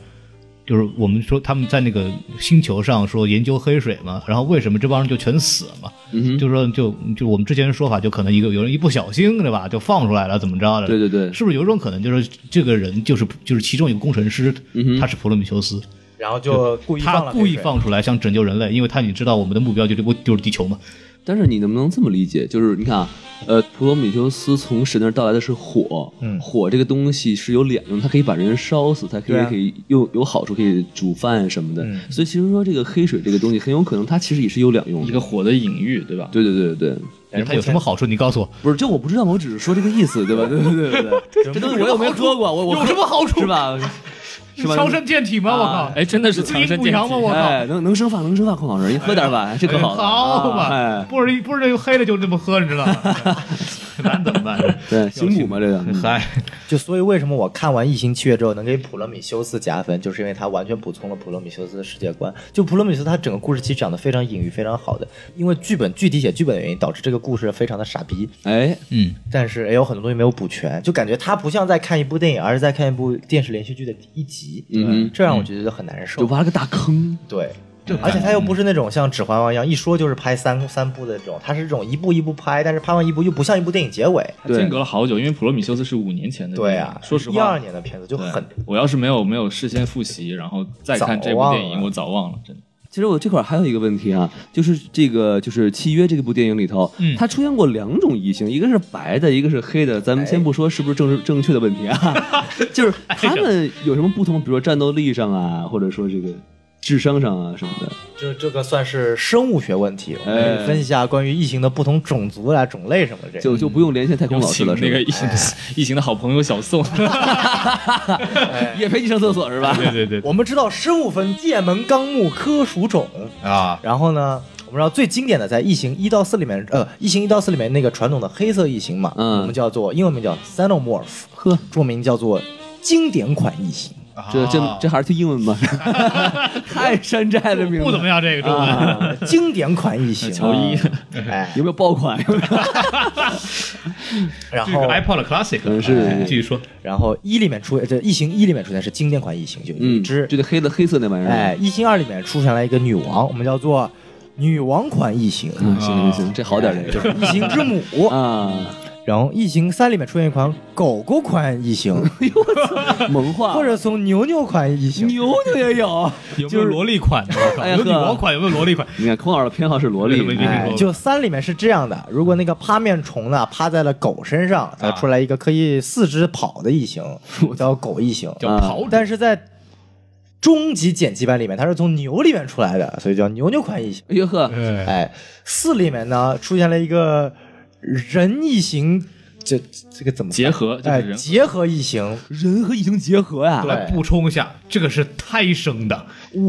就是我们说他们在那个星球上说研究黑水嘛，然后为什么这帮人就全死了嘛？
哼，嗯哼，
就是说就就我们之前说法，就可能一个有人一不小心对吧，就放出来了，怎么着的？
对对对，
是不是有一种可能，就是这个人就是就是其中一个工程师，
嗯哼
他是普罗米修斯，
然后就故意
他
放了
故意
黑水，
放出来想拯救人类，因为他你知道我们的目标就是就是地球嘛，
但是你能不能这么理解？就是你看啊，呃，普罗米修斯从神那儿到来的是火，
嗯
火这个东西是有两用，它可以把人烧死，它可以、
对啊
可以有有好处，可以煮饭什么的。
嗯
所以其实说这个黑水这个东西，很有可能它其实也是有两用
一
的。
个火的隐喻，对吧？
对对对对对，
但是
他有
目
什
前
么好处？你告诉我，
不是，就我不知道嘛，我只是说这个意思，对吧？对对对对对，这东西我又没喝过，我我有什么好处是吧？是吧？
健体吗？我
啊
靠
哎，真的是强身健体，
哎，能能生发，能生发，孔老师，你喝点吧，这可好了。啊哎，
不是不是这黑的就这么喝，你知道吗？ 难怎么办？
对，辛苦嘛，这个。
嗨，
就所以为什么我看完《异形契约》之后能给普罗米修斯加分，就是因为他完全补充了普罗米修斯的世界观。就普罗米修斯他整个故事其实讲的非常隐喻，非常好的，因为剧本具体写剧本的原因，导致这个故事非常的傻逼。
哎，
嗯，
但是也有很多东西没有补全，就感觉他不像在看一部电影，而是在看一部电视连续剧的一集。
嗯哼
这让我觉得很难受。
就挖了个大坑。
对，而且他又不是那种像《指环王》一样一说就是拍三三部的这种，他是这种一步一步拍，但是拍完一部又不像一部电影结尾。
它
对
间隔了好久，因为《普罗米修斯》是五年前的电影。
对啊，
嗯说实话，
一二年的片子就很
对我要是没有没有事先复习，然后再看这
早
部电
忘
影，
了
我早忘了，真的。
其实我这块儿还有一个问题啊，就是这个就是《契约》这部电影里头，
嗯
它出现过两种异形，一个是白的，一个是黑的。咱
哎
们先不说是不是正正确的问题 啊，就是他们有什么不同？比如说战斗力上啊，或者说这个智商上啊什么的。
就这个算是生物学问题，我们
哎
可以分析一下关于异形的不同种族啊、种类什么这个。
嗯
就就不用连线太空
有
老师
请
了，是吧
那个异形异形的好朋友小宋，
也陪你上厕所是吧？
哎对对对
我们知道生物分界门纲目科属种，
啊，
然后呢，我们知道最经典的在《异形一到四》里面，呃，《异形一到四》里面那个传统的黑色异形嘛，
嗯
我们叫做英文名叫 xenomorph，
呵，
中文名叫做经典款异形。
这
啊
这这还是听英 文吧，太山寨的名字，
不怎么样，这个中文。
啊。
经典款 异形，
乔伊，
哎，
有没有爆款？
然
这个
后
iPod Classic
嗯是
哎继续说，
然后一里面出这异形一里面出现是经典款异形，就有一
嗯，
只
就，那黑的黑色那玩意儿。
哎，异形二里面出现了一个女王，我们叫做女王款异形，
嗯，行行
啊
行，这好点儿
哎
这
就
个
是异形之
哎
母。
啊，
然后异形三里面出现一款狗狗款异 形，
哎萌化
或者从牛牛款异形，
牛牛也有。
有没有萝莉款的？我靠
哎呀
有女
呵啊
王款？有没有萝莉款？
你看孔老师的偏好是萝莉
对对，对
哎
哎，就三里面是这样的，如果那个趴面虫呢趴在了狗身
啊
上，它出来一个可以四肢跑的异 形，叫狗异形。
叫跑者
但是在终极剪辑版里面，它是从牛里面出来的，所以叫牛牛款异形。
哎呦呵，
哎，
哎，四里面呢出现了一个人异形，这这个怎么翻
结合就是
哎，
人
结合异形，
人和异形结合呀，
来补充一下，这个是胎生的，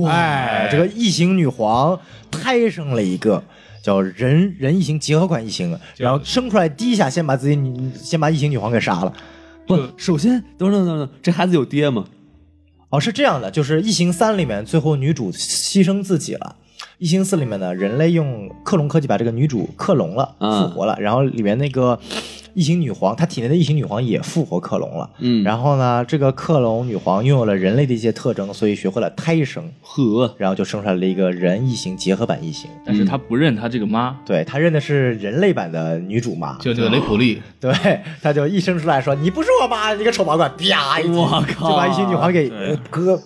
哎，这个异形女皇胎生了一个。叫人人异形结合款异形，然后生出来第一下先把自己女先把异形女皇给杀了。
不，首先等会儿等会儿等会儿，这孩子有爹吗？
哦，是这样的，就是《异形三》里面最后女主牺牲自己了，《异形四》里面呢，人类用克隆科技把这个女主克隆了，
嗯
复活了，然后里面那个异形女皇，她体内的异形女皇也复活克隆了。
嗯，
然后呢，这个克隆女皇拥有了人类的一些特征，所以学会了胎生，
和
然后就生出来了一个人异形结合版异形。
但是他
嗯
不认他这个妈，
对，她认的是人类版的女主嘛？
就那个雷普利，
对，她就一生出来说：“你不是我妈，你个丑八怪！”啪一击，
我靠
就把异形女皇给
对
割呃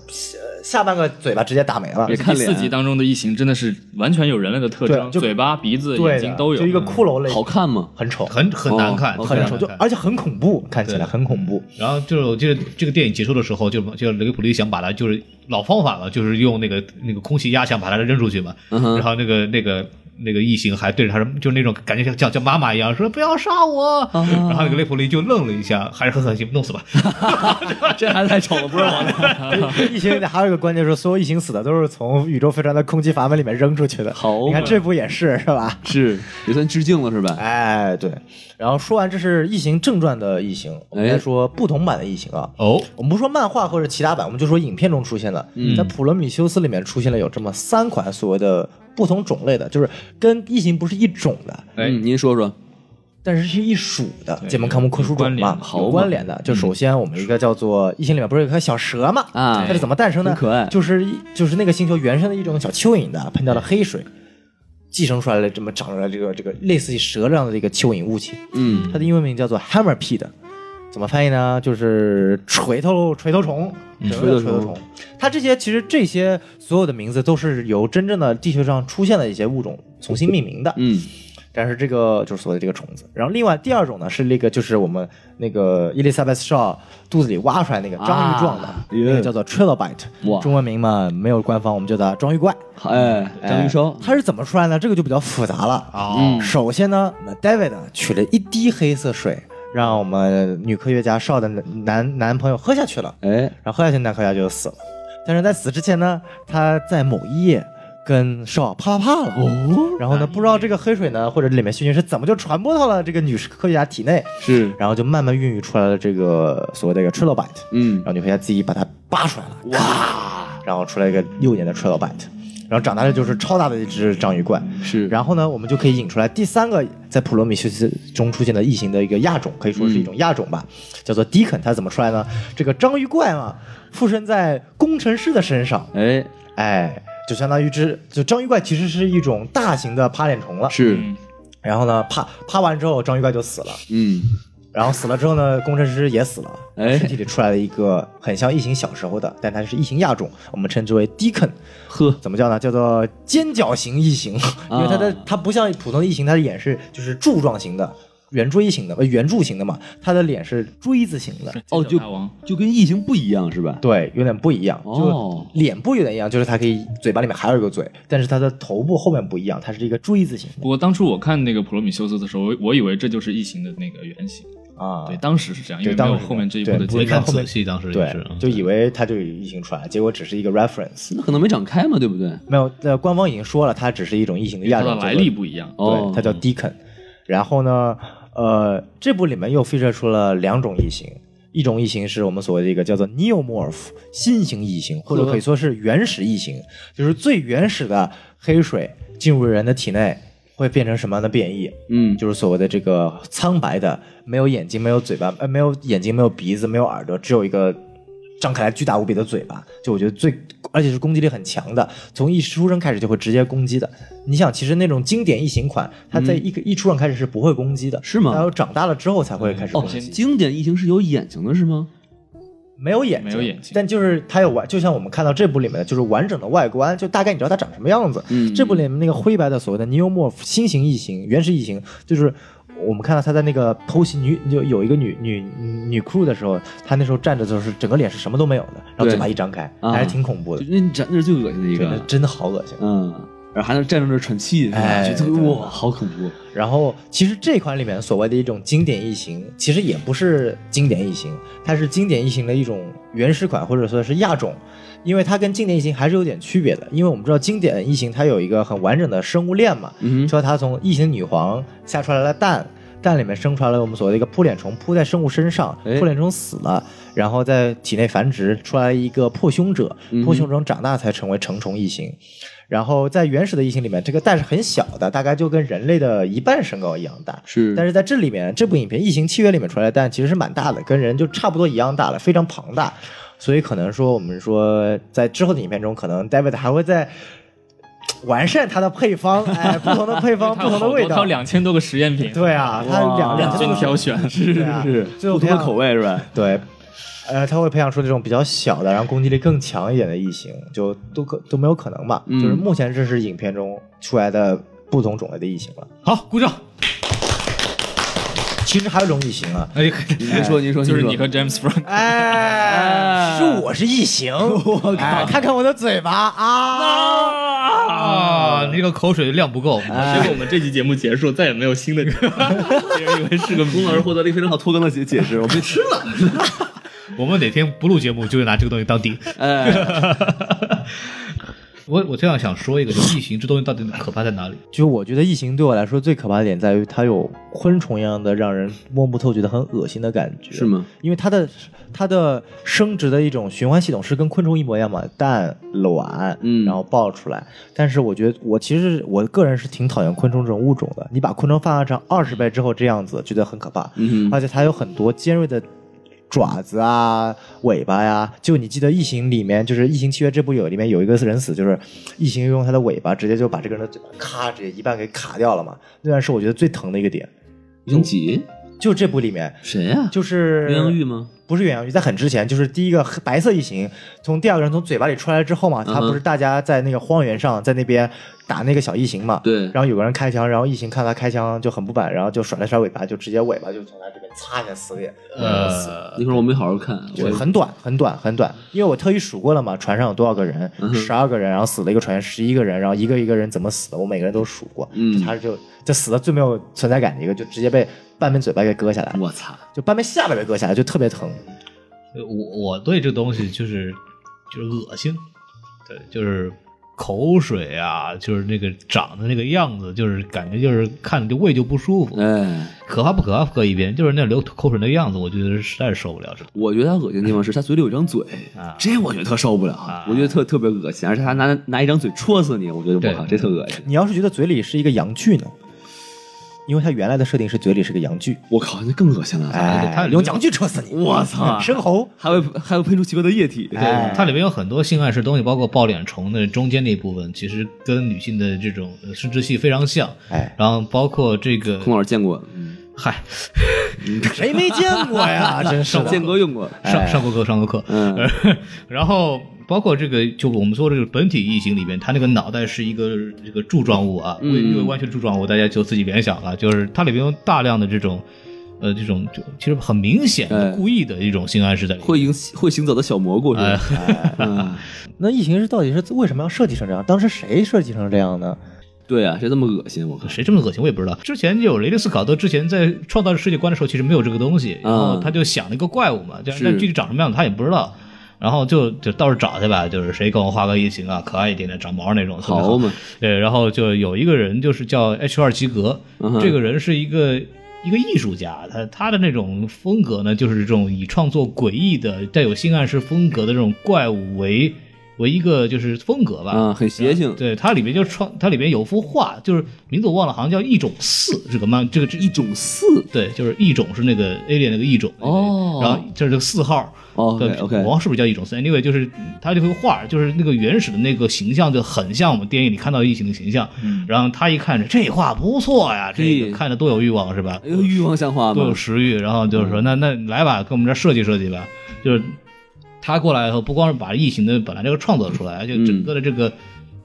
下半个嘴巴直接打没了
别。看
第
脸
四集当中的异形真的是完全有人类的特
对
征，
就
嘴巴、鼻子、
对
眼
的，
睛都有，
就一个骷髅类，
好看吗？
很丑，
很很难看，
哦
非常
很
难
丑，
看
就而且很恐怖，看起来
对
很恐怖。
然后就是我记得这个电影结束的时候，就就雷普利想把它就是老方法了，就是用那个那个空气压想把它扔出去嘛。
嗯哼
然后那个那个那个异形还对着他说，就是那种感觉像像像妈妈一样说不要杀我。然后那个雷普利就愣了一下，还是狠狠心弄死吧。
这还太丑了，不是我的。
异形里还有一个关键是，所有异形死的都是从宇宙飞船的空气阀门里面扔出去的。
好
你看
嘛
这部也是是吧？
是也算致敬了是吧？
哎，对。然后说完这是《异形正传》的异形，我们
哎
再说不同版的异形啊。
哦，
我们不说漫画或者其他版，我们就说影片中出现的，
嗯
在《普罗米修斯》里面出现了有这么三款所谓的不同种类的，就是跟异形不是一种的，
哎
嗯，您说说，
但是是一属的，这门科目科属种
关联
嘛
的，
好
有
嘛嗯
关联的。就首先我们一个叫做异形里面不是有一条小蛇嘛，
啊
它是怎么诞生的？
很可爱
就是一就是那个星球原生的一种小蚯蚓的，喷掉了黑水，寄生出来了这么长出来这个这个类似于蛇这样的一个蚯蚓物体，
嗯，
它的英文名叫做 hammerpede，怎么翻译呢？就是锤头锤头虫，
嗯
锤
锤头
头
虫
虫。它这些其实这些所有的名字都是由真正的地球上出现的一些物种重新命名的。
嗯，
但是这个就是所谓的这个虫子。然后另外第二种呢是那个就是我们那个伊丽莎白·绍肚子里挖出来那个章鱼状的，
啊
那个叫做 trilobite，
哇
中文名嘛没有官方，我们叫它章鱼怪。
哎，章鱼烧
哎，它是怎么出来呢？这个就比较复杂了。
哦，
嗯首先呢我们，David 呢取了一滴黑色水，让我们女科学家少的男男朋友喝下去了，
哎，
然后喝下去，男科学家就死了。但是在死之前呢，他在某一夜跟少啪啪啪了。哦，然后呢，不知道这个黑水呢，或者里面细菌是怎么就传播到了这个女科学家体内，
是，
然后就慢慢孕育出来了这个所谓的一个 trilobite。
嗯
然，后女科学家自己把它扒出来了，哇！然后出来一个幼年的 trilobite，然后长大的就是超大的一只章鱼怪。
是，
然后呢，我们就可以引出来第三个在普罗米修斯中出现的异形的一个亚种，可以说是一种亚种吧，叫做 Deacon。它怎么出来呢？这个章鱼怪嘛，啊附身在工程师的身上，
哎，
哎，就相当于只就章鱼怪其实是一种大型的趴脸虫了。
是，
嗯
然后呢，趴趴完之后，章鱼怪就死了。
嗯，
然后死了之后呢，工程师也死了，
哎
身体里出来了一个很像异形小时候的，但它是异形亚种，我们称之为 Deacon。
呵，
怎么叫呢？叫做尖角型异形，因为它的它不像普通的异形，它的眼是就是柱状型的。圆锥形的，呃，圆柱形的嘛，它的脸是锥子形的，
哦，
金
就
角大王
就跟异形不一样是吧？
对，有点不一样，
哦
就脸部有点一样，就是它可以嘴巴里面还有一个嘴，但是它的头部后面不一样，它是一个锥子形
不过当初我看那个《普罗米修斯》的时候，我我以为这就是异形的那个原型，
的啊
对，，当时是这样，因
对
为没有
当时
后面这一步
对
的
不
解
没
会
释。
看仔细，当时也
对
是，嗯，
就以为它就有异形出来，结果只是一个 reference，
那可能没长开嘛，对不对？
没有，呃，官方已经说了，它只是一种异形的亚
它
种
的
叫做
来历不一样，
哦
对，它叫 Deacon。然后呢，呃，这部里面又 feature 出了两种异形，一种异形是我们所谓的一个叫做 neomorph 新型异形，或者可以说是原始异形，就是最原始的黑水进入人的体内会变成什么样的变异？
嗯，
就是所谓的这个苍白的，没有眼睛，没有嘴巴，呃，没有眼睛，没有鼻子，没有耳朵，只有一个张开来巨大无比的嘴巴。就我觉得最，而且是攻击力很强的，从一出生开始就会直接攻击的。你想，其实那种经典异形款，它在一个、一出生开始是不会攻击的，
嗯是吗
它要长大了之后才会开始
哦
攻击，，
经典异形是有眼睛的是吗？
没有眼睛，
没有眼睛
但就是它有完，就像我们看到这部里面的，就是完整的外观，就大概你知道它长什么样子。
嗯
这部里面那个灰白的所谓的 neomorph 新型异形、原始异形，就是我们看到它在那个偷袭女就有一个女女女 crew 的时候，她那时候站着就是整个脸是什么都没有的，然后
对
嘴巴一张开，
啊
还是挺恐怖
就
的，
那你长那是最恶心的一
真的
个，
真的好恶心。
嗯，然后还能站在那儿喘气，是吧
哎
觉得
对
哇，好恐怖。
然后，其实这款里面所谓的一种经典异形，其实也不是经典异形，它是经典异形的一种原始款，或者说是亚种，因为它跟经典异形还是有点区别的。因为我们知道经典异形它有一个很完整的生物链嘛，
嗯哼，
说它从异形女皇下出来了蛋，蛋里面生出来了我们所谓的一个扑脸虫，扑在生物身上，
哎
扑脸虫死了，然后在体内繁殖，出来一个破胸者，
嗯
破胸者长大才成为成虫异形。然后在原始的异形里面，这个蛋是很小的，大概就跟人类的一半身高一样大。
是，
但是在这里面，这部影片《异形契约》里面出来的蛋其实是蛮大的，跟人就差不多一样大了，非常庞大。所以可能说，我们说在之后的影片中，可能 David 还会在完善它的配方，哎，不同的配方，不同的味
它有
道。
两千多个实验品，
对啊，它
哇
两两
认
个
真挑选，是
对啊
是
最后
不同的
这样
口味是吧？
对。呃，他会培养出那种比较小的，然后攻击力更强一点的异形，就都可都没有可能吧。
嗯
就是目前这是影片中出来的不同种类的异形了。
好，鼓掌。
其实还有一种异形啊，
哎，
您说，您说，
就是
您
你
说
和 James Franco。
哎，是我是异形， 我靠，看看我的嘴巴啊！
啊，你这个口水量不够。嗯
结果我们这期节目结束，再也没有新的梗，别人以为是个
龚老师获得了一个非常好拖更的解解释， 我被吃了。
我们哪天不录节目，就拿这个东西当底。
哎，
我我这样想说一个，就是异形这东西到底可怕在哪里？
就我觉得异形对我来说最可怕的点在于，它有昆虫一样的让人摸不透、觉得很恶心的感觉，
是？吗？
因为它的它的生殖的一种循环系统是跟昆虫一模一样嘛，蛋、卵，
嗯
然后爆出来。但是我觉得我其实我个人是挺讨厌昆虫这种物种的。你把昆虫放大成二十倍之后这样子，觉得很可怕，
嗯哼，
而且它有很多尖锐的。爪子啊，尾巴呀、就你记得《异形》里面，就是《异形契约》这部有里面有一个人死，就是异形用它的尾巴直接就把这个人的嘴巴咔直接一半给卡掉了嘛。那段是我觉得最疼的一个点，
英吉
就这部里面
谁啊呀？
就是
鸳鸯玉吗？
不是远洋鱼，在很之前，就是第一个黑白色异形从第二个人从嘴巴里出来之后嘛，
哼
他不是大家在那个荒原上在那边打那个小异形嘛，
对，
然后有个人开枪，然后异形看他开枪就很不满，然后就甩了甩尾巴，就直接尾巴就从他这边擦一下撕裂，嗯
呃
那，会儿我没好好看，
就
我
很短很短很短，因为我特意数过了嘛，船上有多少个人，十二、个人，然后死了一个船员十一个人，然后一个一个人怎么死的，我每个人都数过，
嗯
就他就就死的最没有存在感的一个，就直接被半边嘴巴给割下来，
我操，
就半边下巴给割下来，就特别疼。
呃我我对这东西就是就是恶心，对，就是口水啊，就是那个长的那个样子，就是感觉就是看着就胃就不舒服。
哎，
可怕不可怕搁一边，就是那流口水那样子，我觉得实在是受不了。这
我觉得他恶心的地方是他嘴里有一张嘴
啊，
这我觉得特受不了，我觉得特特别恶心，而且他拿拿一张嘴戳死你，我觉得
对
我靠，这特恶心。
你要是觉得嘴里是一个阳具呢？因为它原来的设定是嘴里是个阳具，
我靠，那更恶心了。
哎，
它
用阳具戳死你！
我操
生猴！
还会还会喷出奇怪的液体，
哎
它里面有很多性暗示东西，包括抱脸虫的中间那一部分，其实跟女性的这种呃生殖器非常像。
哎，
然后包括这个，
孔老师见过，
嗨，
谁没见 过呀？真是的
见过用过，
上上过课，上过课。
嗯，
然后包括这个，就我们说这个本体异形里面，它那个脑袋是一个这个柱状物啊，微
嗯
微弯曲的柱状物，大家就自己联想了，就是它里面有大量的这种，呃，这种就其实很明显
哎
的故意的一种性暗示在里面。
会行会行走的小蘑菇是吧？嗯
那异形是到底是为什么要设计成这样？当时谁设计成这样呢？
对啊，谁这么恶心？我靠，
谁这么恶心，我也不知道。之前就有雷利斯考特，之前在创造世界观的时候，其实没有这个东西，然后他就想了一个怪物嘛，
嗯
但
是
但具体长什么样子他也不知道。然后就就到处找去吧，就是谁给我画个异形啊，可爱一点点，长毛那种，特别
好嘛，
对，然后就有一个人就是叫 H 二吉格，
嗯哼
这个人是一个。一个艺术家，他他的那种风格呢，就是这种以创作诡异的、带有性暗示风格的这种怪物为为一个就是风格吧，
啊，很邪性，
对，它里面就创，它里面有幅画，就是名字我忘了，好像叫《异种四》这个漫，这个这
一种四
对，就是异种是那个 alien 那个异种
哦
然后就是这个四号。
哦
对，
，OK，OK
我忘了是不是叫异种四？Anyway，就是它这幅画，就是那个原始的那个形象，就很像我们电影里看到异形的形象。
嗯
然后他一看着这画不错呀，这
嘿
个看着多有欲望是吧？
哎呦，欲望像话
多有
吗？
食欲，然后
嗯
就是说，那那你来吧，跟我们这儿设计设计吧。就是他过来以后，不光是把异形的本来这个创作出来，就
嗯
整个的这个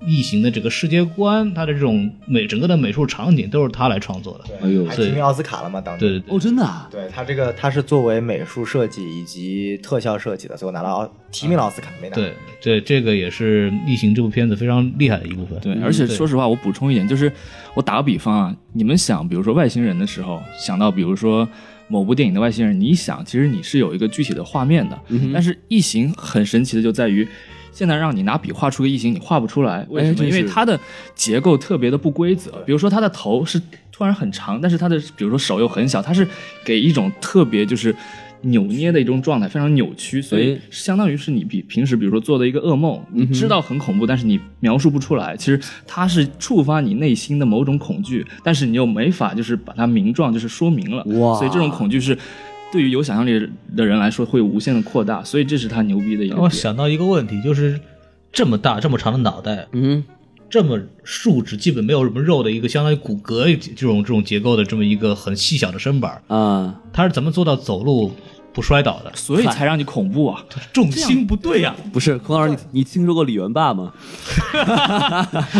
异形的这个世界观，它的这种美整个的美术场景都是他来创作的。
哎呦
还
对
提名奥斯卡了嘛？当
对
年。
对对，
哦，真的啊，
对他这个，他是作为美术设计以及特效设计的，最后拿了奥提名了奥斯卡，没拿。
对这这个也是《异形》这部片子非常厉害的一部分。嗯
对，而且
对
说实话，我补充一点，就是我打个比方啊，你们想，比如说外星人的时候，想到比如说某部电影的外星人，你一想，其实你是有一个具体的画面的。
嗯
但是异形很神奇的就在于，现在让你拿笔画出个异形，你画不出来，为
哎
什么？
真
因为
是
它的结构特别的不规则。比如说它的头是突然很长，但是它的比如说手又很小，它是给一种特别就是。扭捏的一种状态，非常扭曲，所以
哎
相当于是你比平时，比如说做的一个噩梦，你知道很恐怖，但是你描述不出来。其实它是触发你内心的某种恐惧，但是你又没法就是把它名状就是说明了。
哇
所以这种恐惧是对于有想象力的人来说会无限的扩大，所以这是他牛逼的一个
让我
点。
想到一个问题，就是这么大这么长的脑袋，
嗯
这么树脂基本没有什么肉的一个，相当于骨骼这种这种结构的这么一个很细小的身板，
啊，
他是怎么做到走路不摔倒的，
所以才让你恐怖啊！
重心不对啊呀、
不是，孔老师，你你听说过李元霸吗？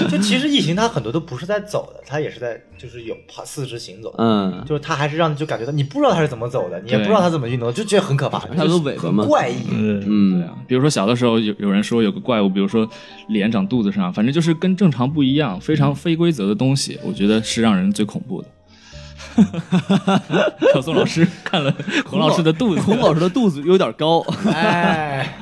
就其实异形它很多都不是在走的，它也是在就是有爬四肢行走，
嗯，
就是它还是让你就感觉到你不知道它是怎么走的，你也
对
不知道它怎么运动，就觉得很可怕，
它有个尾巴吗
很怪异。
嗯，
对
嗯，
啊，比如说小的时候有有人说有个怪物，比如说脸长肚子上，反正就是跟正常不一样，非常非规则的东西，我觉得是让人最恐怖的。 小宋老师看了孔老师的肚子，
孔老师的肚子有点高，
哎，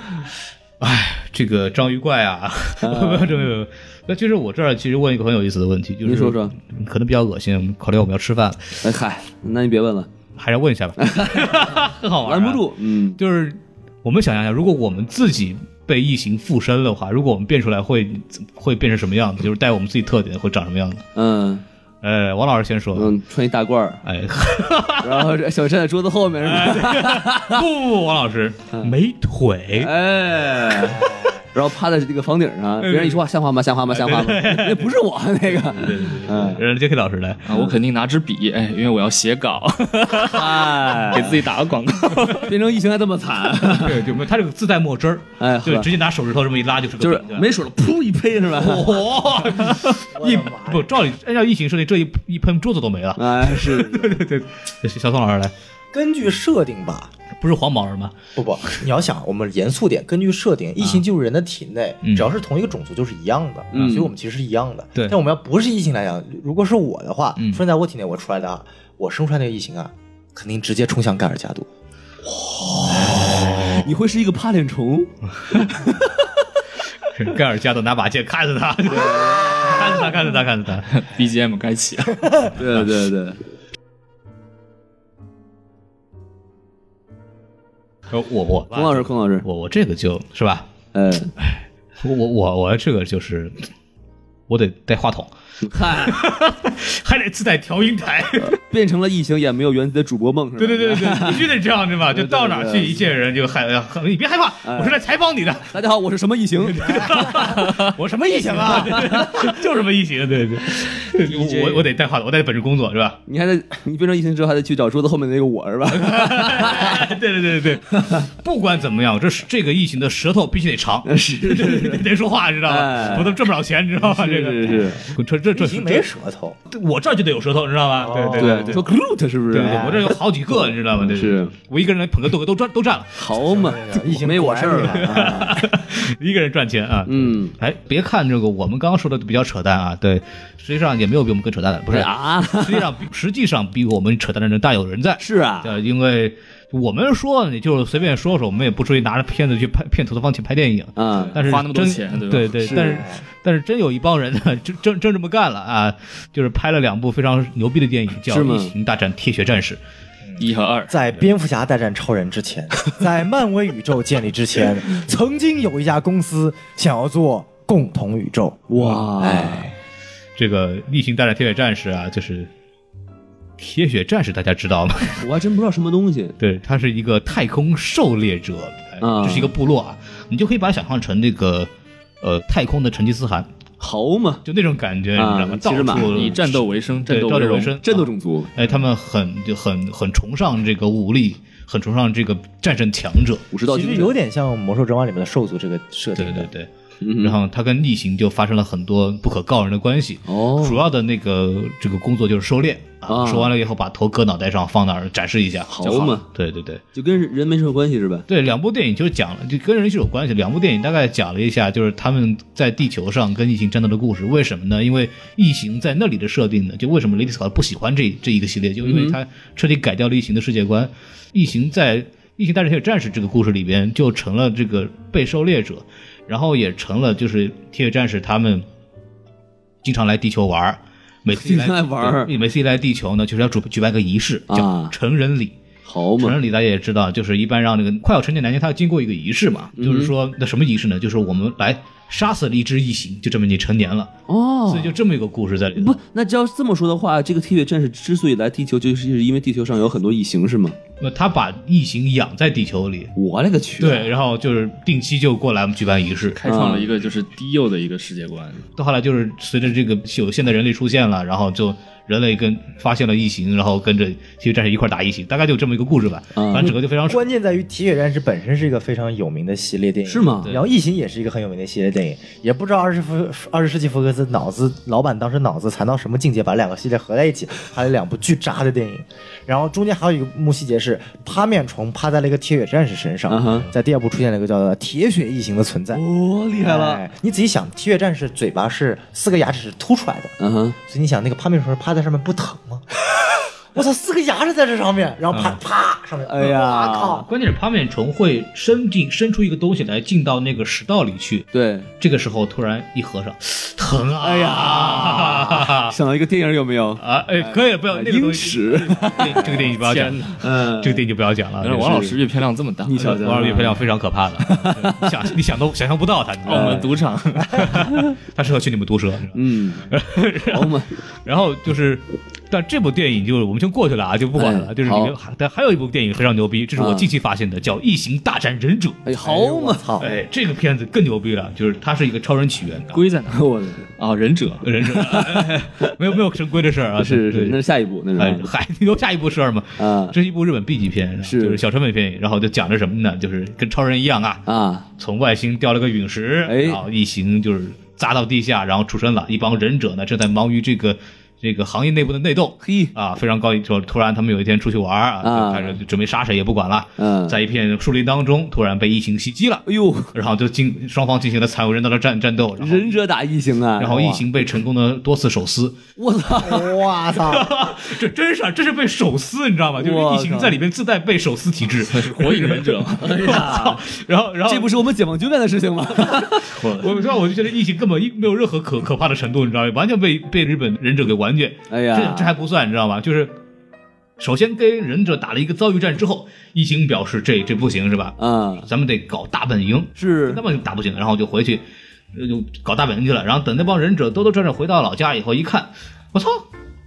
哎这个章鱼怪啊，
呃
没有没有没有。那其实我这儿其实问一个很有意思的问题，就是
您说说，
可能比较恶心，考虑我们要吃饭了，
哎嗨，那你别问了，
还是要问一下吧， 很好玩、
拦
啊
不。住，嗯，
就是我们想象一下，如果我们自己被异形附身的话，如果我们变出来会会变成什么样子？就是带我们自己特点会长什么样子？
嗯
呃，王老师先说。
嗯，穿一大褂 儿，
哎，
然后小站在桌子后面是吧？
不不不，王老师没腿，
哎，然后趴在这个房顶上，别人一说话像话吗？像话吗？像话吗？那不是我那个，嗯，
让 J.K. 老师来。
啊，我肯定拿支笔，哎，因为我要写稿，
哎，
给自己打个广告。
变成疫情还这么惨，
对，就没有他这个自带墨汁儿，
哎，
对，
呵
直接拿手指头这么一拉就是个
就是
饼对吧
没水了，噗一呸是吧？
哇， 一不照理按照疫情设定，这一一喷桌子都没 了。
哎，是，
小宋老师来，
根据设定吧，
不是黄毛人吗？
不不， 啊你要想我们严肃点，根据设定，异形进入人的体内，
嗯
只要是同一个种族就是一样的，啊
嗯
所以我们其实是一样的。
对
但我们要不是异形来讲，如果是我的话，
嗯
出生在我体内我出来的啊，我生出来那个异形啊，肯定直接冲向盖尔 加朵。
你会是一个趴脸虫，
盖尔加朵拿把剑看着他， 看着他，看着他，看着他。
BGM 开启了，
对对对，
我我
孔老师，孔老师，
我我这个就是吧，
哎，
我我我我这个就是，我得带话筒，
嗨，
还得自带调音 台。
变成了疫情也没有原子的主播梦是吧？
对对对，对，对必须得这样对吧？就到哪儿
对哎
去一见人就害，你别害怕，我是来采 访你的，
大家好，我是什么疫情？
我什么异形啊？ 就什么异形，对对， 我我得带话筒，我得本职工作是吧？
你还得你变成疫情之后还得去找桌子后面的那个我是 吧？
对对对对对，不管怎么样，这是这个异形的舌头必须得长，
是
得得说话知道吧？
哎
否则赚不了钱，知道
啊
吧？这个
是是，
这这这
异形没舌头，
这我这儿就得有舌头，你知道吧？对对
对，说 Groot 是不
对
是？
对，我这儿有好几个，你知道吧？对，
是
我一个人捧个豆哥都占都占了，
哎好嘛，
异形
没我事儿
果然厉害
了。啊
一个人赚钱啊。
嗯，
哎，别看这个，我们刚刚说的比较扯淡啊，对，实际上也没有比我们更扯淡的，不
不
是啊？
啊，
实际上比实际上比我们扯淡的人大有人在。
是啊，
呃，因为我们说你就随便说说，我们也不至于拿着片子去拍骗投资方去拍电影。
啊，
但是
哎花那么多
真
钱对吧
对对，
是
但是但是真有一帮人呢，真真真这么干了啊！就是拍了两部非常牛逼的电影，叫
是
《
吗
异形大战铁血战士》。
一和二，
在蝙蝠侠大战超人之前，在漫威宇宙建立之前，曾经有一家公司想要做共同宇宙。
哇，
哎，
这个《异形大战铁血战士》啊，就是铁血战士，大家知道吗？
我还真不知道什么东西，
对，它是一个太空狩猎者，哎
啊
这是一个部落啊，你就可以把它想象成那个呃太空的成吉思汗，
好嘛，
就那种感觉，
啊
你
骑
知
着马
道吗？到处
以战斗为生，
对
战斗
战
为
斗为
荣。
生，
战斗
啊。
种族，
哎，他们很就很很崇尚这个武力，很崇尚这个战胜强者。
武士道
其
精
实
神
有，点像《魔兽争霸》里面的兽族这个设定
对
的。
对对。
嗯
然后他跟逆行就发生了很多不可告人的关系。
哦
主要的那个这个工作就是狩猎
啊
啊，狩完了以后把头搁脑袋上放那儿展示一下，
好
就
嘛
了。对对对。
就跟人没什么关系是吧？
对，两部电影就是讲了，就跟人是有关系。两部电影大概讲了一下，就是他们在地球上跟异形战斗的故事。为什么呢？因为异形在那里的设定呢，就为什么雷迪斯考不喜欢这这一个系列，就因为他彻底改掉了异形的世界观。异形在《异形大战铁血战士》这个故事里边，就成了这个被狩猎者，然后也成了就是铁血战士他们经常来地球玩儿每次一来
经常来玩儿
对每次一来地球呢，就是要举举办个仪式，叫
啊
成人礼。
好
成
嘛，
人礼大家也知道，就是一般让那个快要成年男性，他要经过一个仪式嘛，
嗯
就是说那什么仪式呢？就是我们来杀死了一只异形，就证明你成年了，
哦
所以就这么一个故事在里头
不。，那只要这么说的话，这个铁血战士之所以来地球，就是因为地球上有很多异形，是吗？
那他把异形养在地球里，
我勒个去！
对，，然后就是定期就过来我们举办仪式。
开创了一个就是低幼的一个世界观，
到后来就是随着这个有限的人力出现了，然后就人类跟发现了异形，然后跟着吸血战士一块儿打异形，大概就这么一个故事吧。
嗯
反正整个就非常
关键在于《铁血战士》本身是一个非常有名的系列电影，
是吗对
然后《异形》也是一个很有名的系列电影，也不知道二十福二十世纪福克斯脑子老板当时脑子残到什么境界，把两个系列合在一起，拍了两部巨渣的电影。然后中间还有一个幕细节是趴面虫趴在了一个铁血战士身上，
嗯哼
在第二部出现了一个叫做“铁血异形”的存在。
哦，厉害了，
哎你仔细想，铁血战士嘴巴是四个牙齿是凸出来的，
嗯哼，
所以你想那个趴面虫趴在上面不疼 吗？我操，四个牙齿在这上面，然后啪、啪上面，
哎呀
哇靠！
关键是趴面虫会伸进伸出一个东西来进到那个食道里去，
对，
这个时候突然一合上，疼啊！哎 呀，
想到一个电影有没有？
啊，哎，可以了不要那个
英
东西，
呃尺，
对这个电影就不要 讲
天，
嗯，
这个电影就不要讲了。
原来王老师阅片量这么大，
你瞧瞧
这是，王老师配料非常可怕的， 对想你想都想象不到他，你知
我
道吗？
们赌场，
他适合去你们毒舌。
嗯， 好嘛，
然后就是，但这部电影就是我们先过去了啊，就不管了。
哎
就是
好嗯
你们还但还有一部电影非常牛逼，这是我近期发现的，叫《异形大战忍者》。
哎，好嘛，
操！
哎，这个片子更牛逼了，就是它是一个超人起源的
龟在哪？
我
啊，忍者，
忍者，哎没有没有神龟的事儿啊，
是是
对
是，那是下一步，那
哎
是，吧
嗨，你有下一部事儿吗？
啊
这是一部日本 B 级片，
是
就是小成本片，然后就讲的什么呢？就是跟超人一样啊，
啊，
从外星掉了个陨石，
哎
然后一行就是砸到地下，然后出生了。一帮忍者呢，正在忙于这个这个行业内部的内斗。
嘿，
啊，非常高兴！说突然他们有一天出去玩儿
啊
啊，开始就准备杀谁也不管了，
嗯
在一片树林当中，突然被异形袭击了，
哎呦，
然后就进双方进行了惨无人道的战战斗，然后
忍者打异形啊，
然后异，形被成功的多次手撕，
我操，
哇操！
这真是啊这是被手撕，你知道吗？就是
我
异
靠
形在里边自带被手撕体 质，
火影忍者嘛，
操！然后然后
这不是我们解放军干的事情吗？
我知道，我就觉得疫情根本一没有任何可可怕的程度，你知道吗？完全被被日本忍者给完全。
哎呀
这这还不算，你知道吗？就是首先跟忍者打了一个遭遇战之后，疫情表示这这不行是吧？
啊，
咱们得搞大本营，
是
根本就打不行，然后就回去呃就搞大本营去了。然后等那帮忍者兜兜转转回到老家以后，一看，我操，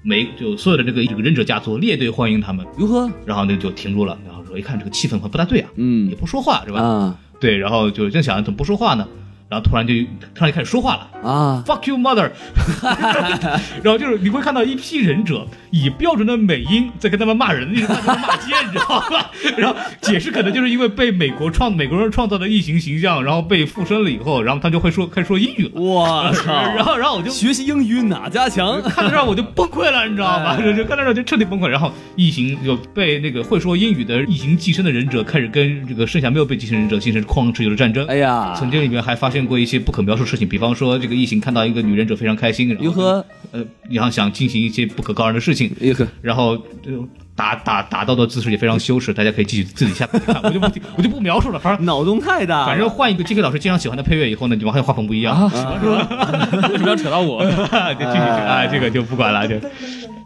没就所有的这个这个忍者家族列队欢迎他们，
如何？
然后那就停住了。然后说一看这个气氛不大对啊，也
嗯，
不说话是吧？
啊
对，然后就正想着怎么不说话呢，然后突然就突然就开始说话了。
啊，
Fuck you mother，然后就是你会看到一批忍者以标准的美音在跟他们骂人，一直骂他们骂街，你知道吗？然后解释可能就是因为被美国创美国人创造的异形形象，然后被附身了以后，然后他就会说开始说英语了，
我
然
操，
后然后我就
学习英语哪家强？
看得让我就崩溃了，你知道吗？
哎
就就看得让我就彻底崩溃。然后异形就被那个会说英语的异形寄生的忍者开始跟这个剩下没有被寄生忍者形成旷持久的战争。
哎呀，
曾经里面还发生过一些不可描述的事情，比方说这个异形看到一个女忍者非常开心，然后
如何？
呃，然后想进行一些不可告人的事情，
哎呵，
然后呃打打打斗的姿势也非常羞耻，大家可以继续自己下去看，我就不我就不描述了，反正。
脑洞太大了，
反正换一个金克老师经常喜欢的配乐以后呢，你们还有画风不一
啊
样，
为什么要扯 到我？
就继续啊，这个就不管了，就，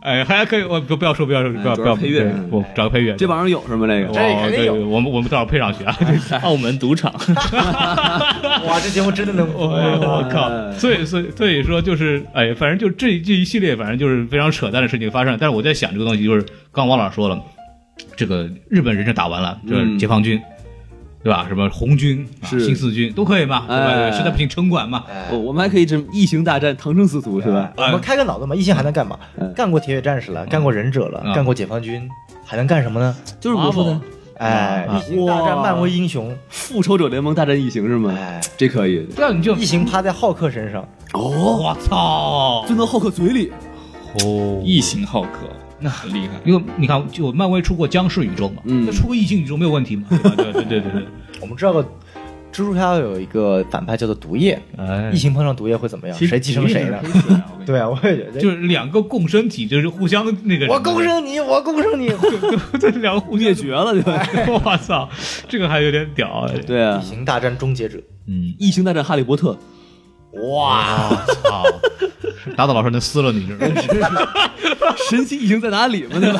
哎，还可以，我不不要说，不要说，不要
主
不
要
要
配乐
对我找个配乐，
这玩意儿有什么？这
哦
个
肯定
对，
有
我们我们到时候配上去啊，
澳门赌场，
哇，这节目真的 能播
哎呦
呀！
我靠！所以所以所以说就是，哎，反正就这这一系列，反正就是非常扯淡的事情发生。但是我在想这个东西，就是刚刚王老师说了，这个日本人是打完了，就是
嗯
解放军，对吧？什么红军、啊、
是
新四军都可以嘛，对吧？
哎
实在不行城管嘛，
哦我我们还可以这么异形大战唐僧师徒是
哎
吧？
哎我们开个脑洞吧，异形还能干嘛？干过铁血战士了，干过忍者了，
嗯
干过解放军，还能干什么呢？
就是我说的
哎，
嗯
异形大战
哇
漫威英雄，
复仇者联盟大战异形是吗？
哎，
这可以
这样你就
异形趴在浩克身上，
哦，
我操
钻到浩克嘴里，
哦
异形浩克，那很厉害。
因为你看，就漫威出过僵尸宇宙嘛，
嗯
那出过异形宇宙没有问题嘛？对吧对对对对对，
我们知道个蜘蛛侠有一个反派叫做毒液，
哎
异形碰上毒液会怎么样？
其实
谁寄生谁呢
可？以扯啊我跟你
对啊，我也觉得，
就是两个共生体，就是互相那个什么的，
我攻生你，我攻生你。
这两个互相
灭绝了对
哎
吧？
我操，这个还有点屌哎。
对啊
异，形大战终结者，
嗯，
异形大战哈利波特，
哇，操！打倒老师能撕了你，知道吗？
神奇异形在哪里嘛对 吧？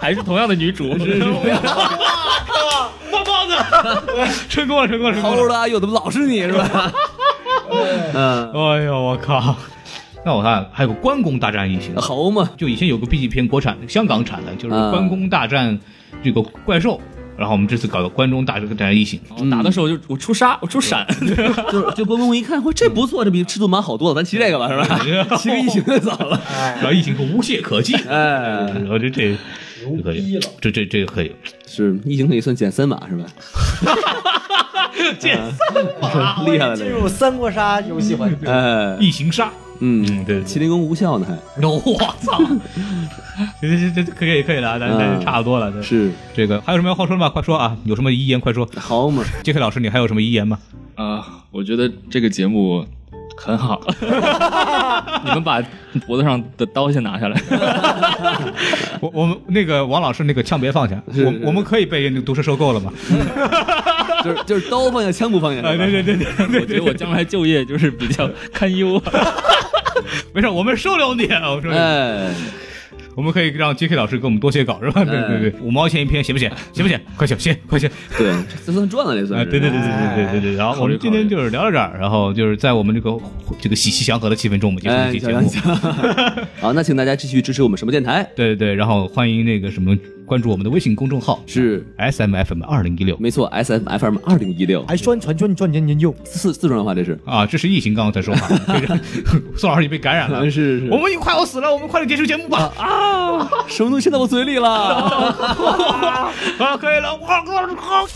哎，
说还是同样的女主，是
棒棒的，成功了，成功了，成
好
功
好
了！
的有的老是你是吧？ 嗯，
哎呦，我靠！那我看还有个关公大战异形，
好嘛，
就以前有个 B 级片，国产的香港产的，就是关公大战这个怪兽。然后我们这次搞个关中大战异形，
然后打的时候就我出杀，我出闪，
就就关公一看，说这不错，这比赤兔马好多了，咱骑这个吧，是 吧？骑个异形就走了。
然后异形无懈可击，
哎，
然后这这这可以，这这这个可以，
是异形可以算减三码是吧？
见
啊厉害了，
进入三国杀游戏环节。
哎，
异形杀，
嗯
嗯，，对，
麒麟功无效呢，还
我操，这这这这可以可以了啊，咱咱差不多了，对
是
这个还有什么要话说的吗？快说啊，有什么遗言快说。
好嘛？
杰克老师，你还有什么遗言吗？
啊，我觉得这个节目很 好，你们把脖子上的刀先拿下 来。
我我们那个王老师那个枪别放下，
是
我
是
我们可以被那个毒蛇收购了吗？
就是就是刀放下，枪不放下。
啊，对对对对
我觉得我将来就业就是比较堪忧。
没事，我们收留你，啊我说、
哎，
我们可以让 J.K. 老师给我们多写稿
嗯
是吧？对对对，五毛钱一篇，写不写？写不写？快写，写，快写！
对，这算赚了，这算
啊，
是。哎
对对对对对对对对。然后我们今天就是聊到这儿，然后就是在我们这个这个喜气祥和的气氛中，我们结束
哎，
这
你
期节
讲
目。
讲。 好，那请大家继续支持我们什么电台？
对对对，然后欢迎那个什么关注我们的微信公众号
是
S M F M 二零一六
没错，S F F M 二零一六，
还宣传宣传研究，
四四川话这是。
啊，这是疫情刚刚才 说话，这个宋老师已经被感染了。
是啊是
我们快要死了，我们快点结束节目吧！
什么东西到我嘴里了？
啊，可以了，我好饿，好。